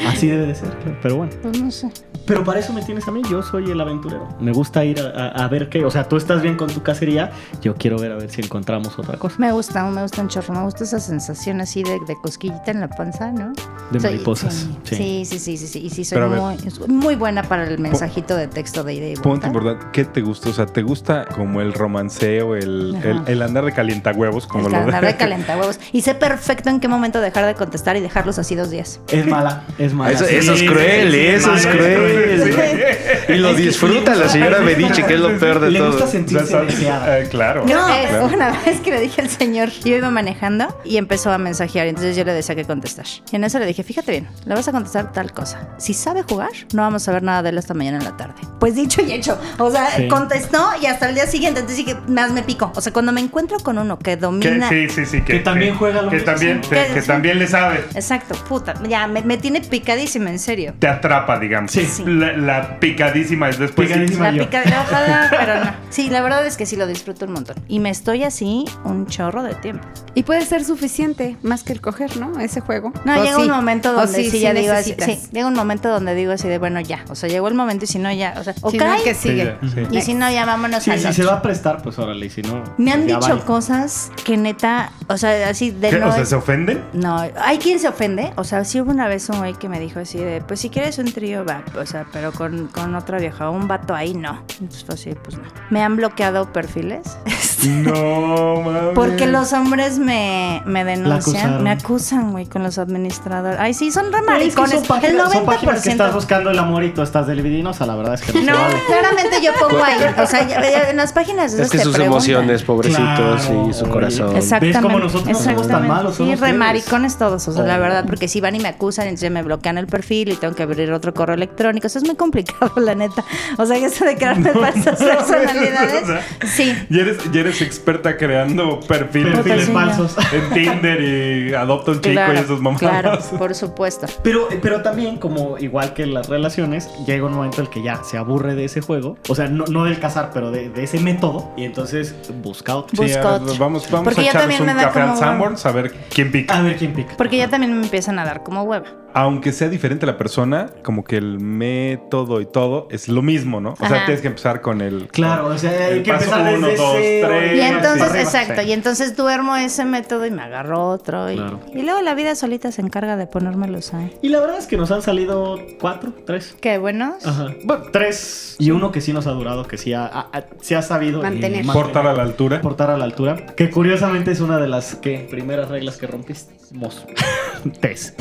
[SPEAKER 5] Así debe de ser, claro, pero bueno.
[SPEAKER 2] Pues no sé.
[SPEAKER 5] Pero para eso me tienes a mí, yo soy el aventurero. Me gusta ir a, a- a ver qué, o sea, tú estás bien con tu cacería, yo quiero ver a ver si encontramos otra cosa.
[SPEAKER 4] Me gusta, me gusta un chorro, me gusta esa sensación así de, de cosquillita en la panza, ¿no?
[SPEAKER 5] De
[SPEAKER 4] Soy-
[SPEAKER 5] mariposas, sí.
[SPEAKER 4] Sí, sí, sí, sí, sí, Y sí, soy
[SPEAKER 1] Pero a ver.
[SPEAKER 4] muy, soy muy buena para el mensajito de texto de ida y
[SPEAKER 1] Punto
[SPEAKER 4] vuelta.
[SPEAKER 1] importante. ¿Qué te gusta? O sea, ¿te gusta como el romanceo, el,
[SPEAKER 4] Ajá.
[SPEAKER 1] el, el andar de calientahuevos? Como
[SPEAKER 4] El
[SPEAKER 1] lo
[SPEAKER 4] calendario de calentahuevos. Y sé perfecto en qué momento dejar de contestar y dejarlos así dos días.
[SPEAKER 5] Es mala, es mala.
[SPEAKER 3] Eso,
[SPEAKER 5] sí.
[SPEAKER 3] eso es cruel, eso es
[SPEAKER 1] sí, sí,
[SPEAKER 3] cruel. Y lo disfruta la señora Medici, que es lo peor de
[SPEAKER 5] Le gusta
[SPEAKER 3] todo.
[SPEAKER 1] Ya
[SPEAKER 5] sentirse
[SPEAKER 1] sabes,
[SPEAKER 5] deseada.
[SPEAKER 1] eh, claro.
[SPEAKER 4] No, es
[SPEAKER 1] claro.
[SPEAKER 4] una vez que le dije al señor, yo iba manejando y empezó a mensajear, entonces yo le decía que contestar. Y en eso le dije, fíjate bien, le vas a contestar tal cosa. Si sabe jugar, no vamos a ver nada de él hasta mañana en la tarde. Pues dicho y hecho, o sea,
[SPEAKER 5] Sí.
[SPEAKER 4] contestó y hasta el día siguiente, entonces dije, más me pico. O sea, cuando me encuentro con uno que
[SPEAKER 1] Que,
[SPEAKER 4] domina...
[SPEAKER 1] sí, sí, sí.
[SPEAKER 5] Que también juega lo
[SPEAKER 1] que
[SPEAKER 5] mismo.
[SPEAKER 1] También,
[SPEAKER 4] Que-
[SPEAKER 1] que, que también le sabe.
[SPEAKER 4] Exacto, puta, ya me, me tiene picadísima, en serio.
[SPEAKER 1] Te atrapa, digamos.
[SPEAKER 5] Sí.
[SPEAKER 1] La, la picadísima es después.
[SPEAKER 5] Picadísima.
[SPEAKER 4] La
[SPEAKER 5] Mayor.
[SPEAKER 4] pica de ojalá, pero no. Sí, la verdad es que sí lo disfruto un montón. Y me estoy así un chorro de tiempo.
[SPEAKER 2] Y puede ser suficiente más que el coger, ¿no? Ese juego.
[SPEAKER 4] No,
[SPEAKER 2] O
[SPEAKER 4] llega
[SPEAKER 2] Pues sí.
[SPEAKER 4] un momento
[SPEAKER 2] O
[SPEAKER 4] donde sí, ya digo así,
[SPEAKER 2] necesitas.
[SPEAKER 4] sí, llega un momento donde digo así de bueno ya, o sea, llegó el momento y si no ya, o sea, o
[SPEAKER 2] Si no,
[SPEAKER 4] cae,
[SPEAKER 2] que
[SPEAKER 1] Sí,
[SPEAKER 2] sigue.
[SPEAKER 1] ya, sí.
[SPEAKER 4] y si no ya vámonos
[SPEAKER 5] Sí,
[SPEAKER 4] al
[SPEAKER 5] si
[SPEAKER 4] otro.
[SPEAKER 5] se va a prestar, pues órale, y si no.
[SPEAKER 4] Me han
[SPEAKER 5] pues ya
[SPEAKER 4] dicho
[SPEAKER 5] vale.
[SPEAKER 4] cosas que neta, o sea, así de
[SPEAKER 1] ¿Qué?
[SPEAKER 4] no
[SPEAKER 1] o sea,
[SPEAKER 4] es-
[SPEAKER 1] ¿se ofenden?
[SPEAKER 4] No, hay quien se ofende. O sea, sí hubo una vez un güey que me dijo así de, pues si quieres un trío, va. O sea, pero con, con otra vieja, un vato ahí, no. Entonces fue así, pues no. Me han bloqueado perfiles.
[SPEAKER 1] No, mames.
[SPEAKER 4] Porque los hombres me, me denuncian,
[SPEAKER 5] acusaron.
[SPEAKER 4] me acusan, güey, con los administradores. Ay, sí, son re
[SPEAKER 5] Pero es que
[SPEAKER 4] maricones.
[SPEAKER 5] son páginas-
[SPEAKER 4] el 90%.
[SPEAKER 5] Son páginas que estás buscando el amor y tú estás del vidinosa, la verdad es que no, se
[SPEAKER 4] no,
[SPEAKER 5] vale.
[SPEAKER 4] claramente yo pongo ahí. O sea, ya- ya en las páginas esas
[SPEAKER 3] Es que
[SPEAKER 4] te
[SPEAKER 3] sus
[SPEAKER 4] preguntan.
[SPEAKER 3] emociones, pobrecitos,
[SPEAKER 5] Claro,
[SPEAKER 3] y su
[SPEAKER 5] oye.
[SPEAKER 3] corazón.
[SPEAKER 4] Exactamente.
[SPEAKER 5] ¿Ves cómo nosotros no somos tan malos?
[SPEAKER 4] Sí,
[SPEAKER 5] Somos
[SPEAKER 4] re
[SPEAKER 5] ustedes.
[SPEAKER 4] maricones todos, o sea, la
[SPEAKER 5] Oh.
[SPEAKER 4] verdad, porque si van y me acusan, entonces me bloquean el perfil y tengo que abrir otro correo electrónico. Eso es muy complicado, la neta. O sea, que eso de crearme falsas personalidades.
[SPEAKER 1] O sea,
[SPEAKER 4] sí.
[SPEAKER 1] Ya eres, ya eres experta creando perfiles,
[SPEAKER 5] Perfiles
[SPEAKER 4] sí,
[SPEAKER 5] falsos.
[SPEAKER 1] en Tinder y adopta un chico y esos mamadas.
[SPEAKER 4] claro, por supuesto.
[SPEAKER 5] Pero, pero también, como igual que en las relaciones, llega un momento en el que ya se aburre de ese juego. O sea, no, no del cazar, pero de, de ese método. Y entonces busca otro.
[SPEAKER 1] Sí,
[SPEAKER 4] Busca
[SPEAKER 1] a-
[SPEAKER 4] otro.
[SPEAKER 1] Vamos, vamos
[SPEAKER 4] Porque
[SPEAKER 1] a
[SPEAKER 4] ya
[SPEAKER 1] echarnos
[SPEAKER 4] también
[SPEAKER 1] un
[SPEAKER 4] me da
[SPEAKER 1] café al
[SPEAKER 4] como-
[SPEAKER 1] Sanborns a ver quién pica.
[SPEAKER 5] A ver quién pica.
[SPEAKER 4] Porque ya también me empiezan a dar como hueva.
[SPEAKER 1] Aunque sea diferente la persona, como que el método y todo es lo mismo, ¿no? O sea,
[SPEAKER 4] Ajá.
[SPEAKER 1] tienes que empezar con el.
[SPEAKER 5] Claro, o sea, hay
[SPEAKER 1] El
[SPEAKER 5] que
[SPEAKER 1] paso
[SPEAKER 5] empezar desde
[SPEAKER 1] uno, dos,
[SPEAKER 5] cero.
[SPEAKER 1] tres,
[SPEAKER 4] Y
[SPEAKER 1] Sí,
[SPEAKER 4] entonces,
[SPEAKER 1] sí.
[SPEAKER 4] exacto,
[SPEAKER 5] Eh, Sí.
[SPEAKER 4] y entonces duermo ese método y me agarro otro. Y,
[SPEAKER 5] Claro.
[SPEAKER 4] y luego la vida solita se encarga de ponérmelos ahí.
[SPEAKER 5] Y la verdad es que nos han salido cuatro, tres.
[SPEAKER 4] Qué buenos.
[SPEAKER 5] Ajá. Bueno, tres. Y uno que sí nos ha durado, que sí ha, ha- ha- sí ha sabido eh,
[SPEAKER 2] Mantener.
[SPEAKER 1] Portar a la altura.
[SPEAKER 5] portar a la altura. Que curiosamente es una de las ¿qué? primeras reglas que rompiste. Mos. Test.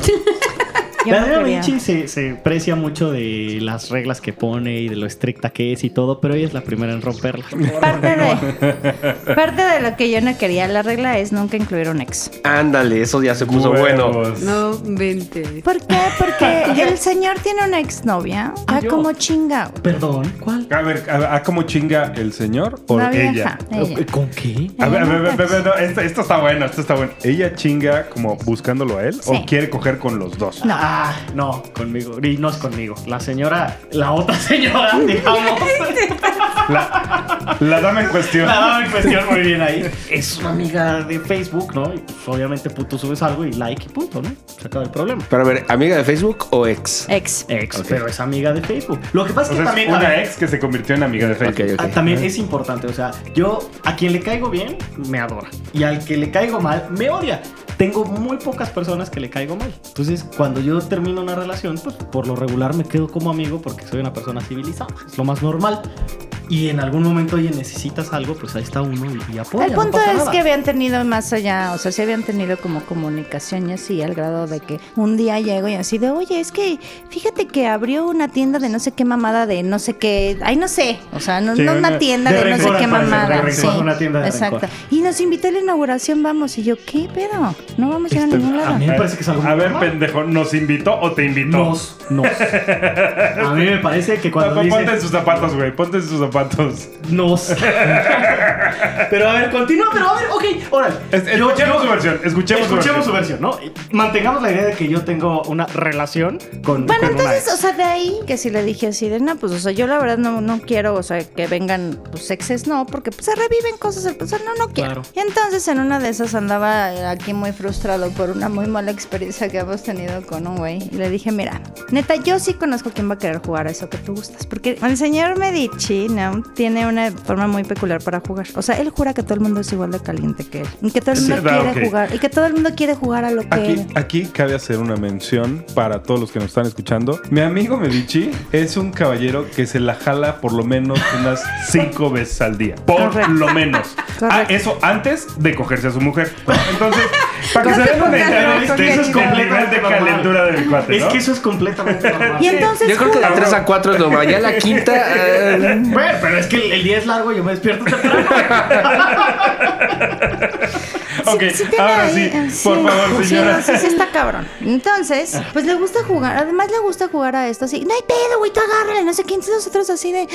[SPEAKER 4] Yo
[SPEAKER 5] La
[SPEAKER 4] no
[SPEAKER 5] señora
[SPEAKER 4] quería.
[SPEAKER 5] Medici se, se precia mucho de las reglas que pone y de lo estricta que es y todo, pero ella es la primera en romperla.
[SPEAKER 4] Parte de, parte de lo que yo no quería, la regla es nunca incluir un ex.
[SPEAKER 3] Ándale, eso ya se
[SPEAKER 1] Pues,
[SPEAKER 3] puso Pues, bueno.
[SPEAKER 1] Huevos.
[SPEAKER 2] No, vente.
[SPEAKER 4] ¿Por qué? Porque el señor tiene una exnovia.
[SPEAKER 5] Ah,
[SPEAKER 4] Ya
[SPEAKER 5] yo.
[SPEAKER 4] como chinga. güey.
[SPEAKER 5] Perdón, ¿cuál?
[SPEAKER 1] A ver, ¿a, a cómo chinga el señor o
[SPEAKER 4] La
[SPEAKER 1] ella?
[SPEAKER 4] vieja. ella.
[SPEAKER 5] ¿Con qué?
[SPEAKER 1] A ver, a ver, a ver, a ver, no, esto, esto está bueno, esto está bueno. ¿Ella chinga como buscándolo a él o
[SPEAKER 4] Sí.
[SPEAKER 1] quiere coger con los dos?
[SPEAKER 4] No.
[SPEAKER 5] Ah, no, conmigo. Y no es conmigo. La señora, la otra señora, digamos.
[SPEAKER 1] La, la dama en cuestión.
[SPEAKER 5] La dama en cuestión muy bien ahí. Es una amiga de Facebook, ¿no? Y pues, obviamente, puto, subes algo y like y punto, ¿no? Se acaba el problema.
[SPEAKER 3] Pero a ver, ¿amiga de Facebook o ex?
[SPEAKER 4] Ex.
[SPEAKER 5] Ex, pero es amiga de Facebook. Lo que
[SPEAKER 1] O
[SPEAKER 5] pasa es
[SPEAKER 1] sea, es
[SPEAKER 5] que también. a
[SPEAKER 1] una
[SPEAKER 5] ver,
[SPEAKER 1] ex que se convirtió en amiga de Facebook.
[SPEAKER 3] Ok, ok.
[SPEAKER 5] Ah, también es importante, o sea, yo a quien le caigo bien, me adora. Y al que le caigo mal, me odia. tengo muy pocas personas que le caigo mal. Entonces, cuando yo termino una relación, pues por lo regular me quedo como amigo porque soy una persona civilizada. Es lo más normal. Y en algún momento, oye, necesitas algo, pues ahí está uno y, y apoya.
[SPEAKER 4] El
[SPEAKER 5] no
[SPEAKER 4] punto
[SPEAKER 5] pasa
[SPEAKER 4] es
[SPEAKER 5] nada.
[SPEAKER 4] que habían tenido más allá, o sea, sí habían tenido como comunicación y así, al grado de que un día llego y así de, oye, es que fíjate que abrió una tienda de no sé qué mamada, de no sé qué, ay, no sé, o sea, no,
[SPEAKER 5] Sí,
[SPEAKER 4] no una,
[SPEAKER 5] una-
[SPEAKER 4] tienda
[SPEAKER 5] de
[SPEAKER 4] de, no sé
[SPEAKER 5] rencor,
[SPEAKER 4] qué
[SPEAKER 5] parece, de
[SPEAKER 4] mamada.
[SPEAKER 5] rencor,
[SPEAKER 4] sí,
[SPEAKER 5] una tienda de
[SPEAKER 4] exacto.
[SPEAKER 5] rencor.
[SPEAKER 4] Y nos invitó a la inauguración, vamos, y yo, ¿qué pedo? No vamos a ir a ningún lado.
[SPEAKER 5] A mí me parece que es algo
[SPEAKER 1] Eh, A ver,
[SPEAKER 5] normal.
[SPEAKER 1] pendejo, ¿nos invitó o te invitó?
[SPEAKER 5] Nos, nos. A mí me parece que cuando
[SPEAKER 1] Papá, Ponte
[SPEAKER 5] dice
[SPEAKER 1] en sus zapatos, güey. Ponte en sus zapatos.
[SPEAKER 5] nos. pero a ver, continúa, pero a ver, ok, órale.
[SPEAKER 1] Es-
[SPEAKER 5] Yo-
[SPEAKER 1] escuchemos
[SPEAKER 5] yo-
[SPEAKER 1] su versión. Escuchemos,
[SPEAKER 5] Escuchemos su
[SPEAKER 1] su versión.
[SPEAKER 5] versión, ¿no? Mantengamos la idea de que yo tengo una relación con.
[SPEAKER 4] Bueno,
[SPEAKER 5] con una
[SPEAKER 4] entonces,
[SPEAKER 5] ex.
[SPEAKER 4] o sea, de ahí que si le dije así de, no, pues, o sea, yo la verdad no, no quiero, o sea, que vengan, pues, exes, no, porque pues, se reviven cosas, o sea, no, no quiero.
[SPEAKER 5] Claro.
[SPEAKER 4] Y entonces, en una de esas andaba aquí muy frustrado por una muy mala experiencia que hemos tenido con un güey. Y le dije, mira, neta, yo sí conozco quién va a querer jugar a eso que tú gustas. Porque el señor Medici, ¿no? Tiene una forma muy peculiar para jugar. O sea, él jura que todo el mundo es igual de caliente que él. Y que todo el
[SPEAKER 1] Sí,
[SPEAKER 4] mundo
[SPEAKER 1] ah,
[SPEAKER 4] quiere
[SPEAKER 1] ok.
[SPEAKER 4] jugar. Y que todo el mundo quiere jugar a lo que
[SPEAKER 1] Aquí,
[SPEAKER 4] él.
[SPEAKER 1] aquí cabe hacer una mención para todos los que nos están escuchando. Mi amigo Medici es un caballero que se la jala por lo menos unas cinco veces al día. Por
[SPEAKER 4] Correcto.
[SPEAKER 1] lo menos.
[SPEAKER 4] Correcto.
[SPEAKER 1] Ah, eso antes de cogerse a su mujer. Entonces, para que
[SPEAKER 2] No
[SPEAKER 1] se
[SPEAKER 2] te
[SPEAKER 1] den una
[SPEAKER 2] pongas
[SPEAKER 1] idea
[SPEAKER 2] loco,
[SPEAKER 1] de-
[SPEAKER 2] qué
[SPEAKER 1] del
[SPEAKER 2] chingada.
[SPEAKER 1] nivel de calentura del cuate.
[SPEAKER 5] Es
[SPEAKER 1] ¿no?
[SPEAKER 5] que eso es completamente normal.
[SPEAKER 4] Y entonces,
[SPEAKER 3] Yo creo que la
[SPEAKER 4] justo-
[SPEAKER 3] 3 a 4 es normal. Ya la quinta. eh,
[SPEAKER 5] Bueno, pero es que el, el día es largo y yo me despierto temprano.
[SPEAKER 1] Ok,
[SPEAKER 4] Sí, sí tiene
[SPEAKER 1] ahora
[SPEAKER 4] ahí,
[SPEAKER 1] sí,
[SPEAKER 4] eh,
[SPEAKER 1] por favor, señora.
[SPEAKER 4] Sí, no, sí, sí está cabrón. Entonces, pues le gusta jugar. Además, le gusta jugar a esto así. No hay pedo, güey, tú agárrale. No sé quién son nosotros así de.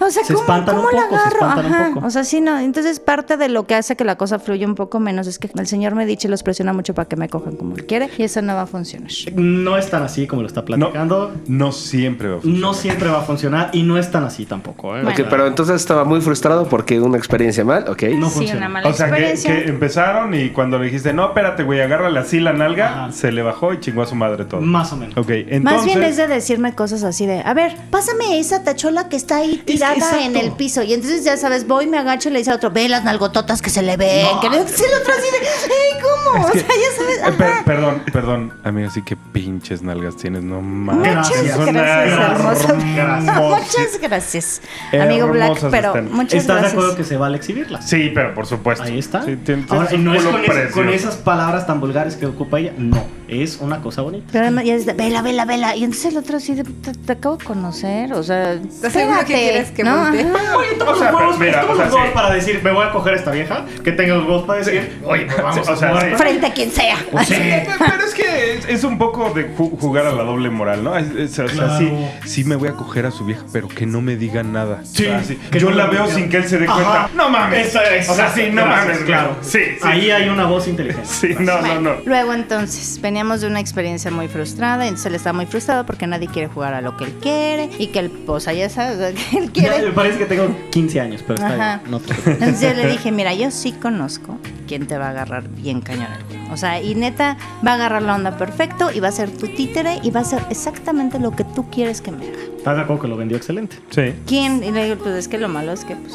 [SPEAKER 4] "Ah, O sea,
[SPEAKER 5] Se
[SPEAKER 4] ¿cómo,
[SPEAKER 5] espantan un
[SPEAKER 4] cómo la
[SPEAKER 5] poco, se
[SPEAKER 4] agarro?
[SPEAKER 5] espantan un
[SPEAKER 4] Ajá.
[SPEAKER 5] poco.
[SPEAKER 4] O sea, sí, no. Entonces, parte de lo que hace que la cosa fluya un poco menos es que el señor Medici los presiona mucho para que me cojan como él quiere. Y eso no va a funcionar.
[SPEAKER 5] No es tan así como lo está
[SPEAKER 1] No,
[SPEAKER 5] platicando.
[SPEAKER 1] no siempre va a
[SPEAKER 5] No,
[SPEAKER 1] funcionar.
[SPEAKER 5] siempre va a funcionar y no es tan así tampoco. ¿eh?
[SPEAKER 4] Bueno.
[SPEAKER 5] O
[SPEAKER 3] ok,
[SPEAKER 5] sea,
[SPEAKER 3] pero entonces estaba muy frustrado porque una experiencia mal, ok.
[SPEAKER 5] no
[SPEAKER 4] sí, una
[SPEAKER 5] funciona.
[SPEAKER 4] mala
[SPEAKER 1] O sea, que,
[SPEAKER 4] experiencia.
[SPEAKER 1] que empezaron y cuando le dijiste, no, espérate, güey, agárrale así la nalga,
[SPEAKER 5] Ajá.
[SPEAKER 1] se le bajó y chingó a su madre todo.
[SPEAKER 5] Más o menos.
[SPEAKER 1] Ok, entonces.
[SPEAKER 4] Más bien es de decirme cosas así de, a ver, pásame esa tachola que está ahí
[SPEAKER 5] que
[SPEAKER 4] tirada en
[SPEAKER 5] exacto.
[SPEAKER 4] el piso. Y entonces ya sabes, voy, me agacho y le dice a otro, ve las nalgototas que se le ven. Que le dice el otro así de, "Ey, ¿cómo?
[SPEAKER 1] Es que-
[SPEAKER 4] o sea, ya sabes.
[SPEAKER 1] Eh, per-
[SPEAKER 4] ajá.
[SPEAKER 1] perdón, perdón. Amigo, sí que pinches nalgas tienes, no mames.
[SPEAKER 4] Muchas gracias,
[SPEAKER 5] gracias.
[SPEAKER 1] Son
[SPEAKER 4] hermoso.
[SPEAKER 1] hermosas.
[SPEAKER 4] Muchas gracias, amigo Black,
[SPEAKER 1] Hermosas
[SPEAKER 4] pero
[SPEAKER 1] están.
[SPEAKER 4] muchas
[SPEAKER 5] ¿Estás de
[SPEAKER 4] gracias.
[SPEAKER 5] acuerdo que se vale exhibirlas?
[SPEAKER 1] Sí, pero por supuesto.
[SPEAKER 5] Ahí está.
[SPEAKER 1] Sí, tien-
[SPEAKER 5] Ahora,
[SPEAKER 1] tienes
[SPEAKER 5] y no
[SPEAKER 1] un
[SPEAKER 5] es
[SPEAKER 1] culo
[SPEAKER 5] con, ese-
[SPEAKER 1] precioso.
[SPEAKER 5] con esas palabras tan vulgares que ocupa ella. No, es una cosa bonita.
[SPEAKER 4] Pero además ya es de, vela, vela, vela. Y entonces el otro así de, te, te acabo de conocer, o sea,
[SPEAKER 2] ¿Estás seguro que
[SPEAKER 4] pégate,
[SPEAKER 2] quieres que
[SPEAKER 4] ¿no?
[SPEAKER 2] voltee?
[SPEAKER 4] Ajá.
[SPEAKER 5] Oye, toma
[SPEAKER 1] O sea,
[SPEAKER 5] los huevos,
[SPEAKER 1] pero mira,
[SPEAKER 5] toma
[SPEAKER 1] o sea,
[SPEAKER 5] los huevos
[SPEAKER 1] sí.
[SPEAKER 5] para decir, me voy a coger a esta vieja. Que tenga los huevos para decir, oye, pues vamos
[SPEAKER 1] o sea,
[SPEAKER 5] a jugar.
[SPEAKER 1] sí.
[SPEAKER 4] Frente a quien sea.
[SPEAKER 1] Pues Sí, pero es que es, es un poco de ju- jugar a la doble moral, ¿no? Es- es- o sea,
[SPEAKER 5] Claro.
[SPEAKER 1] sí, sí me voy a coger a su vieja, pero que no me diga nada.
[SPEAKER 5] Sí,
[SPEAKER 1] O sea, sí,
[SPEAKER 5] que
[SPEAKER 1] Yo
[SPEAKER 5] no
[SPEAKER 1] la
[SPEAKER 5] me
[SPEAKER 1] veo
[SPEAKER 5] diga.
[SPEAKER 1] sin que él se dé
[SPEAKER 5] Ajá.
[SPEAKER 1] cuenta. No mames.
[SPEAKER 5] Eso es.
[SPEAKER 1] O sea, sí, no
[SPEAKER 5] Gracias,
[SPEAKER 1] mames,
[SPEAKER 5] claro.
[SPEAKER 1] claro. Sí, sí.
[SPEAKER 5] Ahí hay una voz inteligente.
[SPEAKER 1] Sí, no, no, no.
[SPEAKER 4] Luego entonces veníamos de una experiencia muy frustrada, entonces él está muy frustrado porque nadie quiere jugar a lo que él quiere y que él, o sea, ya sabes, o sea, que él
[SPEAKER 5] Ya, me
[SPEAKER 4] quiere.
[SPEAKER 5] parece que tengo 15 años, pero está
[SPEAKER 4] Ajá.
[SPEAKER 5] bien. No te preocupes.
[SPEAKER 4] Entonces yo le dije, mira, yo sí conozco quién te va a agarrar bien cañón. al juego". O sea, y neta, va a agarrar la onda perfecto y va a ser tu títere y va a ser exactamente lo que tú quieres que me haga.
[SPEAKER 5] Estás de acuerdo que lo vendió excelente.
[SPEAKER 1] Sí.
[SPEAKER 4] ¿Quién? Y le digo, pues es que lo malo es que, pues,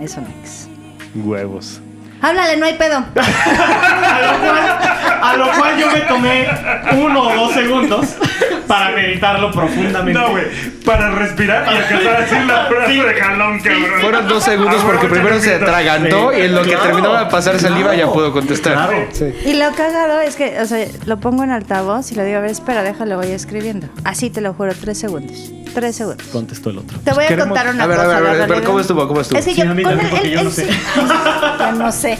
[SPEAKER 4] es un ex.
[SPEAKER 1] Huevos.
[SPEAKER 4] Háblale, no hay pedo.
[SPEAKER 5] A lo cual yo me tomé uno o dos segundos para meditarlo profundamente.
[SPEAKER 1] No, güey. Para respirar y empezar a decir la frase de jalón, cabrón.
[SPEAKER 3] Fueron dos segundos porque primero se atragantó
[SPEAKER 5] Sí,
[SPEAKER 3] y en lo que
[SPEAKER 5] claro,
[SPEAKER 3] terminaba de pasar saliva
[SPEAKER 5] claro,
[SPEAKER 3] ya pudo contestar.
[SPEAKER 5] claro.
[SPEAKER 3] Sí.
[SPEAKER 4] Y lo cagado es que, o sea, lo pongo en altavoz y le digo, a ver, espera, déjalo, voy escribiendo. Así te lo juro, tres segundos. Tres segundos.
[SPEAKER 5] Contestó el otro.
[SPEAKER 4] Te voy a
[SPEAKER 3] Queremos-
[SPEAKER 4] contar una
[SPEAKER 3] A ver, a ver,
[SPEAKER 4] cosa.
[SPEAKER 3] a
[SPEAKER 4] la
[SPEAKER 3] ver, a ver,
[SPEAKER 4] realidad.
[SPEAKER 3] ¿cómo estuvo? ¿Cómo estuvo?
[SPEAKER 4] Es que
[SPEAKER 5] Sí,
[SPEAKER 4] yo,
[SPEAKER 5] a mí
[SPEAKER 4] con
[SPEAKER 5] también,
[SPEAKER 4] él-
[SPEAKER 5] porque
[SPEAKER 4] él-
[SPEAKER 5] yo no
[SPEAKER 4] él
[SPEAKER 5] sé.
[SPEAKER 4] sí- yo no sé.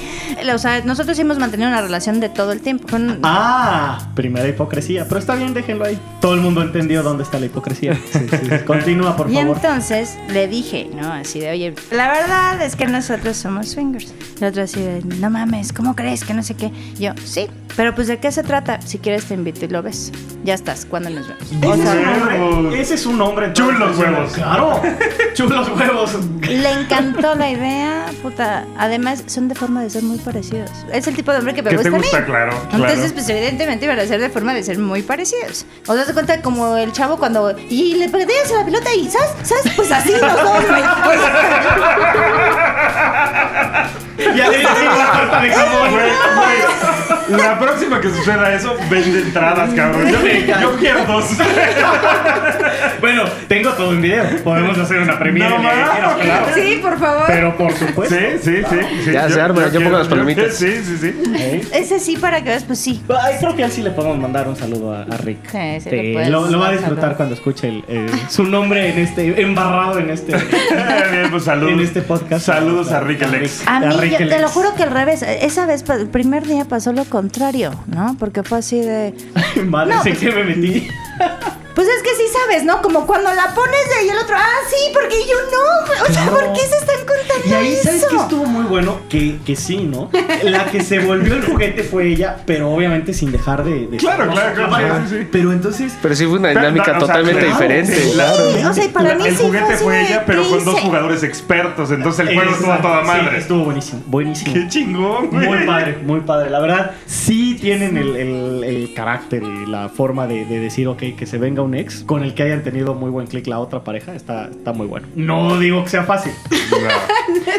[SPEAKER 4] O sea, nosotros hemos mantenido una relación de todo el tiempo. Fue un-
[SPEAKER 5] Ah, primera hipocresía. Pero está bien, déjenlo ahí. Todo el mundo entendió dónde está la hipocresía. Sí, sí, sí. Continúa, por
[SPEAKER 4] y
[SPEAKER 5] favor.
[SPEAKER 4] entonces le dije, ¿no? Así de, oye, la verdad es que nosotros somos swingers. Y otro así de, no mames, ¿cómo crees? Que no sé qué. Yo, sí. Pero pues, ¿de qué se trata? Si quieres te invito y lo ves. Ya estás, ¿cuándo nos vemos?
[SPEAKER 5] Ese es un
[SPEAKER 1] Huevos.
[SPEAKER 5] hombre. Ese es un hombre.
[SPEAKER 1] Chulos
[SPEAKER 5] entonces,
[SPEAKER 1] huevos.
[SPEAKER 5] Claro. Chulos huevos.
[SPEAKER 4] Le encantó la idea, puta. Además, son de forma de ser muy parecidos. Es el tipo de hombre que me
[SPEAKER 1] ¿Qué te
[SPEAKER 4] gusta, a
[SPEAKER 1] gusta?
[SPEAKER 4] mí.
[SPEAKER 1] Claro, claro.
[SPEAKER 4] Entonces, pues evidentemente van a ser de forma de ser muy parecidos. ¿Os das cuenta como el chavo cuando... Y le pegas a la pelota y ¿sabes? ¿Sabes? Pues así los dos, güey.
[SPEAKER 5] Ya le dije la carta de jamón.
[SPEAKER 3] pues,
[SPEAKER 1] Güey, güey, La próxima que suceda eso, vende entradas, cabrón. Yo, yo quiero dos.
[SPEAKER 5] Bueno, tengo todo en video. Podemos hacer una premiere.
[SPEAKER 1] No,
[SPEAKER 5] el día que
[SPEAKER 1] ma.
[SPEAKER 5] quieras, claro.
[SPEAKER 2] Sí, por favor.
[SPEAKER 5] Pero por supuesto.
[SPEAKER 1] Sí, sí,
[SPEAKER 5] Ah.
[SPEAKER 1] sí. sí.
[SPEAKER 3] Ya se arma, yo pongo
[SPEAKER 1] quiero-
[SPEAKER 3] las palomitas.
[SPEAKER 1] yo- Sí, sí, sí.
[SPEAKER 5] ¿Eh?
[SPEAKER 4] Ese sí para que veas, pues sí.
[SPEAKER 5] Ay, Ah, creo que a él sí le podemos mandar un saludo a, a Rick.
[SPEAKER 4] Sí, sí
[SPEAKER 5] Te-
[SPEAKER 4] le puedes
[SPEAKER 5] lo, lo va a
[SPEAKER 4] mandar
[SPEAKER 5] disfrutar
[SPEAKER 4] saludos.
[SPEAKER 5] cuando escuche el, eh, su nombre en este embarrado en este
[SPEAKER 1] Eh, bien, pues saludos.
[SPEAKER 5] en este podcast.
[SPEAKER 1] Saludos a Rick Alex.
[SPEAKER 4] A
[SPEAKER 5] A
[SPEAKER 4] mí,
[SPEAKER 5] Rick
[SPEAKER 4] yo- te
[SPEAKER 5] Alex.
[SPEAKER 4] lo juro que al revés. Esa vez, pa- el primer día pasó lo contrario, ¿no? Porque fue así de.
[SPEAKER 5] Madre,
[SPEAKER 4] No,
[SPEAKER 5] sé que me metí.
[SPEAKER 4] Pues es que sí sabes, ¿no? Como cuando la pones de ahí el otro. Ah, sí, porque yo no. O sea, ¿por qué se están contando
[SPEAKER 5] Y ahí,
[SPEAKER 4] eso?
[SPEAKER 5] ¿sabes qué estuvo muy bueno? Que, que sí, ¿no? La que se volvió el juguete fue ella, pero obviamente sin dejar de. de-
[SPEAKER 1] Claro,
[SPEAKER 5] no,
[SPEAKER 1] claro,
[SPEAKER 5] no,
[SPEAKER 1] claro,
[SPEAKER 5] no,
[SPEAKER 1] sí, sí.
[SPEAKER 5] Pero entonces.
[SPEAKER 3] Pero sí fue una dinámica
[SPEAKER 1] Pero, o sea,
[SPEAKER 3] totalmente
[SPEAKER 1] claro,
[SPEAKER 3] diferente.
[SPEAKER 1] sí,
[SPEAKER 4] Sí, o sea, y para
[SPEAKER 1] La-
[SPEAKER 4] mí
[SPEAKER 1] el
[SPEAKER 4] sí
[SPEAKER 1] juguete
[SPEAKER 4] así
[SPEAKER 1] fue
[SPEAKER 4] de,
[SPEAKER 1] ella, pero
[SPEAKER 4] ¿qué
[SPEAKER 1] con dos
[SPEAKER 4] hice?
[SPEAKER 1] jugadores expertos. Entonces Pues el juego estuvo a toda
[SPEAKER 5] Sí,
[SPEAKER 1] madre.
[SPEAKER 5] estuvo buenísimo. Buenísimo.
[SPEAKER 1] Qué chingón, güey.
[SPEAKER 5] Muy padre, muy padre. La verdad, sí tienen el, el- el carácter y la forma de, de decir, ok, que se venga un ex con el que hayan tenido muy buen clic la otra pareja. Está, está muy bueno. No digo que sea fácil. Pero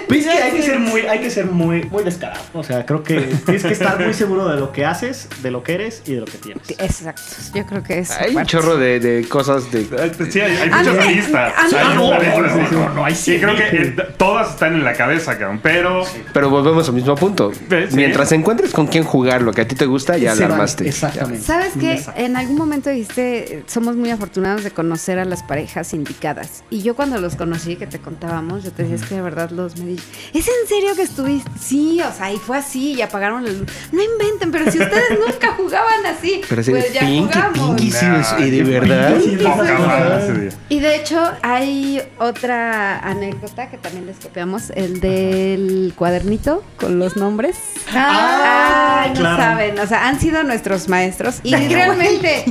[SPEAKER 5] es que hay que ser muy, hay que ser muy, muy descarado. O sea, creo que tienes que estar muy seguro de lo que haces, de lo que eres y de lo que tienes.
[SPEAKER 2] Exacto. Yo creo que es.
[SPEAKER 3] Hay un chorro de, de cosas de.
[SPEAKER 1] No. Eh, Sí, hay, hay
[SPEAKER 2] A mí
[SPEAKER 1] muchas
[SPEAKER 2] me-
[SPEAKER 1] listas.
[SPEAKER 2] a mí-
[SPEAKER 1] Hay
[SPEAKER 2] Ah,
[SPEAKER 5] no,
[SPEAKER 1] muchas
[SPEAKER 5] no,
[SPEAKER 1] listas.
[SPEAKER 5] no, no, no, hay
[SPEAKER 1] Y
[SPEAKER 5] cien
[SPEAKER 1] creo que
[SPEAKER 5] mil.
[SPEAKER 1] eh, todas están en la cabeza, cabrón. Pero
[SPEAKER 3] Pero volvemos al mismo punto.
[SPEAKER 1] Sí.
[SPEAKER 3] Mientras encuentres con quién jugar lo que a ti te gusta, ya
[SPEAKER 5] Se
[SPEAKER 3] la
[SPEAKER 5] vale,
[SPEAKER 3] armaste.
[SPEAKER 5] Exactamente.
[SPEAKER 2] ¿Sabes qué?
[SPEAKER 5] Exacto.
[SPEAKER 2] En algún momento dijiste, eh, somos muy afortunados de conocer a las parejas indicadas. Y yo cuando los conocí, que te contábamos, yo te decía, es que de verdad los me dije, ¿es en serio que estuviste? Sí, o sea, y fue así, y apagaron la luz. No inventen, pero si ustedes nunca jugaban así,
[SPEAKER 3] Pero sí,
[SPEAKER 2] pues ya
[SPEAKER 3] Pinky,
[SPEAKER 2] jugamos.
[SPEAKER 3] Pinky, sí,
[SPEAKER 1] Nah,
[SPEAKER 3] y de
[SPEAKER 1] qué
[SPEAKER 3] verdad.
[SPEAKER 2] Sí,
[SPEAKER 1] pinche poca
[SPEAKER 2] sí,
[SPEAKER 1] madre
[SPEAKER 5] sí.
[SPEAKER 1] ese día.
[SPEAKER 2] Y de hecho hay otra anécdota que también les copiamos, el del cuadernito con los nombres.
[SPEAKER 4] Ah,
[SPEAKER 2] Ay, no
[SPEAKER 5] claro.
[SPEAKER 2] saben, o sea, han sido nuestros maestros y realmente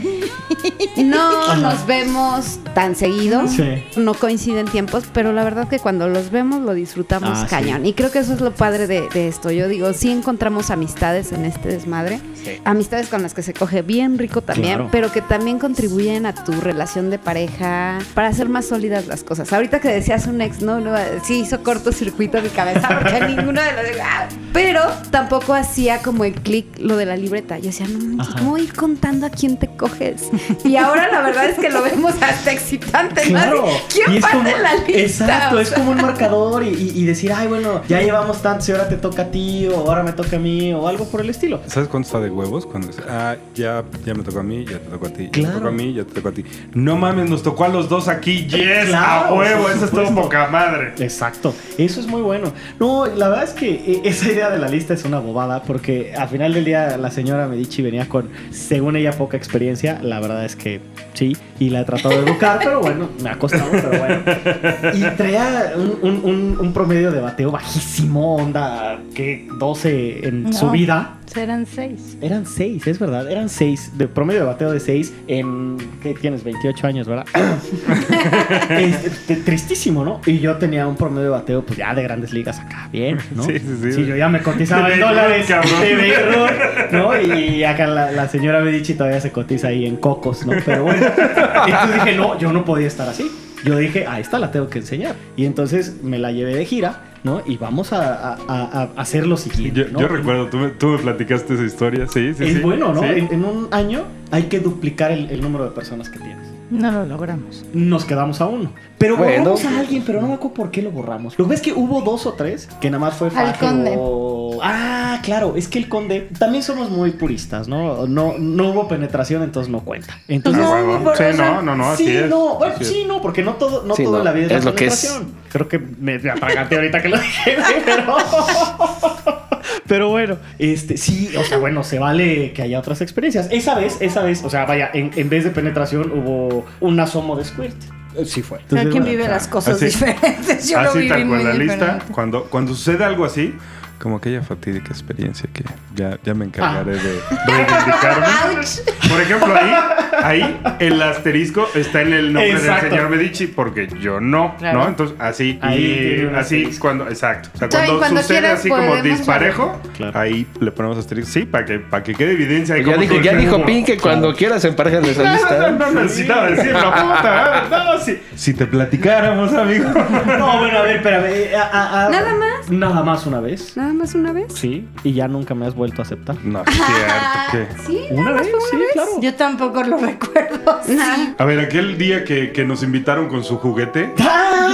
[SPEAKER 2] no nos vemos tan seguido,
[SPEAKER 5] Sí.
[SPEAKER 2] no coinciden tiempos, pero la verdad que cuando los vemos lo disfrutamos
[SPEAKER 5] Ah, sí.
[SPEAKER 2] cañón. Y creo que eso es lo padre de, de esto. Yo digo, sí encontramos amistades en este desmadre, amistades con las que se coge bien rico también,
[SPEAKER 5] Claro.
[SPEAKER 2] pero que también contribuyen a tu relación de pareja para hacer más sólidas las cosas. Ahorita que decías un ex, no, no, sí hizo cortocircuito mi cabeza porque ninguno de los... ¡Ah! Pero tampoco hacía como el clic lo de la libreta. Yo decía, no, manches,
[SPEAKER 5] Ajá.
[SPEAKER 2] ¿cómo ir contando a quién te coges? Y ahora la verdad es que lo vemos hasta excitante. ¿no?
[SPEAKER 5] Claro. Y
[SPEAKER 2] ¿Quién
[SPEAKER 5] es
[SPEAKER 2] parte
[SPEAKER 5] como-
[SPEAKER 2] la lista?
[SPEAKER 5] Exacto,
[SPEAKER 2] O
[SPEAKER 5] es como un marcador y, y- y decir, ay, bueno, ya llevamos tantos y ahora te toca a ti, o ahora me toca a mí, o algo por el estilo.
[SPEAKER 1] ¿Sabes cuánto está de huevos? Cuando dice, ah, ya, ya me tocó a mí, ya te tocó a ti, ya
[SPEAKER 5] Claro.
[SPEAKER 1] me tocó a mí, ya te tocó a ti. No mames, nos tocó a los dos aquí, yes, a
[SPEAKER 5] Claro,
[SPEAKER 1] huevo,
[SPEAKER 5] por
[SPEAKER 1] eso estuvo
[SPEAKER 5] supuesto.
[SPEAKER 1] poca madre.
[SPEAKER 5] Exacto, eso es muy bueno. No, la verdad es que eh, esa idea de la lista es una bobada porque al final del día la señora Medici venía con, según ella, poca experiencia. La verdad es que sí, y la he tratado de educar, pero bueno, me ha costado, pero bueno. Y traía un, un- un- un promedio de bateo bajísimo, onda, que 12 en
[SPEAKER 4] No.
[SPEAKER 5] su vida.
[SPEAKER 4] Serán seis.
[SPEAKER 5] Eran seis, es verdad, eran seis, de promedio de bateo de seis en, ¿qué tienes? 28 años, ¿verdad? Es- es tristísimo, ¿no? Y yo tenía un promedio de bateo, pues ya de grandes ligas acá, bien, ¿no?
[SPEAKER 1] Sí, sí, sí.
[SPEAKER 5] yo ya me cotizaba
[SPEAKER 1] De
[SPEAKER 5] en
[SPEAKER 1] béisbol,
[SPEAKER 5] dólares,
[SPEAKER 1] cabrón.
[SPEAKER 5] de béisbol, ¿no? Y acá la, la señora Medici todavía se cotiza ahí en cocos, ¿no? Pero bueno, entonces dije, no, yo no podía estar así. Yo dije, a esta la tengo que enseñar. Y entonces me la llevé de gira. ¿no? Y vamos a, a- a- a hacer lo siguiente.
[SPEAKER 1] Yo,
[SPEAKER 5] Eh, ¿no?
[SPEAKER 1] yo recuerdo, tú me, tú me platicaste esa historia, sí, sí,
[SPEAKER 5] es
[SPEAKER 1] sí.
[SPEAKER 5] bueno, ¿no?
[SPEAKER 1] Sí.
[SPEAKER 5] En, en un año hay que duplicar el, el número de personas que tienes.
[SPEAKER 4] No lo logramos.
[SPEAKER 5] Nos quedamos a uno. Pero
[SPEAKER 3] Bueno.
[SPEAKER 5] borramos a alguien, pero no me acuerdo por qué lo borramos. Lo que es que hubo dos o tres que nada más fue
[SPEAKER 4] Al
[SPEAKER 5] Faje
[SPEAKER 4] conde.
[SPEAKER 5] o- Ah, claro, es que el conde. También somos muy puristas, ¿no? No, no hubo penetración, entonces no cuenta. Entonces.
[SPEAKER 1] Ah,
[SPEAKER 5] no,
[SPEAKER 1] huevo.
[SPEAKER 5] pero,
[SPEAKER 1] Sí,
[SPEAKER 5] o sea,
[SPEAKER 1] no, no, no, así
[SPEAKER 5] sí,
[SPEAKER 1] es.
[SPEAKER 5] no, bueno,
[SPEAKER 1] Así es.
[SPEAKER 5] sí, no, porque no todo, no
[SPEAKER 3] Sí,
[SPEAKER 5] todo
[SPEAKER 3] no,
[SPEAKER 5] en la vida es,
[SPEAKER 3] es
[SPEAKER 5] la
[SPEAKER 3] lo que es.
[SPEAKER 5] penetración. Creo que me, me atraganté ahorita que lo dije, pero. Pero bueno, este, sí, o sea, bueno, se vale que haya otras experiencias. Esa vez, esa vez, o sea, vaya, en, en vez de penetración hubo un asomo de squirt. Eh, Sí fue.
[SPEAKER 4] Cada quien
[SPEAKER 5] bueno,
[SPEAKER 4] vive las cosas
[SPEAKER 1] Así-
[SPEAKER 4] diferentes. Yo lo
[SPEAKER 1] así
[SPEAKER 4] viví
[SPEAKER 1] tal
[SPEAKER 4] muy
[SPEAKER 1] cual la lista,
[SPEAKER 4] diferente.
[SPEAKER 1] cuando, cuando sucede algo así, como aquella fatídica experiencia que ya, ya me encargaré
[SPEAKER 5] Ah.
[SPEAKER 1] de reivindicarme. Por ejemplo, ahí, ahí el asterisco está en el nombre
[SPEAKER 5] Exacto.
[SPEAKER 1] del señor Medici, porque yo no,
[SPEAKER 4] Claro.
[SPEAKER 1] ¿no? Entonces, así,
[SPEAKER 5] Ahí
[SPEAKER 1] y
[SPEAKER 5] tiene un
[SPEAKER 1] así
[SPEAKER 5] asterisco.
[SPEAKER 1] cuando, exacto. O sea,
[SPEAKER 2] Está bien,
[SPEAKER 1] cuando,
[SPEAKER 2] cuando
[SPEAKER 1] sucede
[SPEAKER 2] quieras
[SPEAKER 1] así como
[SPEAKER 2] podemos
[SPEAKER 1] disparejo,
[SPEAKER 5] Claro.
[SPEAKER 1] ahí le ponemos asterisco, sí, para que, para que quede evidencia. ahí
[SPEAKER 3] Pues Ya
[SPEAKER 1] cómo
[SPEAKER 3] dijo,
[SPEAKER 1] surge
[SPEAKER 3] ya
[SPEAKER 1] el
[SPEAKER 3] dijo
[SPEAKER 1] número.
[SPEAKER 3] Pin que cuando quieras emparejas esa
[SPEAKER 1] No,
[SPEAKER 3] lista.
[SPEAKER 1] no, no necesitaba decirlo, puta. No, si, si te platicáramos, amigo.
[SPEAKER 5] No, bueno, a ver, espérame. eh, a- a- a-
[SPEAKER 2] Nada más.
[SPEAKER 5] Nada más una vez.
[SPEAKER 2] ¿Nada más una vez?
[SPEAKER 5] Sí. Y ya nunca me has vuelto a aceptar.
[SPEAKER 1] No, es cierto. ¿qué?
[SPEAKER 2] Sí,
[SPEAKER 5] ¿Una vez? Sí, claro.
[SPEAKER 4] Yo tampoco lo recuerdo. sí.
[SPEAKER 2] Nah.
[SPEAKER 1] A ver, aquel día que, que nos invitaron con su juguete.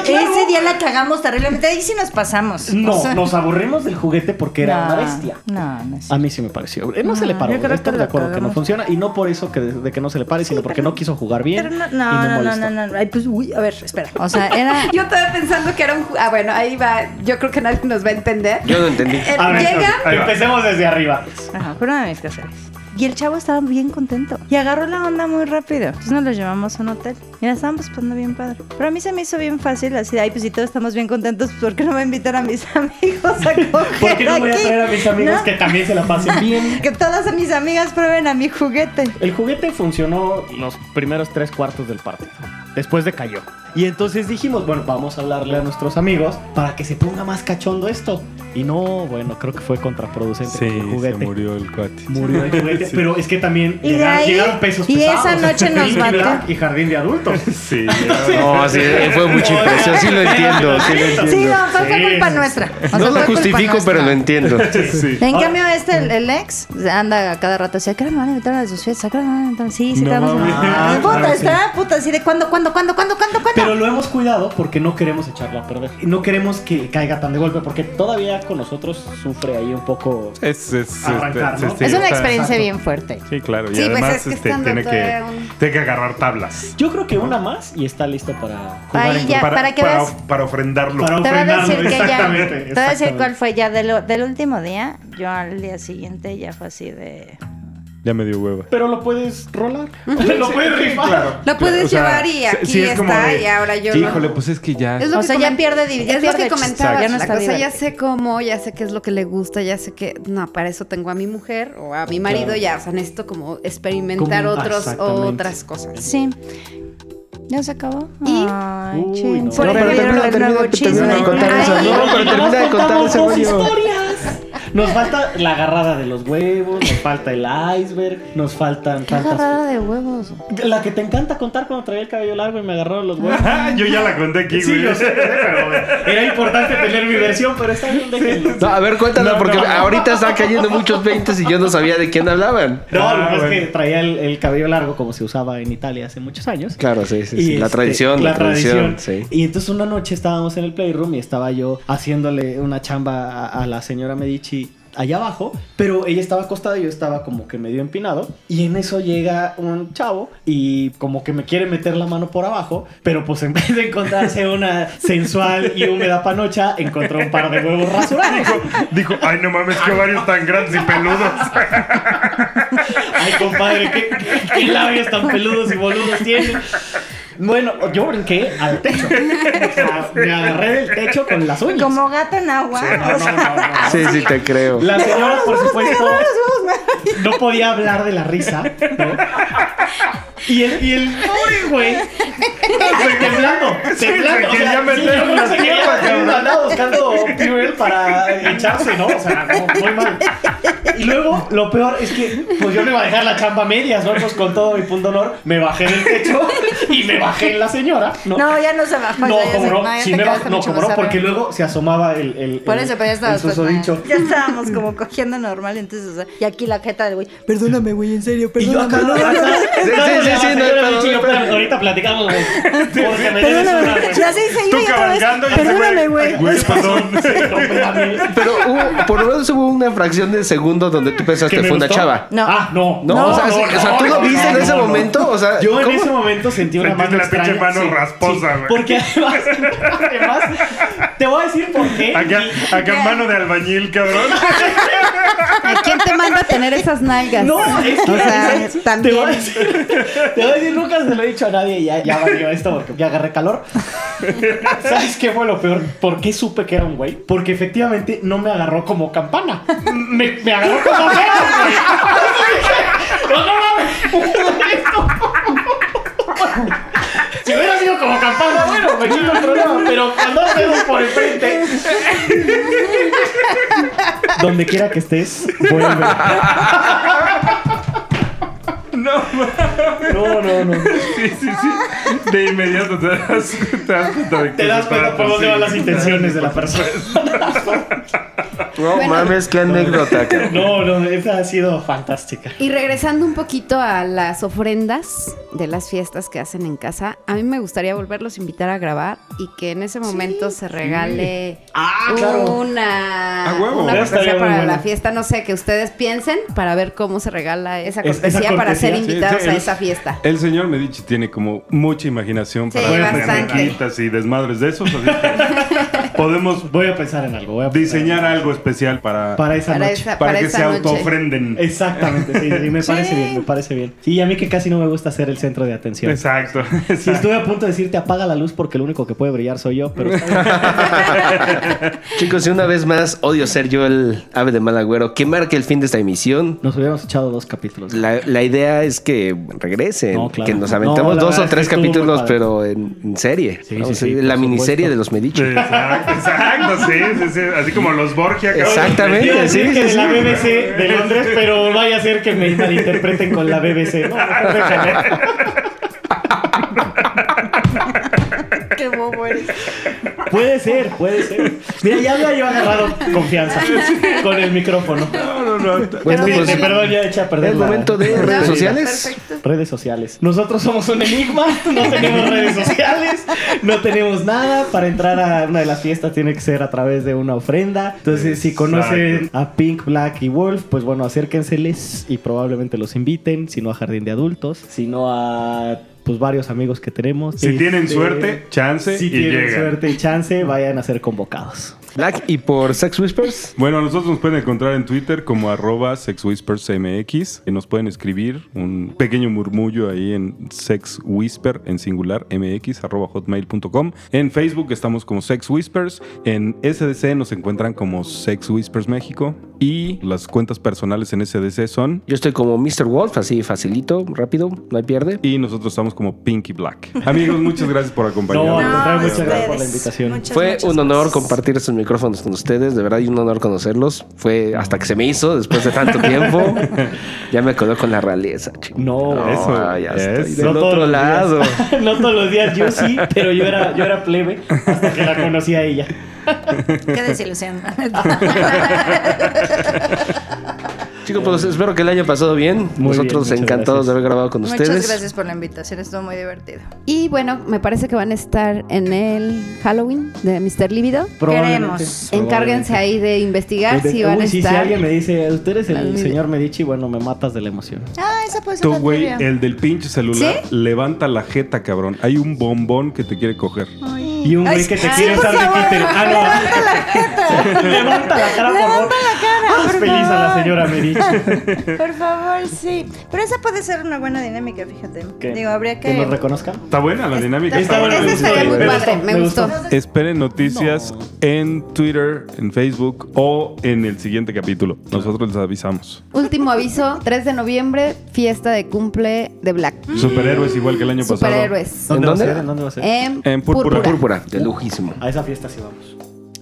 [SPEAKER 4] Ese día la cagamos terriblemente. Ahí sí nos pasamos.
[SPEAKER 5] Ah, No,
[SPEAKER 4] O sea,
[SPEAKER 5] nos aburrimos del juguete porque era una bestia.
[SPEAKER 4] No, no es
[SPEAKER 5] A mí sí me pareció. Eh, No, se le
[SPEAKER 4] No,
[SPEAKER 5] paró.
[SPEAKER 4] Ah, yo creo que
[SPEAKER 5] Estamos de
[SPEAKER 4] la
[SPEAKER 5] acuerdo que no
[SPEAKER 4] cagamos.
[SPEAKER 5] funciona. Y no por eso que, de que no se le pare, sino porque no quiso jugar bien.
[SPEAKER 4] Pero no,
[SPEAKER 5] y me
[SPEAKER 4] no, no, no,
[SPEAKER 5] molestó.
[SPEAKER 4] no, no. Ay, pues, uy, a ver, espera. O sea, era.
[SPEAKER 2] Yo estaba pensando que era un. ju- Ah, bueno, ahí va. Yo creo que nadie nos va a entender.
[SPEAKER 3] Yo no entendí.
[SPEAKER 2] Eh,
[SPEAKER 5] A ver,
[SPEAKER 2] llega.
[SPEAKER 1] Ahí va.
[SPEAKER 5] empecemos desde arriba.
[SPEAKER 4] Ajá, fueron a mis caseras. Y el chavo estaba bien contento. Y agarró la onda muy rápido. Entonces nos lo llevamos a un hotel. Y la estábamos pasando bien padre. Pero a mí se me hizo bien fácil. Así de, ay, pues si todos estamos bien contentos, pues, ¿por qué no me invitar a mis amigos a coger
[SPEAKER 5] ¿Por qué no voy a
[SPEAKER 4] aquí?
[SPEAKER 5] traer a mis amigos
[SPEAKER 4] No,
[SPEAKER 5] que también se la pasen bien?
[SPEAKER 4] que todas mis amigas prueben a mi juguete.
[SPEAKER 5] El juguete funcionó los primeros tres cuartos del partido. Después decayó. Y entonces dijimos, bueno, vamos a hablarle a nuestros amigos para que se ponga más cachondo esto. Y no, bueno, creo que fue contraproducente.
[SPEAKER 1] Sí,
[SPEAKER 5] el
[SPEAKER 1] se
[SPEAKER 5] juguete.
[SPEAKER 1] murió el cuate.
[SPEAKER 5] Murió el juguete, pero es que también
[SPEAKER 4] Y de
[SPEAKER 5] llegaron,
[SPEAKER 4] ahí-
[SPEAKER 5] llegaron pesos
[SPEAKER 4] y
[SPEAKER 5] pesados.
[SPEAKER 4] esa noche nos
[SPEAKER 5] Primera
[SPEAKER 4] batió.
[SPEAKER 5] Y jardín de adultos.
[SPEAKER 1] Sí.
[SPEAKER 3] No, sí, fue mucha impresión. Sí lo entiendo. Sí lo
[SPEAKER 4] Sí,
[SPEAKER 3] entiendo.
[SPEAKER 4] no, fue, fue
[SPEAKER 5] Sí.
[SPEAKER 4] culpa nuestra. O sea,
[SPEAKER 3] No
[SPEAKER 4] fue
[SPEAKER 3] lo
[SPEAKER 4] culpa
[SPEAKER 3] justifico,
[SPEAKER 4] nuestra.
[SPEAKER 3] pero lo entiendo.
[SPEAKER 1] sí.
[SPEAKER 4] En cambio, este, el, el ex, anda a cada rato así, ¿a qué hora me van a invitar a sus fiestas? ¿A qué hora me van a invitar? Sí, sí,
[SPEAKER 1] No
[SPEAKER 4] te vamos a
[SPEAKER 1] mames.
[SPEAKER 4] invitar.
[SPEAKER 1] Ah,
[SPEAKER 4] Puta,
[SPEAKER 5] claro,
[SPEAKER 4] está, puta, así de cuándo, cuándo, cuándo, cuándo, cuándo, cuándo.
[SPEAKER 5] Pero lo hemos cuidado porque no queremos echarlo a perder. Y No queremos que caiga tan de golpe porque todavía con nosotros sufre ahí un poco.
[SPEAKER 1] Es, es,
[SPEAKER 5] Arrancar,
[SPEAKER 1] este,
[SPEAKER 5] ¿no?
[SPEAKER 1] sí,
[SPEAKER 4] es una
[SPEAKER 1] o sea,
[SPEAKER 4] experiencia
[SPEAKER 5] exacto.
[SPEAKER 4] bien fuerte.
[SPEAKER 1] Sí, claro. Y
[SPEAKER 2] Sí, pues,
[SPEAKER 1] además
[SPEAKER 2] es que
[SPEAKER 1] este,
[SPEAKER 2] estando
[SPEAKER 1] tiene, que,
[SPEAKER 2] todavía un-
[SPEAKER 1] tiene que agarrar tablas.
[SPEAKER 5] Yo creo que una más y está listo para jugar
[SPEAKER 4] Ahí
[SPEAKER 5] en
[SPEAKER 4] ya,
[SPEAKER 1] para,
[SPEAKER 4] para que
[SPEAKER 1] para,
[SPEAKER 4] veas.
[SPEAKER 1] of- para ofrendarlo.
[SPEAKER 5] Para-
[SPEAKER 4] Te voy a decir
[SPEAKER 5] Fernando,
[SPEAKER 4] que ya.
[SPEAKER 5] exactamente,
[SPEAKER 4] Te voy a decir
[SPEAKER 5] exactamente.
[SPEAKER 4] cuál fue ya de lo- del último día. Yo al día siguiente ya fue así de.
[SPEAKER 1] Ya me dio hueva.
[SPEAKER 5] Pero lo puedes rolar. lo puedes rifar.
[SPEAKER 2] Lo puedes
[SPEAKER 1] O sea,
[SPEAKER 2] llevar y aquí
[SPEAKER 1] sí, es como
[SPEAKER 2] está.
[SPEAKER 1] de,
[SPEAKER 2] y ahora yo. lo-
[SPEAKER 1] Híjole, pues es que ya.
[SPEAKER 2] Es lo
[SPEAKER 4] O
[SPEAKER 2] que
[SPEAKER 4] sea, ya
[SPEAKER 2] comen-
[SPEAKER 4] pierde divi- ya
[SPEAKER 2] Es lo que
[SPEAKER 4] pierde
[SPEAKER 2] comentaba.
[SPEAKER 4] chiste. Ya no
[SPEAKER 2] la
[SPEAKER 4] está
[SPEAKER 2] cosa, ya
[SPEAKER 4] divertido.
[SPEAKER 2] sé cómo, ya sé qué es lo que le gusta, ya sé que. No, para eso tengo a mi mujer o a mi marido,
[SPEAKER 5] Claro.
[SPEAKER 2] ya. O sea, necesito como experimentar
[SPEAKER 5] Como-
[SPEAKER 2] otros,
[SPEAKER 5] Exactamente.
[SPEAKER 2] otras cosas.
[SPEAKER 4] Sí. Ya se acabó.
[SPEAKER 2] Y-
[SPEAKER 4] Ay,
[SPEAKER 5] Uy,
[SPEAKER 4] ching.
[SPEAKER 5] no.
[SPEAKER 4] Por
[SPEAKER 3] No,
[SPEAKER 4] el
[SPEAKER 3] pero
[SPEAKER 4] libro
[SPEAKER 3] termina-
[SPEAKER 4] del
[SPEAKER 3] termina- termina
[SPEAKER 4] nuevo chisme.
[SPEAKER 3] de contar eso,
[SPEAKER 4] Ay,
[SPEAKER 3] ¿no? Pero termina de contar ese
[SPEAKER 5] Nos
[SPEAKER 3] rollo.
[SPEAKER 5] historias. Nos falta la agarrada de los huevos, nos falta el iceberg, nos faltan
[SPEAKER 4] Qué
[SPEAKER 5] tantas.
[SPEAKER 4] agarrada de huevos.
[SPEAKER 5] La que te encanta contar cuando traía el cabello largo y me agarraron los huevos.
[SPEAKER 1] ah, Yo ya la conté aquí,
[SPEAKER 5] Sí,
[SPEAKER 1] güey.
[SPEAKER 5] lo sé, lo sé, pero era importante tener mi versión, pero está bien, déjenlo.
[SPEAKER 3] No, a ver, cuéntala,
[SPEAKER 1] No,
[SPEAKER 3] porque
[SPEAKER 1] no.
[SPEAKER 3] ahorita están cayendo muchos 20 y yo no sabía de quién hablaban.
[SPEAKER 5] No,
[SPEAKER 1] Ah,
[SPEAKER 5] lo que pasa es
[SPEAKER 1] bueno.
[SPEAKER 5] que traía el, el cabello largo como se usaba en Italia hace muchos años.
[SPEAKER 3] Claro, sí, sí.
[SPEAKER 5] Y
[SPEAKER 3] sí. La
[SPEAKER 5] este,
[SPEAKER 3] tradición, la, tradición. sí.
[SPEAKER 5] Y entonces una noche estábamos en el playroom y estaba yo haciéndole una chamba a, a la señora Medici allá abajo, pero ella estaba acostada y yo estaba como que medio empinado y en eso llega un chavo y como que me quiere meter la mano por abajo, pero pues en vez de encontrarse una sensual y húmeda panocha, encontró un par de huevos rasurados.
[SPEAKER 1] Dijo, ay, no mames, qué varios tan grandes y peludos.
[SPEAKER 5] Ay, compadre, ¿qué, qué labios tan peludos y boludos tiene. Bueno, yo brinqué al techo. O sea, me agarré del techo con las uñas.
[SPEAKER 4] Como gato en agua.
[SPEAKER 5] No, no, no, no.
[SPEAKER 3] Sí, sí, te creo.
[SPEAKER 5] La señora, por supuesto, no podía hablar de la risa, ¿no? Y el, y el pobre güey, temblando, temblando.
[SPEAKER 1] se quería meter
[SPEAKER 5] sí,
[SPEAKER 1] en las
[SPEAKER 5] se quería
[SPEAKER 1] piernas,
[SPEAKER 5] meter,
[SPEAKER 1] cabrón.
[SPEAKER 5] andaba buscando Pirel para echarse, ¿no? O sea, no, muy mal. Y luego, lo peor es que, pues yo no iba a dejar la chamba a medias, ¿no? Pues con todo mi punto honor, me bajé del techo y me bajé en la señora, ¿no?
[SPEAKER 4] No, ya no se bajó.
[SPEAKER 5] No,
[SPEAKER 4] ya, ya
[SPEAKER 5] como
[SPEAKER 4] se-
[SPEAKER 5] no,
[SPEAKER 4] ya
[SPEAKER 5] sí
[SPEAKER 4] te
[SPEAKER 5] me
[SPEAKER 4] quedaste
[SPEAKER 5] bajé, no,
[SPEAKER 4] mucho
[SPEAKER 5] como
[SPEAKER 4] más
[SPEAKER 5] no, porque
[SPEAKER 4] arriba.
[SPEAKER 5] luego se asomaba el, el,
[SPEAKER 4] Por
[SPEAKER 5] el-
[SPEAKER 4] eso, pero ya pues,
[SPEAKER 5] el
[SPEAKER 4] estábamos.
[SPEAKER 5] susodicho.
[SPEAKER 4] Ya estábamos como cogiendo normal, entonces, o sea, y aquí la jeta del güey. Perdóname, güey, en serio,
[SPEAKER 5] Y yo
[SPEAKER 4] perdóname.
[SPEAKER 5] acá no, sí,
[SPEAKER 3] sí, sí, sí, no hay pedo, no hay pedo.
[SPEAKER 5] Ahorita platicamos, güey. Porque me debes una,
[SPEAKER 4] Perdóname,
[SPEAKER 5] güey.
[SPEAKER 4] ya se hizo
[SPEAKER 1] Tú
[SPEAKER 4] iba y otra vez.
[SPEAKER 1] cabalgando y ese
[SPEAKER 4] Perdóname, güey.
[SPEAKER 1] Güey, perdón.
[SPEAKER 5] Perdóname.
[SPEAKER 3] Pero hubo- por lo menos hubo una fracción de segundo donde tú pensaste
[SPEAKER 5] ¿Que
[SPEAKER 3] que
[SPEAKER 5] me
[SPEAKER 3] fue una
[SPEAKER 5] gustó?
[SPEAKER 3] chava.
[SPEAKER 4] No.
[SPEAKER 5] Ah, no.
[SPEAKER 3] No, o sea, sí, o sea, ¿tú lo viste en ese momento? O sea,
[SPEAKER 5] yo en
[SPEAKER 3] ¿cómo?
[SPEAKER 5] ese momento sentí una
[SPEAKER 1] Sentiste
[SPEAKER 5] mano
[SPEAKER 1] la
[SPEAKER 5] extraña.
[SPEAKER 1] pinche mano rasposa, güey.
[SPEAKER 5] porque además, además, te voy a decir por qué.
[SPEAKER 1] Acá,
[SPEAKER 5] Y-
[SPEAKER 1] acá mano de albañil, cabrón.
[SPEAKER 2] ¿A quién te manda a tener esas nalgas?
[SPEAKER 5] No, es que
[SPEAKER 2] O sea,
[SPEAKER 5] es- Te voy, a
[SPEAKER 2] también.
[SPEAKER 5] decir, te voy a decir, nunca se lo he dicho a nadie y ya, ya valió esto porque ya agarré calor. ¿Sabes qué fue lo peor? ¿Por qué supe que era un güey? Porque efectivamente no me agarró como campana. Me, me agarró como perro, güey. No, no, mames. Si hubiera sido como campana, bueno, me quito el problema, pero cuando dedos por el frente. Donde quiera que estés, vuelve.
[SPEAKER 1] No
[SPEAKER 5] No, no, no.
[SPEAKER 1] Sí, sí, sí. De inmediato te das, te das cuenta de que
[SPEAKER 3] Pues
[SPEAKER 5] Te das cuenta por dónde van las intenciones de la persona.
[SPEAKER 3] No mames, qué anécdota. cabrón.
[SPEAKER 5] No, no, esa ha sido fantástica.
[SPEAKER 2] Y regresando un poquito a las ofrendas de las fiestas que hacen en casa, a mí me gustaría volverlos a invitar a grabar y que en ese momento se regale
[SPEAKER 5] Ah, claro.
[SPEAKER 2] una,
[SPEAKER 1] A huevo.
[SPEAKER 2] una
[SPEAKER 1] Ya
[SPEAKER 2] cortesía
[SPEAKER 5] estaría muy
[SPEAKER 2] para
[SPEAKER 5] bueno.
[SPEAKER 2] la fiesta. No sé, que ustedes piensen para ver cómo se regala esa
[SPEAKER 5] Es- esa
[SPEAKER 2] cortesía, para
[SPEAKER 5] cortesía,
[SPEAKER 2] ser
[SPEAKER 5] sí,
[SPEAKER 2] invitados
[SPEAKER 1] sí,
[SPEAKER 2] a
[SPEAKER 1] el-
[SPEAKER 2] esa fiesta.
[SPEAKER 1] El señor Medici tiene como mucha imaginación
[SPEAKER 2] Sí,
[SPEAKER 1] para hacer
[SPEAKER 2] bastante.
[SPEAKER 1] maquinitas y desmadres de esos. Así que podemos
[SPEAKER 5] Voy a pensar en algo. Voy a pensar
[SPEAKER 1] diseñar algo especial para, para,
[SPEAKER 5] para esa
[SPEAKER 2] Para
[SPEAKER 5] noche.
[SPEAKER 2] esa, para
[SPEAKER 1] que
[SPEAKER 2] esa
[SPEAKER 1] se
[SPEAKER 2] noche.
[SPEAKER 1] autoofrenden.
[SPEAKER 5] Exactamente, sí, sí, me parece bien, me parece bien. Sí, a mí que casi no me gusta ser el centro de atención.
[SPEAKER 1] Exacto.
[SPEAKER 5] Si estuve a punto de decirte apaga la luz porque el único que puede brillar soy yo, pero
[SPEAKER 3] Chicos, y una vez más, odio ser yo el ave de mal agüero que marque el fin de esta emisión.
[SPEAKER 5] nos hubiéramos echado dos capítulos.
[SPEAKER 3] La, la idea es que regresen,
[SPEAKER 5] No, claro.
[SPEAKER 3] que nos
[SPEAKER 5] No,
[SPEAKER 3] aventamos
[SPEAKER 5] la
[SPEAKER 3] dos
[SPEAKER 5] verdad
[SPEAKER 3] o
[SPEAKER 5] es que
[SPEAKER 3] tres
[SPEAKER 5] estuvo muy
[SPEAKER 3] capítulos,
[SPEAKER 5] padre.
[SPEAKER 3] pero en, en serie.
[SPEAKER 5] Sí,
[SPEAKER 3] ¿no?
[SPEAKER 5] sí,
[SPEAKER 3] O sea,
[SPEAKER 5] sí, por
[SPEAKER 3] la miniserie
[SPEAKER 5] supuesto.
[SPEAKER 3] de los Medici.
[SPEAKER 1] Exacto, exacto, sí, sí, sí. Así como los Borgia. cabrón.
[SPEAKER 3] Exactamente,
[SPEAKER 5] Iba a
[SPEAKER 3] sí,
[SPEAKER 5] decir
[SPEAKER 3] sí,
[SPEAKER 5] que de
[SPEAKER 3] sí.
[SPEAKER 5] la BBC de Londres, pero vaya a ser que me malinterpreten con la BBC. No, mejor déjalo.
[SPEAKER 4] Qué bobo eres.
[SPEAKER 5] Puede ser, puede ser. Mira, ya había yo agarrado confianza con el micrófono.
[SPEAKER 1] No, no, no.
[SPEAKER 2] Pero
[SPEAKER 3] Bueno, pues
[SPEAKER 2] de-
[SPEAKER 5] perdón, ya eché a perder.
[SPEAKER 3] el
[SPEAKER 5] la-
[SPEAKER 3] momento de
[SPEAKER 5] la
[SPEAKER 3] redes
[SPEAKER 5] vida.
[SPEAKER 3] sociales.
[SPEAKER 5] Redes sociales. Nosotros somos un enigma, no tenemos redes sociales, no tenemos nada. Para entrar a una de las fiestas tiene que ser a través de una ofrenda. Entonces, si conocen a Pink, Black y Wolf, pues bueno, acérquenseles y probablemente los inviten, si no a Jardín de Adultos, si no a pues varios amigos que tenemos.
[SPEAKER 1] Si tienen
[SPEAKER 5] Este,
[SPEAKER 1] suerte, chance
[SPEAKER 5] Si
[SPEAKER 1] y
[SPEAKER 5] tienen
[SPEAKER 1] llegan.
[SPEAKER 5] suerte y chance, vayan a ser convocados.
[SPEAKER 3] Black y por Sex Whispers.
[SPEAKER 1] Bueno, a nosotros nos pueden encontrar en Twitter como arroba sexwhispersmx y nos pueden escribir un pequeño murmullo ahí en sexwhisper en singular mx arroba hotmail.com. En Facebook estamos como Sex Whispers, en SDC nos encuentran como Sex Whispers México y las cuentas personales en SDC son
[SPEAKER 3] Yo estoy como Mr. Wolf, así facilito, rápido, no hay pierde.
[SPEAKER 1] y nosotros estamos como Pinky Black. Amigos, muchas gracias por
[SPEAKER 5] No,
[SPEAKER 1] acompañarnos.
[SPEAKER 5] al contrario, muchas gracias por la
[SPEAKER 4] ustedes.
[SPEAKER 5] invitación.
[SPEAKER 4] Muchas,
[SPEAKER 3] Fue
[SPEAKER 4] muchas
[SPEAKER 3] un honor
[SPEAKER 4] gracias.
[SPEAKER 3] compartir estos micrófonos con ustedes, de verdad, y un honor conocerlos. Fue hasta que se me hizo después de tanto tiempo. ya me acordé con la realeza, chico.
[SPEAKER 5] No,
[SPEAKER 1] eso,
[SPEAKER 3] ya estoy
[SPEAKER 1] eso.
[SPEAKER 3] del
[SPEAKER 5] todos
[SPEAKER 3] otro
[SPEAKER 5] los días.
[SPEAKER 3] lado.
[SPEAKER 5] no todos los días, yo sí, pero yo era, yo era plebe hasta que la conocí a ella.
[SPEAKER 4] Qué desilusión.
[SPEAKER 3] Chicos, pues espero que el año pasado bien.
[SPEAKER 5] Muy
[SPEAKER 3] Nosotros
[SPEAKER 5] bien, muchas
[SPEAKER 3] encantados
[SPEAKER 5] gracias.
[SPEAKER 3] de haber grabado con ustedes.
[SPEAKER 4] Muchas gracias por la invitación, estuvo muy divertido.
[SPEAKER 2] Y bueno, me parece que van a estar en el Halloween de Mr. Lívido.
[SPEAKER 5] Probablemente.
[SPEAKER 4] Queremos.
[SPEAKER 2] Encárguense ahí de investigar
[SPEAKER 5] Uy,
[SPEAKER 2] si van a
[SPEAKER 5] sí,
[SPEAKER 2] estar.
[SPEAKER 5] Si alguien me dice, usted eres
[SPEAKER 2] Al-
[SPEAKER 5] el señor Medici, bueno, me matas de la emoción.
[SPEAKER 4] Ah, esa puede ser
[SPEAKER 1] Tú,
[SPEAKER 4] una
[SPEAKER 1] güey,
[SPEAKER 4] trivia.
[SPEAKER 1] el del pinche celular, levanta la jeta, cabrón. Hay un bombón que te quiere coger.
[SPEAKER 5] Y un güey
[SPEAKER 4] Ay,
[SPEAKER 5] que te
[SPEAKER 4] ay,
[SPEAKER 5] quiere
[SPEAKER 4] por
[SPEAKER 5] usar
[SPEAKER 4] favor,
[SPEAKER 5] de Peter. Ah,
[SPEAKER 4] Levanta la jeta.
[SPEAKER 5] no. Levanta la cara, por favor.
[SPEAKER 4] Levanta la cara,
[SPEAKER 5] Haz
[SPEAKER 4] por
[SPEAKER 5] feliz a la
[SPEAKER 4] favor.
[SPEAKER 5] señora Medici.
[SPEAKER 4] Por favor, sí. Pero esa puede ser una buena dinámica, fíjate.
[SPEAKER 5] ¿Qué?
[SPEAKER 4] Digo, habría que.
[SPEAKER 5] Que nos reconozca.
[SPEAKER 1] Está buena la dinámica.
[SPEAKER 4] Está buena,
[SPEAKER 1] buena.
[SPEAKER 4] esa
[SPEAKER 2] Ese estaría
[SPEAKER 4] Sí,
[SPEAKER 2] muy
[SPEAKER 4] me
[SPEAKER 2] padre,
[SPEAKER 5] gustó,
[SPEAKER 2] me
[SPEAKER 5] me
[SPEAKER 2] gustó.
[SPEAKER 4] gustó.
[SPEAKER 1] Esperen noticias en Twitter, en Facebook o en el siguiente capítulo. Nosotros les avisamos.
[SPEAKER 2] Último aviso, 3 de noviembre, fiesta de cumple de Black.
[SPEAKER 1] Superhéroes igual que el año pasado.
[SPEAKER 2] Mm. Superhéroes.
[SPEAKER 3] ¿En
[SPEAKER 5] va a
[SPEAKER 3] dónde?
[SPEAKER 5] ser? ¿En dónde va a ser?
[SPEAKER 2] En,
[SPEAKER 1] En
[SPEAKER 2] púrpura.
[SPEAKER 1] Púrpura.
[SPEAKER 3] Púrpura, de lujísimo.
[SPEAKER 5] A esa fiesta sí vamos.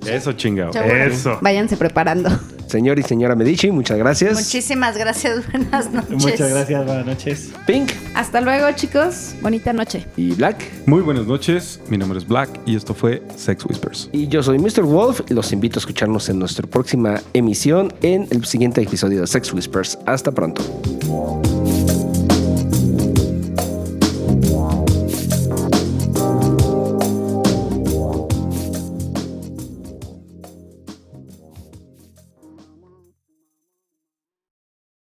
[SPEAKER 1] Eso chingado.
[SPEAKER 4] Seguro.
[SPEAKER 1] Eso.
[SPEAKER 2] Váyanse preparando.
[SPEAKER 3] Señor y señora Medici, muchas gracias.
[SPEAKER 4] Muchísimas gracias, buenas noches.
[SPEAKER 5] Muchas gracias, buenas noches.
[SPEAKER 3] Pink
[SPEAKER 2] Hasta luego, chicos. Bonita noche.
[SPEAKER 3] y Black.
[SPEAKER 1] Muy buenas noches. Mi nombre es Black y esto fue Sex Whispers.
[SPEAKER 3] Y yo soy Mr. Wolf. Los invito a escucharnos en nuestra próxima emisión en el siguiente episodio de Sex Whispers. Hasta pronto.